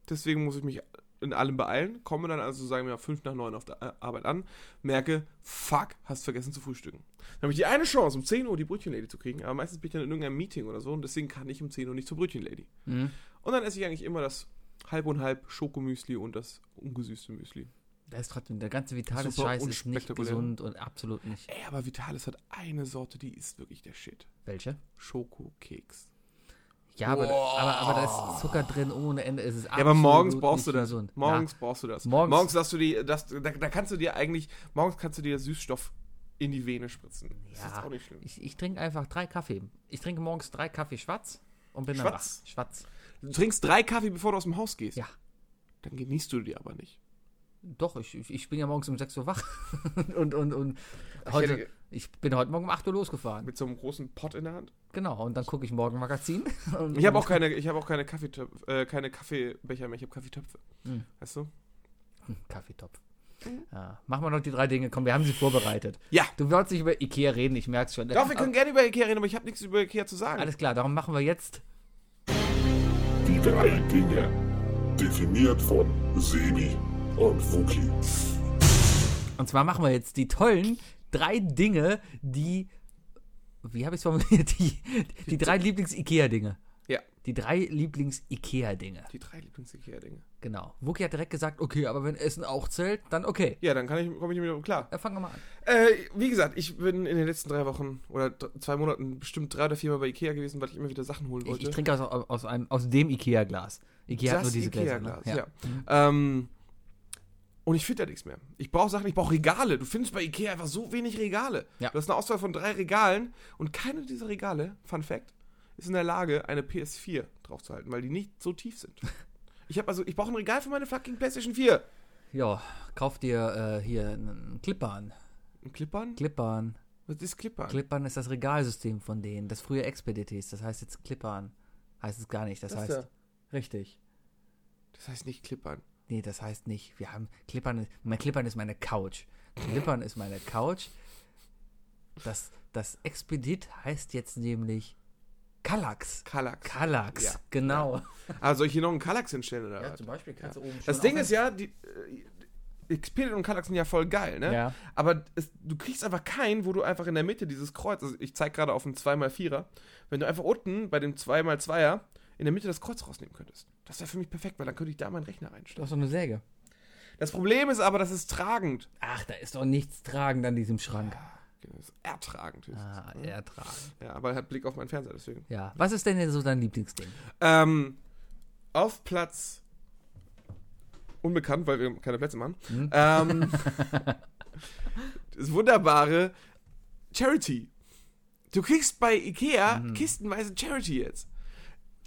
[SPEAKER 2] Deswegen muss ich mich in allem beeilen. Komme dann also, sagen wir mal, fünf nach neun auf der äh, Arbeit an. Merke, fuck, hast vergessen zu frühstücken. Dann habe ich die eine Chance, um 10 Uhr die Brötchenlady zu kriegen. Aber meistens bin ich dann in irgendeinem Meeting oder so. Und deswegen kann ich um 10 Uhr nicht zur Brötchenlady.
[SPEAKER 4] Mhm.
[SPEAKER 2] Und dann esse ich eigentlich immer das halb und halb Schokomüsli und das ungesüßte Müsli.
[SPEAKER 4] Da ist trotzdem der ganze Vitalis
[SPEAKER 2] Super
[SPEAKER 4] Scheiß ist nicht
[SPEAKER 2] unspektakulär.
[SPEAKER 4] gesund und absolut nicht.
[SPEAKER 2] Ey, aber Vitalis hat eine Sorte, die ist wirklich der Shit.
[SPEAKER 4] Welche?
[SPEAKER 2] Schokokeks.
[SPEAKER 4] Ja, aber, aber, aber da ist Zucker drin ohne Ende. Es ist
[SPEAKER 2] Ja, aber morgens brauchst du
[SPEAKER 4] nicht
[SPEAKER 2] das.
[SPEAKER 4] gesund.
[SPEAKER 2] Morgens brauchst du das.
[SPEAKER 4] Morgens-
[SPEAKER 2] morgens hast du die, das, da, da kannst du dir eigentlich, morgens kannst du dir Süßstoff in die Vene spritzen. Das ist
[SPEAKER 4] Ja.
[SPEAKER 2] auch nicht schlimm.
[SPEAKER 4] Ich, ich trinke einfach drei Kaffee. Ich trinke morgens drei Kaffee schwarz und bin
[SPEAKER 2] Schwarz?
[SPEAKER 4] dann wach. Schwarz.
[SPEAKER 2] Du trinkst drei Kaffee, bevor du aus dem Haus gehst.
[SPEAKER 4] Ja.
[SPEAKER 2] Dann genießt du die aber nicht.
[SPEAKER 4] Doch, ich, ich- ich bin ja morgens um 6 Uhr wach. und und, und heute, ich,
[SPEAKER 2] hätte-
[SPEAKER 4] bin heute Morgen um 8 Uhr losgefahren.
[SPEAKER 2] Mit so einem großen Pott in der Hand.
[SPEAKER 4] Genau, und dann gucke ich morgen Magazin. Und-
[SPEAKER 2] Ich habe auch keine, ich habe auch keine Kaffeetöpfe, äh, keine Kaffeebecher mehr. Ich habe Kaffeetöpfe.
[SPEAKER 4] Mhm.
[SPEAKER 2] Weißt du?
[SPEAKER 4] Kaffeetopf. Ja, machen wir noch die drei Dinge. Komm, wir haben sie vorbereitet.
[SPEAKER 2] Ja.
[SPEAKER 4] Du wolltest nicht über Ikea reden, ich merk's schon. Äh,
[SPEAKER 2] Doch, wir können gerne über Ikea reden, aber ich habe nichts über Ikea zu sagen.
[SPEAKER 4] Alles klar, darum machen wir jetzt
[SPEAKER 7] Die drei Dinge. Definiert von Sebi und Wookie.
[SPEAKER 4] Und zwar machen wir jetzt die tollen drei Dinge, die. Wie habe ich es formuliert? Die, die drei Lieblings-IKEA-Dinge.
[SPEAKER 2] Ja.
[SPEAKER 4] Die drei Lieblings-IKEA-Dinge.
[SPEAKER 2] Die drei Lieblings-Ikea-Dinge.
[SPEAKER 4] Genau. Wookie hat direkt gesagt, okay, aber wenn Essen auch zählt, dann okay.
[SPEAKER 2] Ja, dann kann ich, komme ich mir klar.
[SPEAKER 4] Dann fangen wir mal an.
[SPEAKER 2] Äh, wie gesagt, ich bin in den letzten drei Wochen oder d- zwei Monaten bestimmt drei oder viermal bei Ikea gewesen, weil ich immer wieder Sachen holen
[SPEAKER 4] Ich,
[SPEAKER 2] wollte.
[SPEAKER 4] ich trinke aus, aus, einem, aus dem IKEA-Glas. IKEA hat nur diese Gläser.
[SPEAKER 2] Ikea-Glas,
[SPEAKER 4] ne?
[SPEAKER 2] ja. Ähm, und ich finde da nichts mehr. Ich brauche Sachen, ich brauche Regale. Du findest bei Ikea einfach so wenig Regale.
[SPEAKER 4] Ja.
[SPEAKER 2] Du hast eine Auswahl von drei Regalen und keine dieser Regale, Fun Fact, ist in der Lage, eine PS4 draufzuhalten, weil die nicht so tief sind. Ich habe also, ich brauche ein Regal für meine fucking PlayStation 4.
[SPEAKER 4] ja. ja, kauf dir äh, hier einen Clippern.
[SPEAKER 2] Ein Clippern?
[SPEAKER 4] Clippern.
[SPEAKER 2] Was ist Clippern?
[SPEAKER 4] Clippern ist das Regalsystem von denen. Das frühe XPDTs. Das heißt jetzt Clippern. Heißt es gar nicht. Das,
[SPEAKER 2] Das
[SPEAKER 4] heißt.
[SPEAKER 2] da.
[SPEAKER 4] Richtig.
[SPEAKER 2] das heißt nicht Clippern.
[SPEAKER 4] Nee, das heißt nicht. Wir haben Klippern. Mein Klippern ist meine Couch. Klippern ist meine Couch. Das, das Expedit heißt jetzt nämlich Kallax.
[SPEAKER 2] Kallax.
[SPEAKER 4] Kallax,
[SPEAKER 2] Ja.
[SPEAKER 4] genau.
[SPEAKER 2] Ah, soll ich hier noch einen Kallax hinstellen oder was?
[SPEAKER 4] Beispiel kannst du Also oben
[SPEAKER 2] Das Ding ist ja, die äh, Expedit und Kallax sind ja voll geil, ne?
[SPEAKER 4] Ja.
[SPEAKER 2] Aber es, du kriegst einfach keinen, wo du einfach in der Mitte dieses Kreuz, also ich zeig gerade auf einen 2x4er, wenn du einfach unten bei dem 2x2er in der Mitte das Kreuz rausnehmen könntest. Das wäre für mich perfekt, weil dann könnte ich da meinen Rechner
[SPEAKER 4] Du
[SPEAKER 2] reinstellen.
[SPEAKER 4] hast doch eine Säge.
[SPEAKER 2] Das Problem ist aber, das ist tragend.
[SPEAKER 4] Ach, da ist doch nichts tragend an diesem Schrank.
[SPEAKER 2] Das ist ertragend. höchstens.
[SPEAKER 4] Ah, ertragen.
[SPEAKER 2] Ja, aber hat Blick auf meinen Fernseher, deswegen.
[SPEAKER 4] Ja. Was ist denn jetzt so dein Lieblingsding?
[SPEAKER 2] Ähm, auf Platz unbekannt, weil wir keine Plätze machen.
[SPEAKER 4] Hm.
[SPEAKER 2] Ähm, das wunderbare Charity. Du kriegst bei Ikea kistenweise Charity jetzt.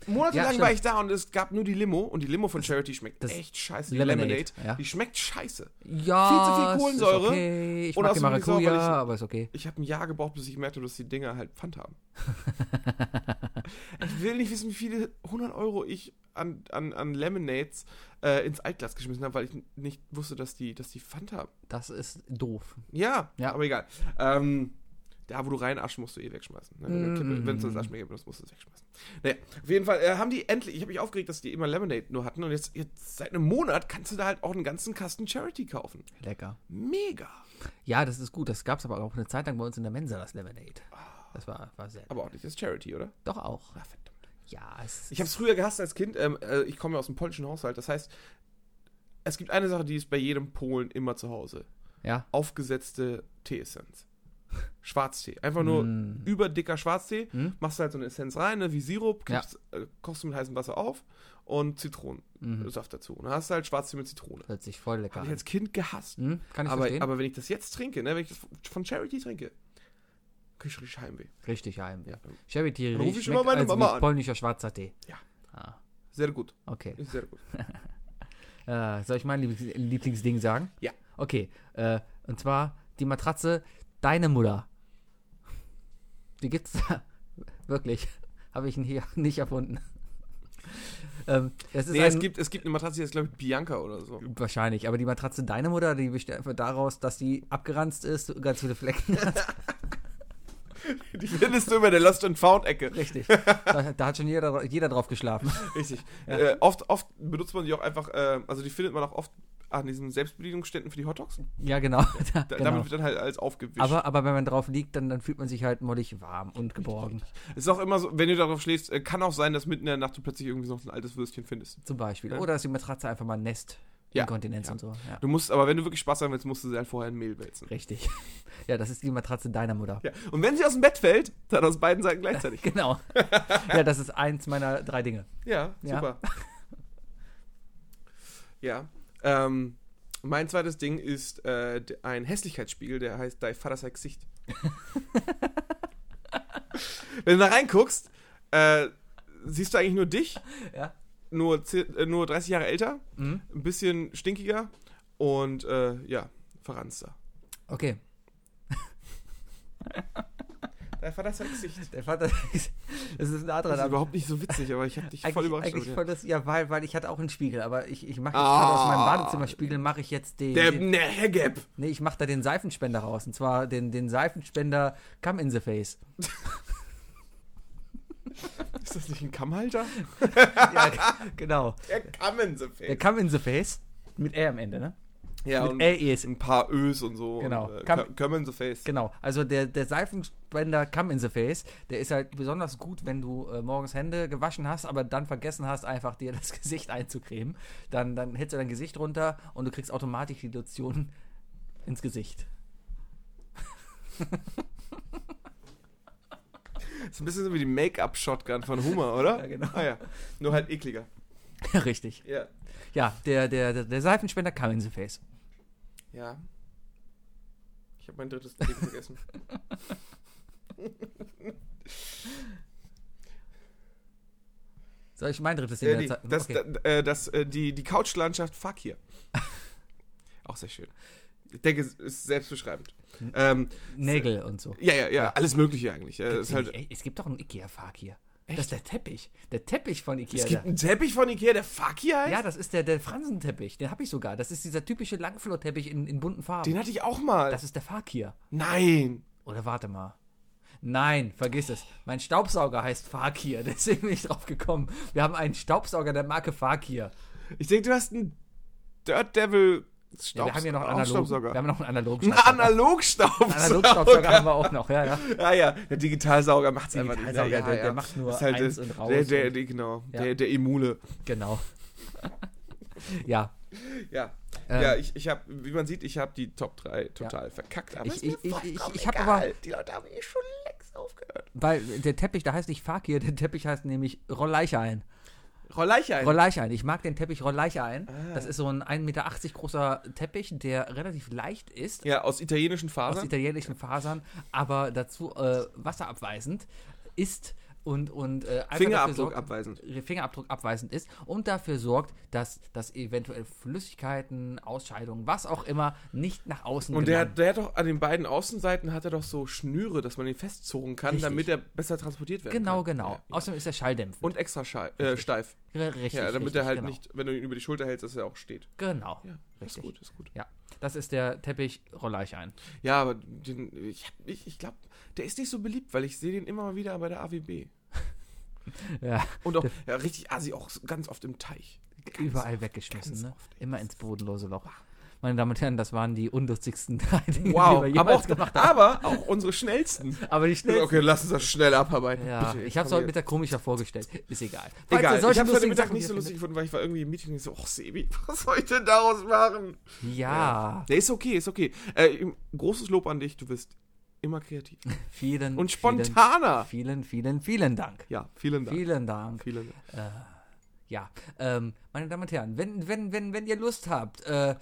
[SPEAKER 2] Monatelang
[SPEAKER 4] Hm. stimmt.
[SPEAKER 2] war ich da und es gab nur die Limo und die Limo von Charity schmeckt
[SPEAKER 4] das
[SPEAKER 2] echt scheiße. Die
[SPEAKER 4] Lemonade,
[SPEAKER 2] Lemonade,
[SPEAKER 4] ja.
[SPEAKER 2] die schmeckt scheiße.
[SPEAKER 4] Ja.
[SPEAKER 2] Viel zu viel
[SPEAKER 4] es ist
[SPEAKER 2] Kohlensäure.
[SPEAKER 4] Okay. Ich
[SPEAKER 2] Und
[SPEAKER 4] mag die
[SPEAKER 2] außerdem die Sau, weil
[SPEAKER 4] Maracuja,
[SPEAKER 2] ich-
[SPEAKER 4] aber ist okay.
[SPEAKER 2] Ich habe ein Jahr gebraucht, bis ich merkte, dass die Dinger halt Pfand haben. ich will nicht wissen, wie viele 100 Euro ich an, an, an Lemonades äh, ins Altglas geschmissen habe, weil ich n- nicht wusste, dass die, dass die Pfand haben.
[SPEAKER 4] Das ist doof.
[SPEAKER 2] Ja,
[SPEAKER 4] Ja.
[SPEAKER 2] aber egal. Ähm, da, wo du reinarschen, musst du eh wegschmeißen. Ne? Wenn, du eine Kippe,
[SPEAKER 4] Mm.
[SPEAKER 2] wenn du das Aschenbecher benutzt, musst du es wegschmeißen. Naja, auf jeden Fall äh, haben die endlich, ich habe mich aufgeregt, dass die immer Lemonade nur hatten und jetzt, jetzt seit einem Monat kannst du da halt auch einen ganzen Kasten Charity kaufen.
[SPEAKER 4] Lecker.
[SPEAKER 2] Mega.
[SPEAKER 4] Ja, das ist gut. Das gab es aber auch eine Zeit lang bei uns in der Mensa, das Lemonade. Das war, war sehr.
[SPEAKER 2] Aber auch nicht das Charity, oder?
[SPEAKER 4] Doch auch.
[SPEAKER 2] Ah, verdammt.
[SPEAKER 4] Ja, es
[SPEAKER 2] Ich habe es früher gehasst als Kind. Ähm, äh, ich komme ja aus einem polnischen Haushalt. Das heißt, es gibt eine Sache, die ist bei jedem Polen immer zu Hause.
[SPEAKER 4] Ja.
[SPEAKER 2] Aufgesetzte Teeessenz. Schwarztee. Einfach nur
[SPEAKER 4] Mm.
[SPEAKER 2] überdicker Schwarztee. Machst du halt so eine Essenz rein, ne, wie Sirup,
[SPEAKER 4] Hm? Ja.
[SPEAKER 2] kippst, äh, kochst du mit heißem Wasser auf und
[SPEAKER 4] Mhm.
[SPEAKER 2] Zitronensaft dazu. Und dann hast du halt Schwarztee mit Zitrone.
[SPEAKER 4] hört sich voll lecker
[SPEAKER 2] Habe ich
[SPEAKER 4] an.
[SPEAKER 2] als Kind gehasst.
[SPEAKER 4] Hm? Kann ich
[SPEAKER 2] aber,
[SPEAKER 4] verstehen?
[SPEAKER 2] aber wenn ich das jetzt trinke, ne, wenn ich das von Charity trinke, krieg ich richtig Heimweh.
[SPEAKER 4] Richtig Heimweh. Charity
[SPEAKER 2] Dann ruf ich
[SPEAKER 4] schmeckt
[SPEAKER 2] immer meine
[SPEAKER 4] also
[SPEAKER 2] Mama
[SPEAKER 4] wie
[SPEAKER 2] an.
[SPEAKER 4] polnischer schwarzer Tee.
[SPEAKER 2] Sehr gut.
[SPEAKER 4] Okay.
[SPEAKER 2] Ist sehr gut.
[SPEAKER 4] Äh, soll ich mein Lieblings Lieblingsding sagen?
[SPEAKER 2] Ja.
[SPEAKER 4] Okay. Äh, und zwar die Matratze Deine Mutter. Die gibt's da. Wirklich. Habe ich hier nicht erfunden. ähm, das ist
[SPEAKER 2] Nee,
[SPEAKER 4] ein,
[SPEAKER 2] es gibt, es gibt eine Matratze, die ist, glaube ich, Bianca oder so.
[SPEAKER 4] Wahrscheinlich, aber die Matratze deiner Mutter, die besteht einfach daraus, dass die abgeranzt ist, ganz viele Flecken hat.
[SPEAKER 2] Die findest du über der Lost and Found Ecke.
[SPEAKER 4] Richtig. Da, da hat schon jeder, jeder drauf geschlafen.
[SPEAKER 2] Richtig. Äh, oft, oft benutzt man die auch einfach, äh, also die findet man auch oft an diesen Selbstbedienungsständen für die Hotdogs.
[SPEAKER 4] Ja, genau. Da,
[SPEAKER 2] Da,
[SPEAKER 4] genau.
[SPEAKER 2] Damit wird dann halt alles aufgewischt.
[SPEAKER 4] Aber, aber wenn man drauf liegt, dann, dann fühlt man sich halt mollig warm und geborgen.
[SPEAKER 2] es ist auch immer so, wenn du darauf schläfst, äh, kann auch sein, dass mitten in der Nacht du plötzlich irgendwie noch so ein altes Würstchen findest.
[SPEAKER 4] Zum Beispiel.
[SPEAKER 2] Ja.
[SPEAKER 4] Oder dass die Matratze einfach mal ein Nest.
[SPEAKER 2] Ja.
[SPEAKER 4] Inkontinenz und so. Ja.
[SPEAKER 2] Du musst, aber wenn du wirklich Spaß haben willst, musst du sie halt vorher in Mehl wälzen.
[SPEAKER 4] Richtig. Ja, das ist die Matratze deiner Mutter.
[SPEAKER 2] Ja. Und wenn sie aus dem Bett fällt, dann aus beiden Seiten gleichzeitig.
[SPEAKER 4] Genau. ja, das ist eins meiner drei Dinge.
[SPEAKER 2] Ja,
[SPEAKER 4] Ja.
[SPEAKER 2] super. Ja. Ähm, mein zweites Ding ist äh, d- ein Hässlichkeitsspiegel, der heißt Dein Vater sei Gesicht. Wenn du da reinguckst, äh, siehst du eigentlich nur dich,
[SPEAKER 4] Ja.
[SPEAKER 2] nur, zehn- äh, nur 30 Jahre älter,
[SPEAKER 4] Mhm.
[SPEAKER 2] ein bisschen stinkiger und äh, ja, verranster.
[SPEAKER 4] Okay.
[SPEAKER 2] Dein Vater sei Gesicht.
[SPEAKER 4] Der Vater ist. Das ist ein anderer
[SPEAKER 2] Das ist
[SPEAKER 4] Name.
[SPEAKER 2] überhaupt nicht so witzig, aber ich habe dich voll
[SPEAKER 4] Eigentlich-
[SPEAKER 2] überrascht.
[SPEAKER 4] Eigentlich
[SPEAKER 2] damit.
[SPEAKER 4] voll das, ja, weil, weil ich hatte auch einen Spiegel, aber ich, ich mache jetzt
[SPEAKER 2] Ah.
[SPEAKER 4] gerade aus meinem Badezimmerspiegel, mache ich jetzt den,
[SPEAKER 2] Der
[SPEAKER 4] den
[SPEAKER 2] ne, Herr Gap.
[SPEAKER 4] nee, ich mache da den Seifenspender raus, und zwar den, den Seifenspender Come in the Face.
[SPEAKER 2] Ist das nicht ein Kammhalter?
[SPEAKER 4] ja, genau.
[SPEAKER 2] Der Kammen so
[SPEAKER 4] Der Come in the Face mit R am Ende, ne?
[SPEAKER 2] Ja,
[SPEAKER 4] mit
[SPEAKER 2] und
[SPEAKER 4] LES.
[SPEAKER 2] ein paar Ös und so.
[SPEAKER 4] Genau.
[SPEAKER 2] Und, äh,
[SPEAKER 4] Kam-
[SPEAKER 2] Kö- Kömmen so face.
[SPEAKER 4] Genau, also der, der Seifenspender Come in the Face, der ist halt besonders gut, wenn du äh, morgens Hände gewaschen hast, aber dann vergessen hast, einfach dir das Gesicht einzucremen. Dann, dann hältst du dein Gesicht runter und du kriegst automatisch die Lotion ins Gesicht.
[SPEAKER 2] Ist ein bisschen so wie die Make-up-Shotgun von Hummer, oder?
[SPEAKER 4] Ja, genau.
[SPEAKER 2] Ah, ja. Nur halt ekliger.
[SPEAKER 4] Ja, richtig.
[SPEAKER 2] Ja.
[SPEAKER 4] Ja, der, der, der, der Seifenspender Come in the Face.
[SPEAKER 2] Ja. Ich habe mein drittes Ding vergessen.
[SPEAKER 4] Soll ich mein drittes Ding
[SPEAKER 2] äh,
[SPEAKER 4] der
[SPEAKER 2] nee,
[SPEAKER 4] Zeit-
[SPEAKER 2] das,
[SPEAKER 4] okay.
[SPEAKER 2] da- äh, das, äh, die, die Couchlandschaft, fuck hier. Auch sehr schön. Ich denke, es ist selbstbeschreibend.
[SPEAKER 4] Hm.
[SPEAKER 2] Ähm,
[SPEAKER 4] Nägel und so.
[SPEAKER 2] ja, ja, ja, alles Mögliche eigentlich. Äh, ist halt,
[SPEAKER 4] Ey, es gibt doch einen Ikea-Fark hier. Das ist der Teppich. Der Teppich von Ikea.
[SPEAKER 2] es gibt
[SPEAKER 4] da.
[SPEAKER 2] einen Teppich von Ikea, der fuck hier heißt?
[SPEAKER 4] Ja, das ist der, der Fransenteppich. Den habe ich sogar. Das ist dieser typische Langflorteppich in, in bunten Farben.
[SPEAKER 2] Den hatte ich auch mal.
[SPEAKER 4] das ist der Fark hier.
[SPEAKER 2] Nein.
[SPEAKER 4] Oder warte mal. Nein, vergiss es. Mein Staubsauger heißt Fakir, deswegen bin ich drauf gekommen. Wir haben einen Staubsauger der Marke Fakir.
[SPEAKER 2] Ich denke, du hast einen Dirt Devil
[SPEAKER 4] Ja,
[SPEAKER 2] Staubs
[SPEAKER 4] wir haben ja noch einen analogen.
[SPEAKER 2] Staubsauger.
[SPEAKER 4] Wir haben noch einen analogen
[SPEAKER 2] Einen
[SPEAKER 4] Staubsauger.
[SPEAKER 2] Analogstaubsauger.
[SPEAKER 4] Analogstaubsauger haben wir auch noch, ja, ja.
[SPEAKER 2] Ja, ja, der Digitalsauger macht's einfach nicht.
[SPEAKER 4] Digitalsauger,
[SPEAKER 2] ja, ja,
[SPEAKER 4] der-
[SPEAKER 2] ja.
[SPEAKER 4] der macht nur
[SPEAKER 2] Ist
[SPEAKER 4] eins
[SPEAKER 2] das-
[SPEAKER 4] und raus
[SPEAKER 2] Der, der,
[SPEAKER 4] und-
[SPEAKER 2] der, genau,
[SPEAKER 4] Ja.
[SPEAKER 2] der, der Emule.
[SPEAKER 4] Genau. ja.
[SPEAKER 2] Ja,
[SPEAKER 4] Ähm.
[SPEAKER 2] ja ich, ich habe, wie man sieht, ich habe die Top 3 total verkackt. Aber ist
[SPEAKER 4] Ich-
[SPEAKER 2] mir
[SPEAKER 4] ich- ich- ich-
[SPEAKER 2] vollkommen
[SPEAKER 4] ich hab
[SPEAKER 2] egal.
[SPEAKER 4] aber-
[SPEAKER 2] Die Leute haben eh schon längst aufgehört.
[SPEAKER 4] Weil der Teppich, da heißt nicht Fakir, der Teppich heißt nämlich Rolleichein.
[SPEAKER 2] Rolleiche ein.
[SPEAKER 4] Rolleichein. Ich mag den Teppich Rolleichein.
[SPEAKER 2] Ah.
[SPEAKER 4] Das ist so ein 1,80 Meter großer Teppich, der relativ leicht ist,
[SPEAKER 2] ja, aus italienischen
[SPEAKER 4] aus
[SPEAKER 2] Fasern.
[SPEAKER 4] italienischen Fasern, aber dazu äh, wasserabweisend ist und, und äh, einfach dafür
[SPEAKER 2] Fingerabdruck
[SPEAKER 4] sorgt-
[SPEAKER 2] abweisend.
[SPEAKER 4] Fingerabdruck abweisend ist und dafür sorgt, dass, dass eventuell Flüssigkeiten, Ausscheidungen, was auch immer, nicht nach außen
[SPEAKER 2] Und der,
[SPEAKER 4] gelangen.
[SPEAKER 2] hat- der hat doch an den beiden Außenseiten hat er doch so Schnüre, dass man ihn festzurren kann,
[SPEAKER 4] Richtig.
[SPEAKER 2] damit er besser transportiert werden
[SPEAKER 4] Genau,
[SPEAKER 2] kann.
[SPEAKER 4] genau.
[SPEAKER 2] Ja.
[SPEAKER 4] Außerdem ist der Schalldämpfend.
[SPEAKER 2] Und extra schei- äh, steif.
[SPEAKER 4] R- richtig,
[SPEAKER 2] Ja, damit
[SPEAKER 4] richtig,
[SPEAKER 2] er halt
[SPEAKER 4] genau.
[SPEAKER 2] nicht, wenn du ihn über die Schulter hältst, dass er auch steht.
[SPEAKER 4] Genau.
[SPEAKER 2] Ja, ist
[SPEAKER 4] richtig.
[SPEAKER 2] gut, ist gut.
[SPEAKER 4] Ja, das ist der Teppich Rolleichein.
[SPEAKER 2] Ja, aber den, ich, hab- ich, ich glaube, der ist nicht so beliebt, weil ich sehe den immer mal wieder bei der AWB.
[SPEAKER 4] Ja,
[SPEAKER 2] Und auch ja, richtig assi, auch so ganz oft im Teich.
[SPEAKER 4] überall weggeschmissen, ne? Immer ins bodenlose Loch. Meine Damen und Herren, das waren die unlustigsten drei
[SPEAKER 2] Wow,
[SPEAKER 4] Dinge, die wir
[SPEAKER 2] aber
[SPEAKER 4] jemals
[SPEAKER 2] auch,
[SPEAKER 4] gemacht haben.
[SPEAKER 2] aber auch unsere schnellsten.
[SPEAKER 4] Aber die schnellsten.
[SPEAKER 2] Okay, lass uns das schnell abarbeiten.
[SPEAKER 4] Ja,
[SPEAKER 2] Bitte,
[SPEAKER 4] ich hab's
[SPEAKER 2] komm
[SPEAKER 4] heute
[SPEAKER 2] hier.
[SPEAKER 4] Mittag komischer vorgestellt. Ist egal. Falls ihr
[SPEAKER 2] Egal,
[SPEAKER 4] solche
[SPEAKER 2] ich hab's heute
[SPEAKER 4] lustigen
[SPEAKER 2] Mittag
[SPEAKER 4] Sachen
[SPEAKER 2] nicht
[SPEAKER 4] hier
[SPEAKER 2] so lustig
[SPEAKER 4] findet-
[SPEAKER 2] gefunden, weil ich war irgendwie im Meeting und ich so, ach Sebi, was soll ich denn daraus machen?
[SPEAKER 4] Ja,
[SPEAKER 2] Nee, ist okay, ist okay. Äh, großes Lob an dich, du bist immer kreativ.
[SPEAKER 4] vielen,
[SPEAKER 2] Und spontaner.
[SPEAKER 4] Vielen, vielen, vielen Dank.
[SPEAKER 2] Ja, vielen Dank.
[SPEAKER 4] Vielen Dank.
[SPEAKER 2] Vielen Dank.
[SPEAKER 4] Ja, ähm, meine Damen und Herren, wenn, wenn, wenn, wenn ihr Lust habt, äh,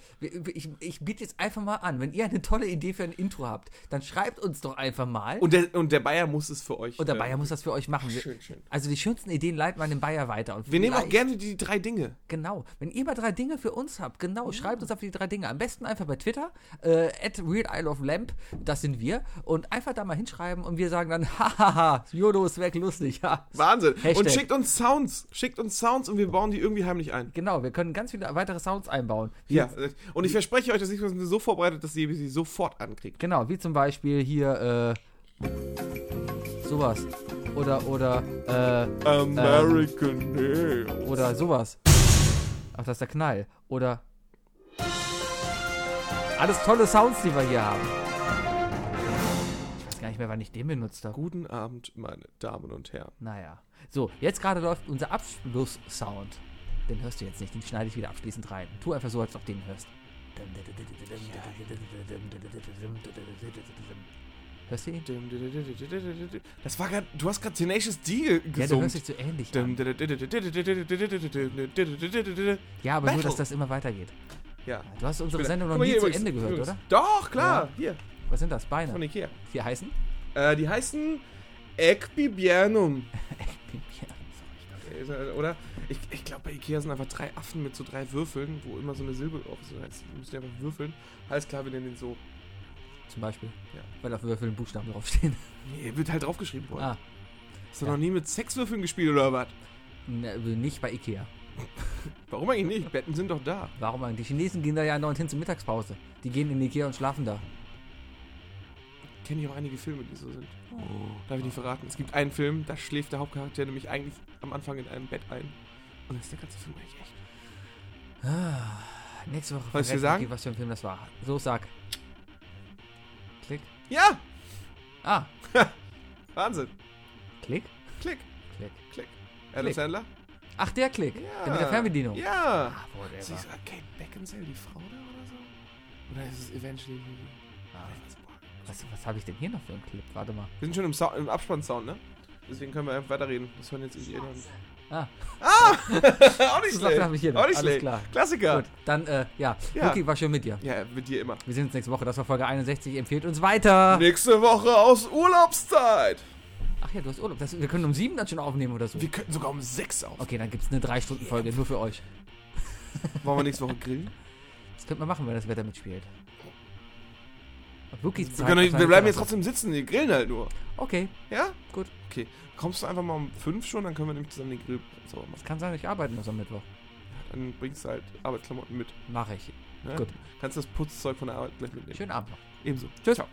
[SPEAKER 4] ich, ich biete jetzt einfach mal an, wenn ihr eine tolle Idee für ein Intro habt, dann schreibt uns doch einfach mal.
[SPEAKER 2] Und der, und der Bayer muss es für euch.
[SPEAKER 4] Und der
[SPEAKER 2] äh,
[SPEAKER 4] Bayer muss das für euch machen. Wir-
[SPEAKER 2] schön, schön.
[SPEAKER 4] Also die schönsten Ideen leiten man dem Bayer weiter. Und
[SPEAKER 2] Wir nehmen auch
[SPEAKER 4] vielleicht-
[SPEAKER 2] gerne die drei Dinge.
[SPEAKER 4] Genau. Wenn ihr mal drei Dinge für uns habt, genau, schreibt uns auf die drei Dinge. Am besten einfach bei Twitter, äh, at Real Isle of Lamp, das sind wir. Und einfach da mal hinschreiben und wir sagen dann, hahaha, Jodo ist weg, lustig, ja.
[SPEAKER 2] Wahnsinn. Und
[SPEAKER 4] Hashtag.
[SPEAKER 2] schickt uns Sounds. Schickt uns Sounds und wir bauen die irgendwie heimlich ein.
[SPEAKER 4] Genau, wir können ganz viele weitere Sounds einbauen. Wie,
[SPEAKER 2] Ja. Und ich verspreche euch, dass ich sie so vorbereitet, dass ihr sie sofort ankriegt.
[SPEAKER 4] Genau, wie zum Beispiel hier, äh, Sowas. Oder, oder, äh,
[SPEAKER 2] Ähm, American Hero.
[SPEAKER 4] oder sowas. Ach, das ist der Knall. Oder. Alles tolle Sounds, die wir hier haben. Ich weiß gar nicht mehr, wann ich den benutzt habe.
[SPEAKER 2] Guten Abend, meine Damen und Herren.
[SPEAKER 4] Naja. So, jetzt gerade läuft unser Abschluss-Sound. Den hörst du jetzt nicht, den schneide ich wieder abschließend rein. Tu einfach so, als ob du den hörst. Hörst du ihn?
[SPEAKER 2] Das war grad, du hast gerade Tenacious D
[SPEAKER 4] Ja, du
[SPEAKER 2] gesungen.
[SPEAKER 4] hörst dich so ähnlich an.
[SPEAKER 2] Ja,
[SPEAKER 4] Ja, aber nur,
[SPEAKER 2] Battle.
[SPEAKER 4] dass das immer weitergeht. Du hast unsere Sendung noch
[SPEAKER 2] Guck mal
[SPEAKER 4] nie
[SPEAKER 2] hier
[SPEAKER 4] zu
[SPEAKER 2] übrigens,
[SPEAKER 4] Ende gehört,
[SPEAKER 2] übrigens.
[SPEAKER 4] oder?
[SPEAKER 2] Doch, klar, hier,
[SPEAKER 4] Was sind das? Beine?
[SPEAKER 2] von Ikea.
[SPEAKER 4] Die heißen?
[SPEAKER 2] Äh, die heißen Ekbibianum. Äh, Oder? Ich, ich glaube, bei Ikea sind einfach drei Affen mit so drei Würfeln, wo immer so eine Silbe drauf ist. Das heißt, wir müssen die einfach würfeln. Alles klar, wir nennen den so.
[SPEAKER 4] Zum Beispiel.
[SPEAKER 2] Ja.
[SPEAKER 4] Weil auf Würfeln Buchstaben draufstehen.
[SPEAKER 2] Nee, wird halt draufgeschrieben worden.
[SPEAKER 4] Ah,
[SPEAKER 2] Hast du
[SPEAKER 4] ja.
[SPEAKER 2] noch nie mit Sexwürfeln gespielt oder was?
[SPEAKER 4] na, äh, nicht bei Ikea.
[SPEAKER 2] Warum eigentlich nicht? Betten sind doch da.
[SPEAKER 4] Warum eigentlich? Die Chinesen gehen da ja andauernd hin zur Mittagspause. Die gehen in Ikea und schlafen da.
[SPEAKER 2] Kenne ich auch einige Filme, die so sind.
[SPEAKER 4] Oh.
[SPEAKER 2] Darf ich nicht verraten? Es gibt einen Film, da schläft der Hauptcharakter nämlich eigentlich am Anfang in einem Bett ein. Und das ist der ganze Film eigentlich echt.
[SPEAKER 4] Nächste Woche
[SPEAKER 2] Wolltest du
[SPEAKER 4] verrät
[SPEAKER 2] sagen?
[SPEAKER 4] Niki, was für ein Film das war. So, sag. Klick.
[SPEAKER 2] Ja!
[SPEAKER 4] Ah,
[SPEAKER 2] Wahnsinn!
[SPEAKER 4] Klick?
[SPEAKER 2] Klick,
[SPEAKER 4] Klick.
[SPEAKER 2] klick. Adam
[SPEAKER 4] Klick.
[SPEAKER 2] Sandler?
[SPEAKER 4] Ach, der Klick.
[SPEAKER 2] Ja.
[SPEAKER 4] Der mit der Fernbedienung.
[SPEAKER 2] Ja!
[SPEAKER 4] Ah, whatever.
[SPEAKER 2] Sie ist sogar Kate Beckinsale, die Frau da oder so? Oder ist es eventually die-
[SPEAKER 4] Ah.
[SPEAKER 2] Ich weiß es nicht.
[SPEAKER 4] Was, was habe ich denn hier noch für einen Clip? Warte mal.
[SPEAKER 2] Wir sind schon im, Sau- im Abspann-Sound, ne? Deswegen können wir einfach weiterreden. Das hören jetzt die anderen.
[SPEAKER 4] Ah.
[SPEAKER 2] Auch nicht
[SPEAKER 4] Sachen
[SPEAKER 2] schlecht.
[SPEAKER 4] habe ich hier noch.
[SPEAKER 2] Auch nicht
[SPEAKER 4] Alles
[SPEAKER 2] schlecht.
[SPEAKER 4] klar.
[SPEAKER 2] Klassiker.
[SPEAKER 4] Gut, dann, äh, ja.
[SPEAKER 2] Ja.
[SPEAKER 4] Luki, war schön mit dir.
[SPEAKER 2] Ja, mit dir immer.
[SPEAKER 4] Wir sehen uns nächste Woche. Das war Folge 61. Empfehlt uns weiter.
[SPEAKER 2] Nächste Woche aus Urlaubszeit.
[SPEAKER 4] Ach ja, du hast Urlaub. Das, wir können um sieben dann schon aufnehmen oder so.
[SPEAKER 2] Wir könnten sogar um sechs auf.
[SPEAKER 4] Okay, dann gibt es eine 3-Stunden-Folge nur für euch.
[SPEAKER 2] Wollen wir nächste Woche grillen?
[SPEAKER 4] Das könnte man machen, wenn das Wetter mitspielt. Lukis
[SPEAKER 2] Wir, können, wir bleiben jetzt trotzdem sitzen. Wir grillen halt nur.
[SPEAKER 4] halt Okay,
[SPEAKER 2] Ja?
[SPEAKER 4] Gut.
[SPEAKER 2] Okay. Kommst du einfach mal um fünf schon, dann können wir nämlich zusammen den Grill sauber machen.
[SPEAKER 4] es kann sein, ich arbeiten muss am Mittwoch.
[SPEAKER 2] Dann bringst du halt Arbeitsklamotten mit.
[SPEAKER 4] Mache ich.
[SPEAKER 2] Ne?
[SPEAKER 4] Gut.
[SPEAKER 2] Kannst das Putzzeug von der Arbeit gleich mitnehmen.
[SPEAKER 4] Schönen Abend noch.
[SPEAKER 2] Ebenso.
[SPEAKER 4] Tschüss.
[SPEAKER 2] Ciao.